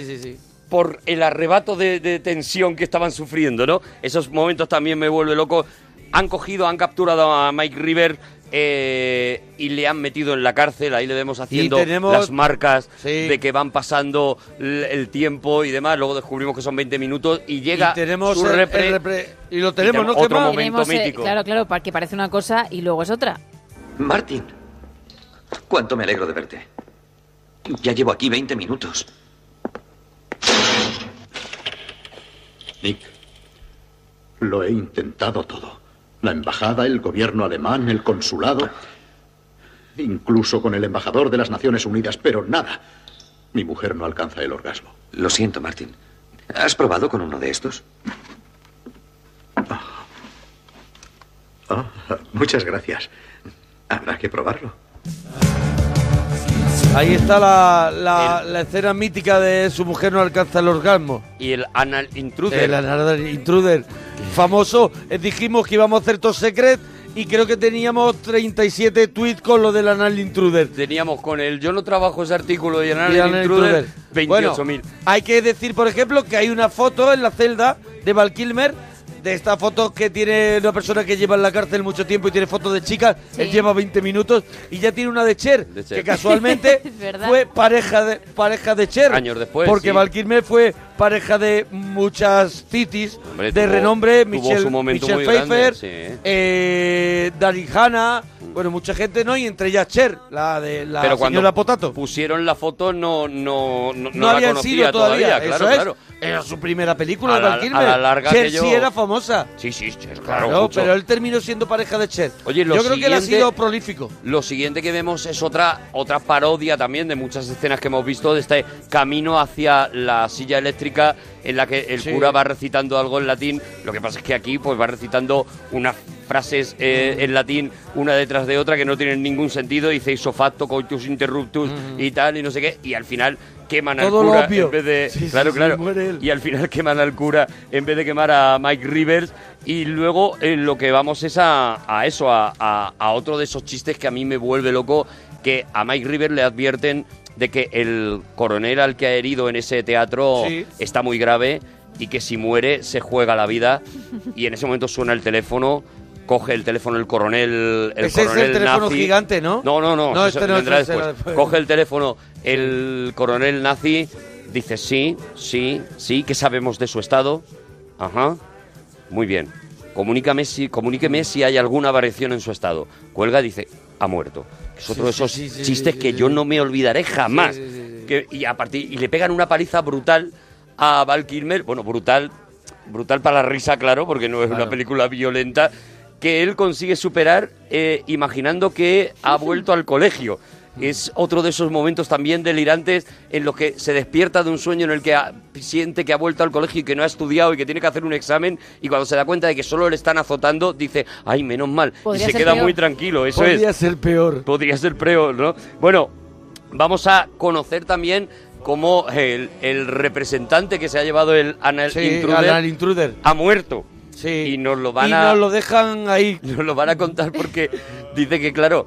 Speaker 2: Por el arrebato de, de tensión que estaban sufriendo, ¿no? Esos momentos también me vuelve loco. Han cogido, han capturado a Mike River eh, y le han metido en la cárcel. Ahí le vemos haciendo
Speaker 20: tenemos-
Speaker 2: las marcas
Speaker 20: Sí.
Speaker 2: de que van pasando l- el tiempo y demás. Luego descubrimos que son 20 minutos y
Speaker 20: Y
Speaker 2: llega
Speaker 20: tenemos
Speaker 2: su
Speaker 20: el- el
Speaker 2: repre-
Speaker 20: repre- y lo tenemos, ¿no?
Speaker 2: Otro
Speaker 20: Gemma?
Speaker 2: momento
Speaker 1: Tenemos, eh,
Speaker 2: mítico.
Speaker 1: claro, claro, pa- que parece una cosa y luego es otra.
Speaker 23: Martin, cuánto me alegro de verte. Ya llevo aquí 20 minutos.
Speaker 5: Nick, lo he intentado todo. La embajada, el gobierno alemán, el consulado, incluso con el embajador de las Naciones Unidas, pero nada. Mi mujer no alcanza el orgasmo.
Speaker 23: Lo siento, Martin. ¿Has probado con uno de estos?
Speaker 5: Ah, muchas gracias. Habrá que probarlo.
Speaker 20: Ahí está la, la- la escena mítica de su mujer no alcanza el orgasmo.
Speaker 2: y el anal intruder.
Speaker 20: El Another Intruder. Famoso. Eh, dijimos que íbamos a hacer Top Secret y creo que teníamos 37 tweets con lo del Anal Intruder.
Speaker 2: Teníamos con el yo no trabajo ese artículo y el anal
Speaker 20: Y Anal
Speaker 2: intruder,
Speaker 20: Bueno,
Speaker 2: 28.000.
Speaker 20: hay que decir, por ejemplo, que hay una foto en la celda de Val Kilmer. De estas fotos que tiene una persona que lleva en la cárcel mucho tiempo y tiene fotos de chicas, él lleva 20 minutos y ya tiene una de Cher,
Speaker 2: Cher.
Speaker 20: que casualmente
Speaker 1: Es verdad.
Speaker 20: fue pareja de, pareja de Cher.
Speaker 2: Años después,
Speaker 20: Porque
Speaker 2: sí.
Speaker 20: Val Kilmer fue pareja de muchas titis
Speaker 2: Hombre,
Speaker 20: de
Speaker 2: tuvo-
Speaker 20: renombre,
Speaker 2: tuvo
Speaker 20: Michelle,
Speaker 2: su momento
Speaker 20: Michelle
Speaker 2: muy grande,
Speaker 20: Pfeiffer,
Speaker 2: sí, ¿eh?
Speaker 20: eh, Daryl Hannah, bueno, mucha gente, ¿no? Y entre ellas Cher, la de la
Speaker 2: Pero cuando
Speaker 20: señora Potato.
Speaker 2: pusieron la foto no no no, no
Speaker 20: No,
Speaker 2: la
Speaker 20: habían
Speaker 2: conocía
Speaker 20: sido todavía,
Speaker 2: claro,
Speaker 20: eso es.
Speaker 2: claro.
Speaker 20: Era su primera película,
Speaker 2: A la-
Speaker 20: Val Kilmer.
Speaker 2: a la larga
Speaker 20: Cher
Speaker 2: que yo-
Speaker 20: sí era famosa.
Speaker 2: Sí, sí, Cher, claro,
Speaker 20: Claro,
Speaker 2: mucho.
Speaker 20: pero él terminó siendo pareja de Cher.
Speaker 2: Oye, lo
Speaker 20: Yo creo que él ha
Speaker 2: siguiente-
Speaker 20: sido prolífico.
Speaker 2: Lo siguiente que vemos es otra otra parodia también de muchas escenas que hemos visto de este camino hacia la silla eléctrica en la que el
Speaker 20: Sí.
Speaker 2: cura va recitando algo en latín. Lo que pasa es que aquí pues va recitando unas frases eh, en latín una detrás de otra que no tienen ningún sentido. Dice iso facto, coitus interruptus y tal y no sé qué. Y al final queman
Speaker 20: Todo
Speaker 2: al
Speaker 20: lo
Speaker 2: cura
Speaker 20: obvio.
Speaker 2: en vez de
Speaker 20: Sí, sí,
Speaker 2: claro
Speaker 20: sí,
Speaker 2: claro
Speaker 20: muere él.
Speaker 2: y al final queman al cura en vez de quemar a Mike Rivers. Y luego eh, lo que vamos es a, a eso, a, a- a otro de esos chistes que a mí me vuelve loco, que a Mike Rivers le advierten de que el coronel al que ha herido en ese teatro
Speaker 20: Sí.
Speaker 2: está muy grave y que si muere se juega la vida. Y en ese momento suena el teléfono, coge el teléfono el coronel, el
Speaker 20: Ese es
Speaker 2: coronel
Speaker 20: el teléfono
Speaker 2: nazi.
Speaker 20: gigante, ¿no?
Speaker 2: No, no, no.
Speaker 20: No,
Speaker 2: eso
Speaker 20: este no,
Speaker 2: vendrá
Speaker 20: este
Speaker 2: después.
Speaker 20: será después.
Speaker 2: Coge el teléfono el coronel nazi, dice sí, sí, sí, ¿qué sabemos de su estado? Ajá, muy bien. Comunícame si, comuníqueme si hay alguna variación en su estado. Cuelga, dice, ha muerto. Es otro de
Speaker 20: Sí, sí,
Speaker 2: esos
Speaker 20: sí, sí,
Speaker 2: chistes
Speaker 20: sí,
Speaker 2: que
Speaker 20: sí,
Speaker 2: yo
Speaker 20: sí.
Speaker 2: no me olvidaré jamás.
Speaker 20: Sí, sí,
Speaker 2: Que- y, a partir, y le pegan una paliza brutal a Val Kilmer. Bueno, brutal, brutal para la risa, claro, porque no es una película violenta, que él consigue superar eh, imaginando que ha vuelto al colegio.
Speaker 20: Mm.
Speaker 2: Es otro de esos momentos también delirantes en los que se despierta de un sueño en el que ha- siente que ha vuelto al colegio y que no ha estudiado y que tiene que hacer un examen y cuando se da cuenta de que solo le están azotando dice, ay, menos mal, y
Speaker 20: Podría
Speaker 2: se
Speaker 20: ser
Speaker 2: queda
Speaker 20: peor.
Speaker 2: muy tranquilo. Eso es.
Speaker 20: Podría ser peor.
Speaker 2: Podría ser peor, ¿no? Bueno, vamos a conocer también cómo el, el representante que se ha llevado el Anal
Speaker 20: Sí,
Speaker 2: Intruder
Speaker 20: Anal Intruder.
Speaker 2: ha muerto. Y nos lo van
Speaker 20: y
Speaker 2: a
Speaker 20: nos lo dejan ahí.
Speaker 2: nos lo van a contar porque dice que claro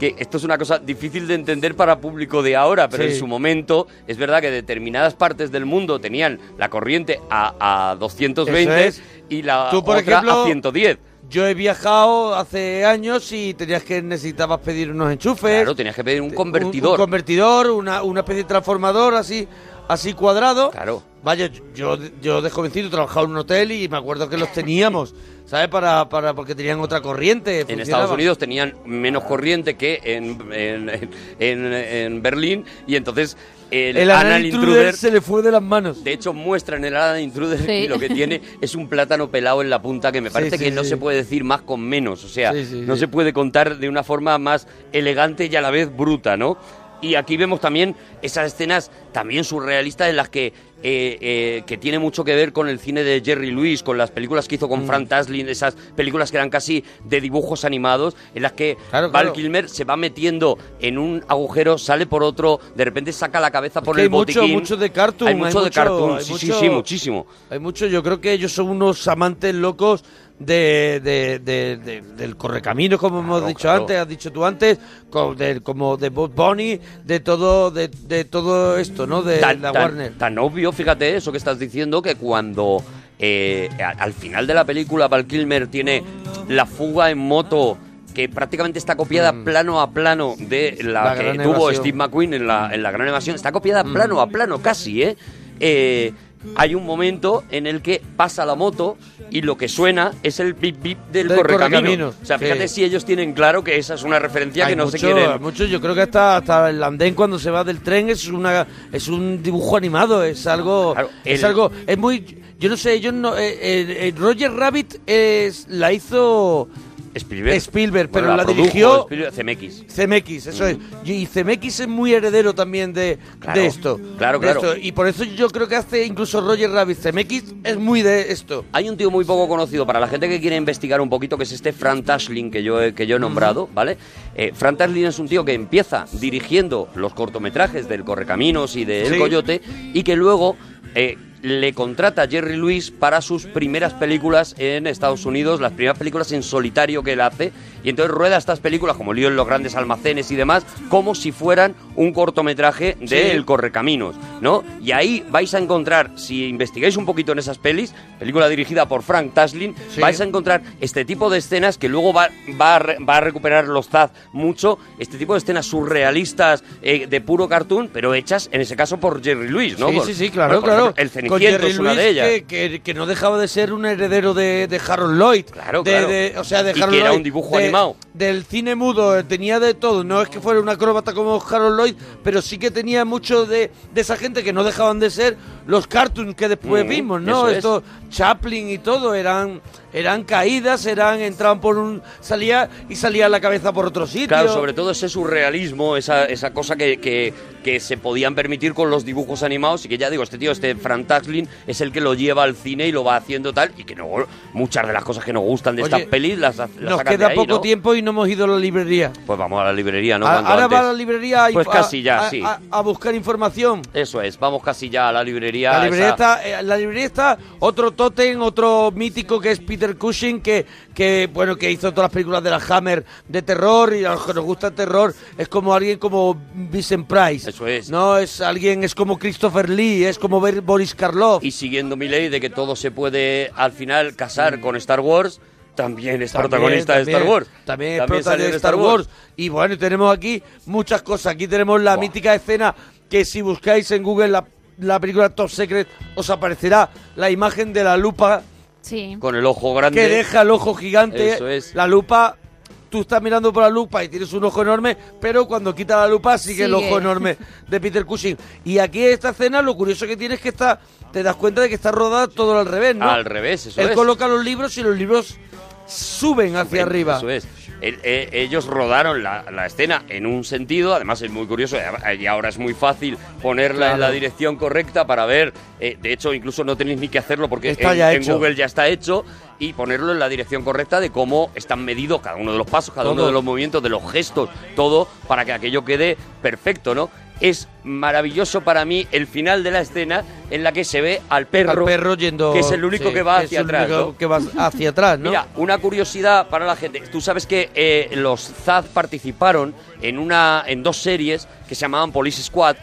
Speaker 2: que esto es una cosa difícil de entender para público de ahora, pero
Speaker 20: Sí.
Speaker 2: en su momento es verdad que determinadas partes del mundo tenían la corriente a, a 220
Speaker 20: Eso es.
Speaker 2: y la
Speaker 20: Tú, por
Speaker 2: otra
Speaker 20: ejemplo,
Speaker 2: a 110.
Speaker 20: Yo he viajado hace años y tenías que necesitabas pedir unos enchufes.
Speaker 2: Claro, tenías que pedir un
Speaker 20: Un,
Speaker 2: convertidor.
Speaker 20: convertidor, una, una especie de transformador así, así cuadrado.
Speaker 2: Claro.
Speaker 20: Vaya, yo, yo de jovencito trabajaba en un hotel y me acuerdo que los teníamos, ¿sabes? Para, para, porque tenían otra corriente.
Speaker 2: En
Speaker 20: funcionaba.
Speaker 2: Estados Unidos tenían menos corriente que en, en- en- en- en Berlín y entonces el,
Speaker 20: El, anal, intruder,
Speaker 2: Intruder
Speaker 20: se le fue de las manos.
Speaker 2: De hecho, muestran el Alan Intruder
Speaker 20: Sí.
Speaker 2: y lo que tiene es un plátano pelado en la punta que me
Speaker 20: Sí,
Speaker 2: parece
Speaker 20: sí,
Speaker 2: que no
Speaker 20: sí.
Speaker 2: se puede decir más con menos. O sea,
Speaker 20: Sí, sí,
Speaker 2: no
Speaker 20: sí.
Speaker 2: se puede contar de una forma más elegante y a la vez bruta, ¿no? Y aquí vemos también esas escenas también surrealistas en las que, eh, eh, que tiene mucho que ver con el cine de Jerry Lewis, con las películas que hizo
Speaker 20: Mm.
Speaker 2: con Frank Taslin, esas películas que eran casi de dibujos animados, en las que Val
Speaker 20: claro.
Speaker 2: Kilmer se va metiendo en un agujero, sale por otro, de repente saca la cabeza por
Speaker 20: Que
Speaker 2: el
Speaker 20: hay mucho,
Speaker 2: botiquín.
Speaker 20: mucho de cartoon.
Speaker 2: Hay mucho de cartoon,
Speaker 20: hay
Speaker 2: sí,
Speaker 20: mucho-
Speaker 2: sí, sí, muchísimo.
Speaker 20: Hay mucho, yo creo que ellos son unos amantes locos de, de- de- de- del correcaminos, como hemos dicho
Speaker 2: claro.
Speaker 20: antes, has dicho tú antes, co- de- como de Bob Bunny, de todo, de, de todo esto, ¿no? De
Speaker 2: tan,
Speaker 20: la
Speaker 2: tan-
Speaker 20: Warner.
Speaker 2: tan obvio, fíjate eso que estás diciendo, que cuando eh, a- al final de la película Val Kilmer tiene la fuga en moto que prácticamente está copiada plano a plano de la,
Speaker 20: Mm. La
Speaker 2: que
Speaker 20: gran
Speaker 2: tuvo
Speaker 20: evasión. Mm.
Speaker 2: Steve McQueen en la, en la gran evasión. Está copiada plano a plano casi, ¿eh? Eh, hay un momento en el que pasa la moto y lo que suena es el bip bip del,
Speaker 20: Del
Speaker 2: correcamino.
Speaker 20: correcaminos,
Speaker 2: O sea, fíjate
Speaker 20: sí.
Speaker 2: si ellos tienen claro que esa es una referencia
Speaker 20: Hay
Speaker 2: que no
Speaker 20: mucho,
Speaker 2: se quieren.
Speaker 20: hay mucho, yo creo que hasta, hasta el andén cuando se va del tren es una es un dibujo animado, es algo es
Speaker 2: el-
Speaker 20: algo es muy yo no sé, yo no eh, eh, eh, Roger Rabbit es, la hizo
Speaker 2: Spielberg.
Speaker 20: Spielberg, pero
Speaker 2: Bueno,
Speaker 20: la,
Speaker 2: produjo
Speaker 20: dirigió
Speaker 2: Spielberg- CMX.
Speaker 20: CMX, eso es. Y CMX es muy heredero también de,
Speaker 2: Mm. Claro,
Speaker 20: de esto.
Speaker 2: claro,
Speaker 20: de
Speaker 2: claro.
Speaker 20: esto. Y por eso yo creo que hace incluso Roger Rabbit CMX es muy de esto.
Speaker 2: Hay un tío muy poco conocido para la gente que quiere investigar un poquito, que es este Fran Tashlin que yo, he- que yo he nombrado, ¿vale? Eh, Fran Tashlin es un tío que empieza dirigiendo los cortometrajes del Correcaminos y de El
Speaker 20: Sí.
Speaker 2: Coyote y que luego eh, le contrata a Jerry Lewis para sus primeras películas en Estados Unidos, las primeras películas en solitario que él hace. Y entonces rueda estas películas, como Lío en los grandes almacenes y demás, como si fueran un cortometraje de
Speaker 20: Sí.
Speaker 2: El Correcaminos, ¿no? Y ahí vais a encontrar, si investigáis un poquito en esas pelis, película dirigida por Frank Taslin, vais a encontrar este tipo de escenas que luego va, va, a re- va a recuperar los Zaz mucho, este tipo de escenas surrealistas eh, de puro cartoon, pero hechas en ese caso por Jerry Lewis, ¿no?
Speaker 20: Sí,
Speaker 2: Por-
Speaker 20: sí, sí, claro,
Speaker 2: por
Speaker 20: claro.
Speaker 2: ejemplo, El
Speaker 20: Con
Speaker 2: Ceniciento
Speaker 20: Jerry
Speaker 2: es una
Speaker 20: Lewis,
Speaker 2: de ellas.
Speaker 20: Que, que- que no dejaba de ser un heredero de, de Harold Lloyd.
Speaker 2: Claro,
Speaker 20: de,
Speaker 2: claro.
Speaker 20: de- o sea, de
Speaker 2: Y que
Speaker 20: Harold
Speaker 2: era
Speaker 20: Lloyd,
Speaker 2: un dibujo
Speaker 20: de-
Speaker 2: animado.
Speaker 20: Del cine mudo, eh, tenía de todo. No es que fuera un acróbata como Harold Lloyd, pero sí que tenía mucho de, de esa gente que no dejaban de ser los cartoons que después
Speaker 2: Mm,
Speaker 20: vimos,
Speaker 2: eso
Speaker 20: ¿no?
Speaker 2: es.
Speaker 20: Estos Chaplin y todo eran eran caídas, eran entraban por un salía y salía la cabeza por otro sitio.
Speaker 2: Claro, sobre todo ese surrealismo, esa, esa cosa que, que- que se podían permitir con los dibujos animados y que ya digo, este tío, este Frank Taslin, es el que lo lleva al cine y lo va haciendo tal y que no, muchas de las cosas que nos gustan de
Speaker 20: Oye,
Speaker 2: estas pelis las, las
Speaker 20: Nos
Speaker 2: sacan de
Speaker 20: queda
Speaker 2: ahí,
Speaker 20: poco
Speaker 2: ¿no?
Speaker 20: tiempo y no hemos ido a la librería.
Speaker 2: Pues vamos a la librería, ¿no?
Speaker 20: A-
Speaker 2: Cuanto
Speaker 20: ahora va a
Speaker 2: antes.
Speaker 20: la librería y
Speaker 2: Pues casi ya,
Speaker 20: a-
Speaker 2: sí.
Speaker 20: a- a buscar información.
Speaker 2: Eso es, vamos casi ya a la librería.
Speaker 20: La librería,
Speaker 2: esa-
Speaker 20: está, eh, la librería está otro tótem, otro mítico que es Peter Cushing, que, que bueno que hizo todas las películas de la Hammer de terror y a los que nos gusta el terror es como alguien como Vincent Price. Eso
Speaker 2: es.
Speaker 20: No es alguien es como Christopher Lee, es como ver Boris Karloff.
Speaker 2: Y siguiendo mi ley de que todo se puede al final casar con Star Wars, también es
Speaker 20: Mm. También,
Speaker 2: protagonista
Speaker 20: también,
Speaker 2: de Star Wars.
Speaker 20: También es
Speaker 2: salió
Speaker 20: protagonista de Star Wars. Y bueno, tenemos aquí muchas cosas. Aquí tenemos la mítica escena que si buscáis en Google la, la película Top Secret os aparecerá la imagen de la lupa
Speaker 3: Sí.
Speaker 2: Con el ojo grande.
Speaker 20: que deja el ojo gigante.
Speaker 2: Eso es.
Speaker 20: La lupa, tú estás mirando por la lupa y tienes un ojo enorme, pero cuando quita la lupa sigue, el
Speaker 2: Sigue.
Speaker 20: ojo enorme de Peter Cushing. Y aquí esta escena, lo curioso que tiene es que está, te das cuenta de que está rodada todo al revés, ¿no?
Speaker 2: Al revés, eso
Speaker 20: Él
Speaker 2: es.
Speaker 20: coloca los libros y los libros suben hacia
Speaker 2: Ven,
Speaker 20: arriba.
Speaker 2: Eso es. El- eh, ellos rodaron la, la escena en un sentido, además es muy curioso eh, y ahora es muy fácil ponerla en la
Speaker 20: Claro.
Speaker 2: dirección correcta para ver. eh, de hecho, incluso no tenéis ni que hacerlo porque
Speaker 20: Está
Speaker 2: en,
Speaker 20: ya
Speaker 2: en
Speaker 20: hecho.
Speaker 2: Google ya está hecho y ponerlo en la dirección correcta de cómo están medidos cada uno de los pasos, cada uno
Speaker 20: Todo.
Speaker 2: de los movimientos, de los gestos, todo para que aquello quede perfecto, ¿no? Es maravilloso para mí el final de la escena en la que se ve al perro,
Speaker 20: Al perro yendo-
Speaker 2: que es el único
Speaker 20: sí,
Speaker 2: que va
Speaker 20: es
Speaker 2: hacia
Speaker 20: el
Speaker 2: atrás.
Speaker 20: único
Speaker 2: ¿no?
Speaker 20: que va hacia atrás, ¿no?
Speaker 2: Mira, una curiosidad para la gente. Tú sabes que eh, los Zaz participaron en una en dos series que se llamaban Police Squad,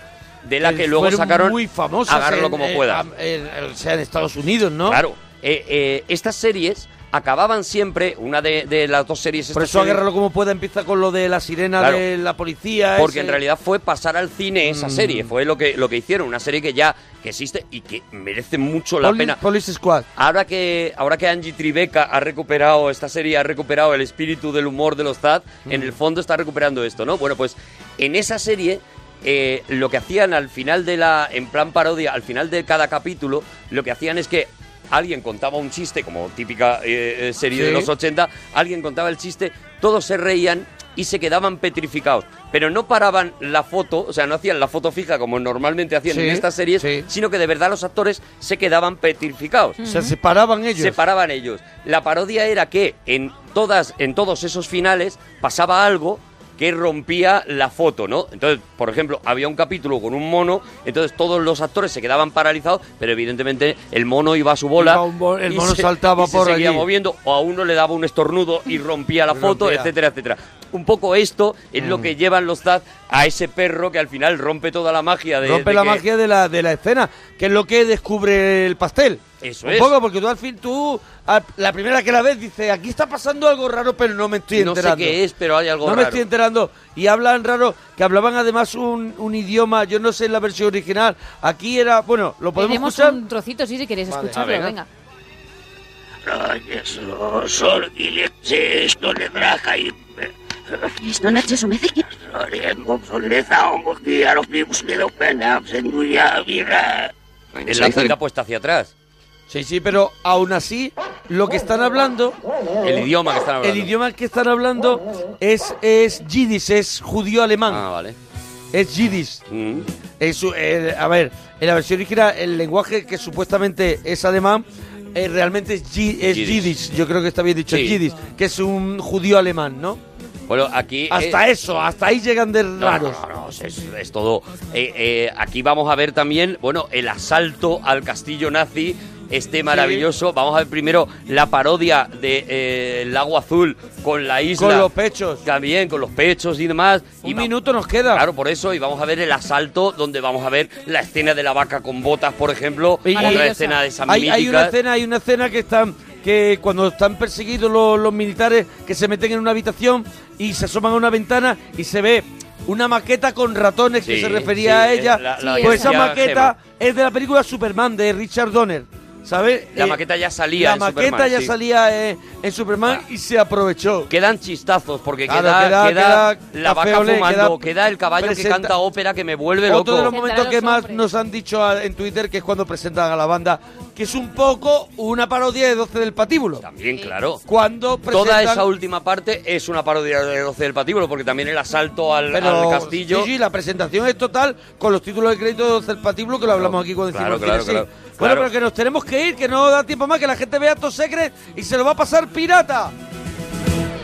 Speaker 2: de la que luego
Speaker 20: Fueron
Speaker 2: sacaron
Speaker 20: muy famosas
Speaker 2: Agárralo
Speaker 20: en-
Speaker 2: como
Speaker 20: en-
Speaker 2: pueda.
Speaker 20: am- en- o sea, en Estados Unidos, ¿no?
Speaker 2: Claro. Eh, eh, estas series acababan siempre, una de, de las dos series...
Speaker 20: Por
Speaker 2: estas
Speaker 20: eso
Speaker 2: series-
Speaker 20: agárralo como pueda, empieza con lo de la sirena
Speaker 2: Claro.
Speaker 20: de la policía.
Speaker 2: Porque
Speaker 20: ese-
Speaker 2: en realidad fue pasar al cine esa
Speaker 20: Mm.
Speaker 2: serie, fue lo que, lo que hicieron, una serie que ya que existe y que merece mucho la
Speaker 20: Poli-
Speaker 2: pena.
Speaker 20: Police Squad.
Speaker 2: Ahora que, ahora que Angie Tribeca ha recuperado esta serie, ha recuperado el espíritu del humor de los Zaz,
Speaker 20: Mm.
Speaker 2: en el fondo está recuperando esto, ¿no? Bueno, pues en esa serie eh, lo que hacían al final de la, en plan parodia, al final de cada capítulo, lo que hacían es que alguien contaba un chiste, como típica eh, eh, serie de
Speaker 20: Sí.
Speaker 2: los 80, alguien contaba el chiste, todos se reían y se quedaban petrificados. pero no paraban la foto, o sea, no hacían la foto fija como normalmente hacían
Speaker 20: Sí,
Speaker 2: en estas series, sino que de verdad los actores se quedaban petrificados.
Speaker 20: O sea, se paraban ellos.
Speaker 2: Se paraban ellos. La parodia era que en todas, en todos esos finales pasaba algo que rompía la foto, ¿no? Entonces, por ejemplo, había un capítulo con un mono, entonces todos los actores se quedaban paralizados, pero evidentemente el mono iba a su bola,
Speaker 20: Iba un bo- el
Speaker 2: y
Speaker 20: mono saltaba
Speaker 2: y se
Speaker 20: por
Speaker 2: seguía
Speaker 20: allí.
Speaker 2: moviendo, o a uno le daba un estornudo y rompía la foto,
Speaker 20: Rompía.
Speaker 2: etcétera, etcétera. Un poco esto es lo
Speaker 20: Mm.
Speaker 2: que llevan los Zaz a ese perro que al final rompe toda la magia de
Speaker 20: Rompe
Speaker 2: de
Speaker 20: la
Speaker 2: que-
Speaker 20: magia de la, de la escena, que es lo que descubre el pastel.
Speaker 2: Eso
Speaker 20: Un
Speaker 2: es.
Speaker 20: poco, porque tú al fin, tú, al- la primera que la ves, dices, aquí está pasando algo raro, pero no me estoy
Speaker 2: No sé
Speaker 20: enterando.
Speaker 2: qué es, pero hay algo
Speaker 20: No me
Speaker 2: raro.
Speaker 20: estoy enterando. Y hablan raro, que hablaban además un, un idioma, yo no sé en la versión original. Aquí era, bueno, lo podemos
Speaker 1: Tenemos
Speaker 20: escuchar.
Speaker 1: un trocito, sí, si queréis
Speaker 20: Vale.
Speaker 1: escucharlo,
Speaker 20: A ver.
Speaker 1: venga.
Speaker 24: Rayes, los ordiles, no le braja y...
Speaker 13: Στον να τσεσομέθηκε.
Speaker 24: Rayes, μοψολέθα όμως και αρροφήμους και εδώ πέρα, ψεντουλιά, βήρα.
Speaker 2: En la cinta puesta hacia atrás.
Speaker 20: Sí, sí, pero aún así, lo que están hablando.
Speaker 2: El idioma que están hablando.
Speaker 20: El idioma que están hablando es, es yiddish, es judío-alemán. Ah,
Speaker 2: vale. Mm.
Speaker 20: Es yiddish. Es, eh, a ver, en la versión original, el lenguaje que supuestamente es alemán, eh, realmente es, yi- es
Speaker 2: Yiddish.
Speaker 20: yiddish. Yo creo que está bien dicho,
Speaker 2: Sí.
Speaker 20: es yiddish, que es un judío-alemán, ¿no?
Speaker 2: Bueno, aquí... eh,
Speaker 20: Hasta eso, hasta ahí llegan de
Speaker 2: No,
Speaker 20: raros.
Speaker 2: no, no, no, es, es todo. Eh, eh, aquí vamos a ver también, bueno, el asalto al castillo nazi, este maravilloso. Vamos a ver primero la parodia de eh, el lago azul con la isla.
Speaker 20: Con los pechos.
Speaker 2: También, con los pechos y demás. Un
Speaker 20: minuto nos queda.
Speaker 2: Claro, por eso. Y vamos a ver el asalto, donde vamos a ver la escena de la vaca con botas, por ejemplo.
Speaker 20: Y-
Speaker 2: otra escena de esa
Speaker 20: hay, hay una escena, hay una escena que están que cuando están perseguidos los, los militares que se meten en una habitación y se asoman a una ventana y se ve una maqueta con ratones que
Speaker 2: Sí,
Speaker 20: se refería
Speaker 2: sí,
Speaker 20: a
Speaker 2: es
Speaker 20: ella.
Speaker 2: la- la-
Speaker 20: pues esa
Speaker 2: decía
Speaker 20: maqueta es de la película Superman de Richard Donner. ¿Sabes?
Speaker 2: La
Speaker 20: Eh,
Speaker 2: maqueta ya salía
Speaker 20: La
Speaker 2: en
Speaker 20: maqueta
Speaker 2: Superman,
Speaker 20: ya
Speaker 2: sí. Ah.
Speaker 20: salía eh, en Superman y se aprovechó.
Speaker 2: Quedan chistazos porque
Speaker 20: Claro,
Speaker 2: queda,
Speaker 20: queda-
Speaker 2: queda
Speaker 20: queda
Speaker 2: la vaca
Speaker 20: café olé,
Speaker 2: fumando, queda,
Speaker 20: queda-
Speaker 2: el caballo que
Speaker 20: presenta-
Speaker 2: canta ópera que me vuelve loco.
Speaker 20: Otro de los momentos que más nos han dicho a- en Twitter que es cuando presentan a la banda, que es un poco una parodia de 12 del patíbulo.
Speaker 2: Bien, claro.
Speaker 20: Cuando presentan...
Speaker 2: Toda esa última parte es una parodia de 12 del patíbulo, porque también el asalto al,
Speaker 20: Pero,
Speaker 2: al castillo.
Speaker 20: sí, sí, la presentación es total con los títulos de crédito de 12 del patíbulo que lo hablamos aquí cuando
Speaker 2: claro,
Speaker 20: hicimos
Speaker 2: claro,
Speaker 20: el cine,
Speaker 2: claro,
Speaker 20: sí.
Speaker 2: claro.
Speaker 20: Bueno, pero que nos tenemos que ir, que no da tiempo más, que la gente vea estos secrets y se lo va a pasar pirata.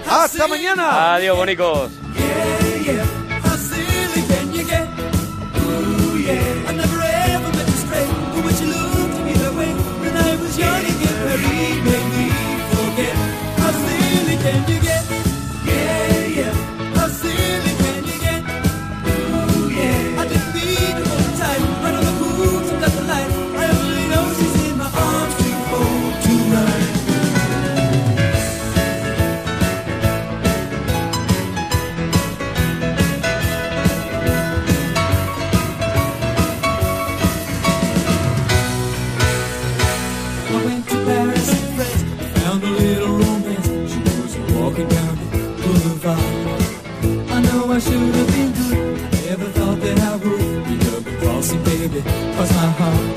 Speaker 20: ¡Hasta mañana!
Speaker 2: Adiós, bonicos.
Speaker 3: How silly can you get? Ooh, yeah. I never ever meant to stray, but when she looked at me that way, when I was young again, Mary made me forget. How silly can you get? Yeah, yeah. How silly can you get? Ooh, yeah. I didn't need you all the time, right on the hoops and got the light. I only know she's in my arms too old to run. I went to Paris and France. I found a little romance. She was walking down the boulevard. I know I should have been good. I never thought that I would. You love me crossing, baby, cross my heart.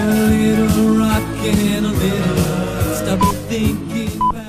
Speaker 3: A little rock and a little love. Stop thinking about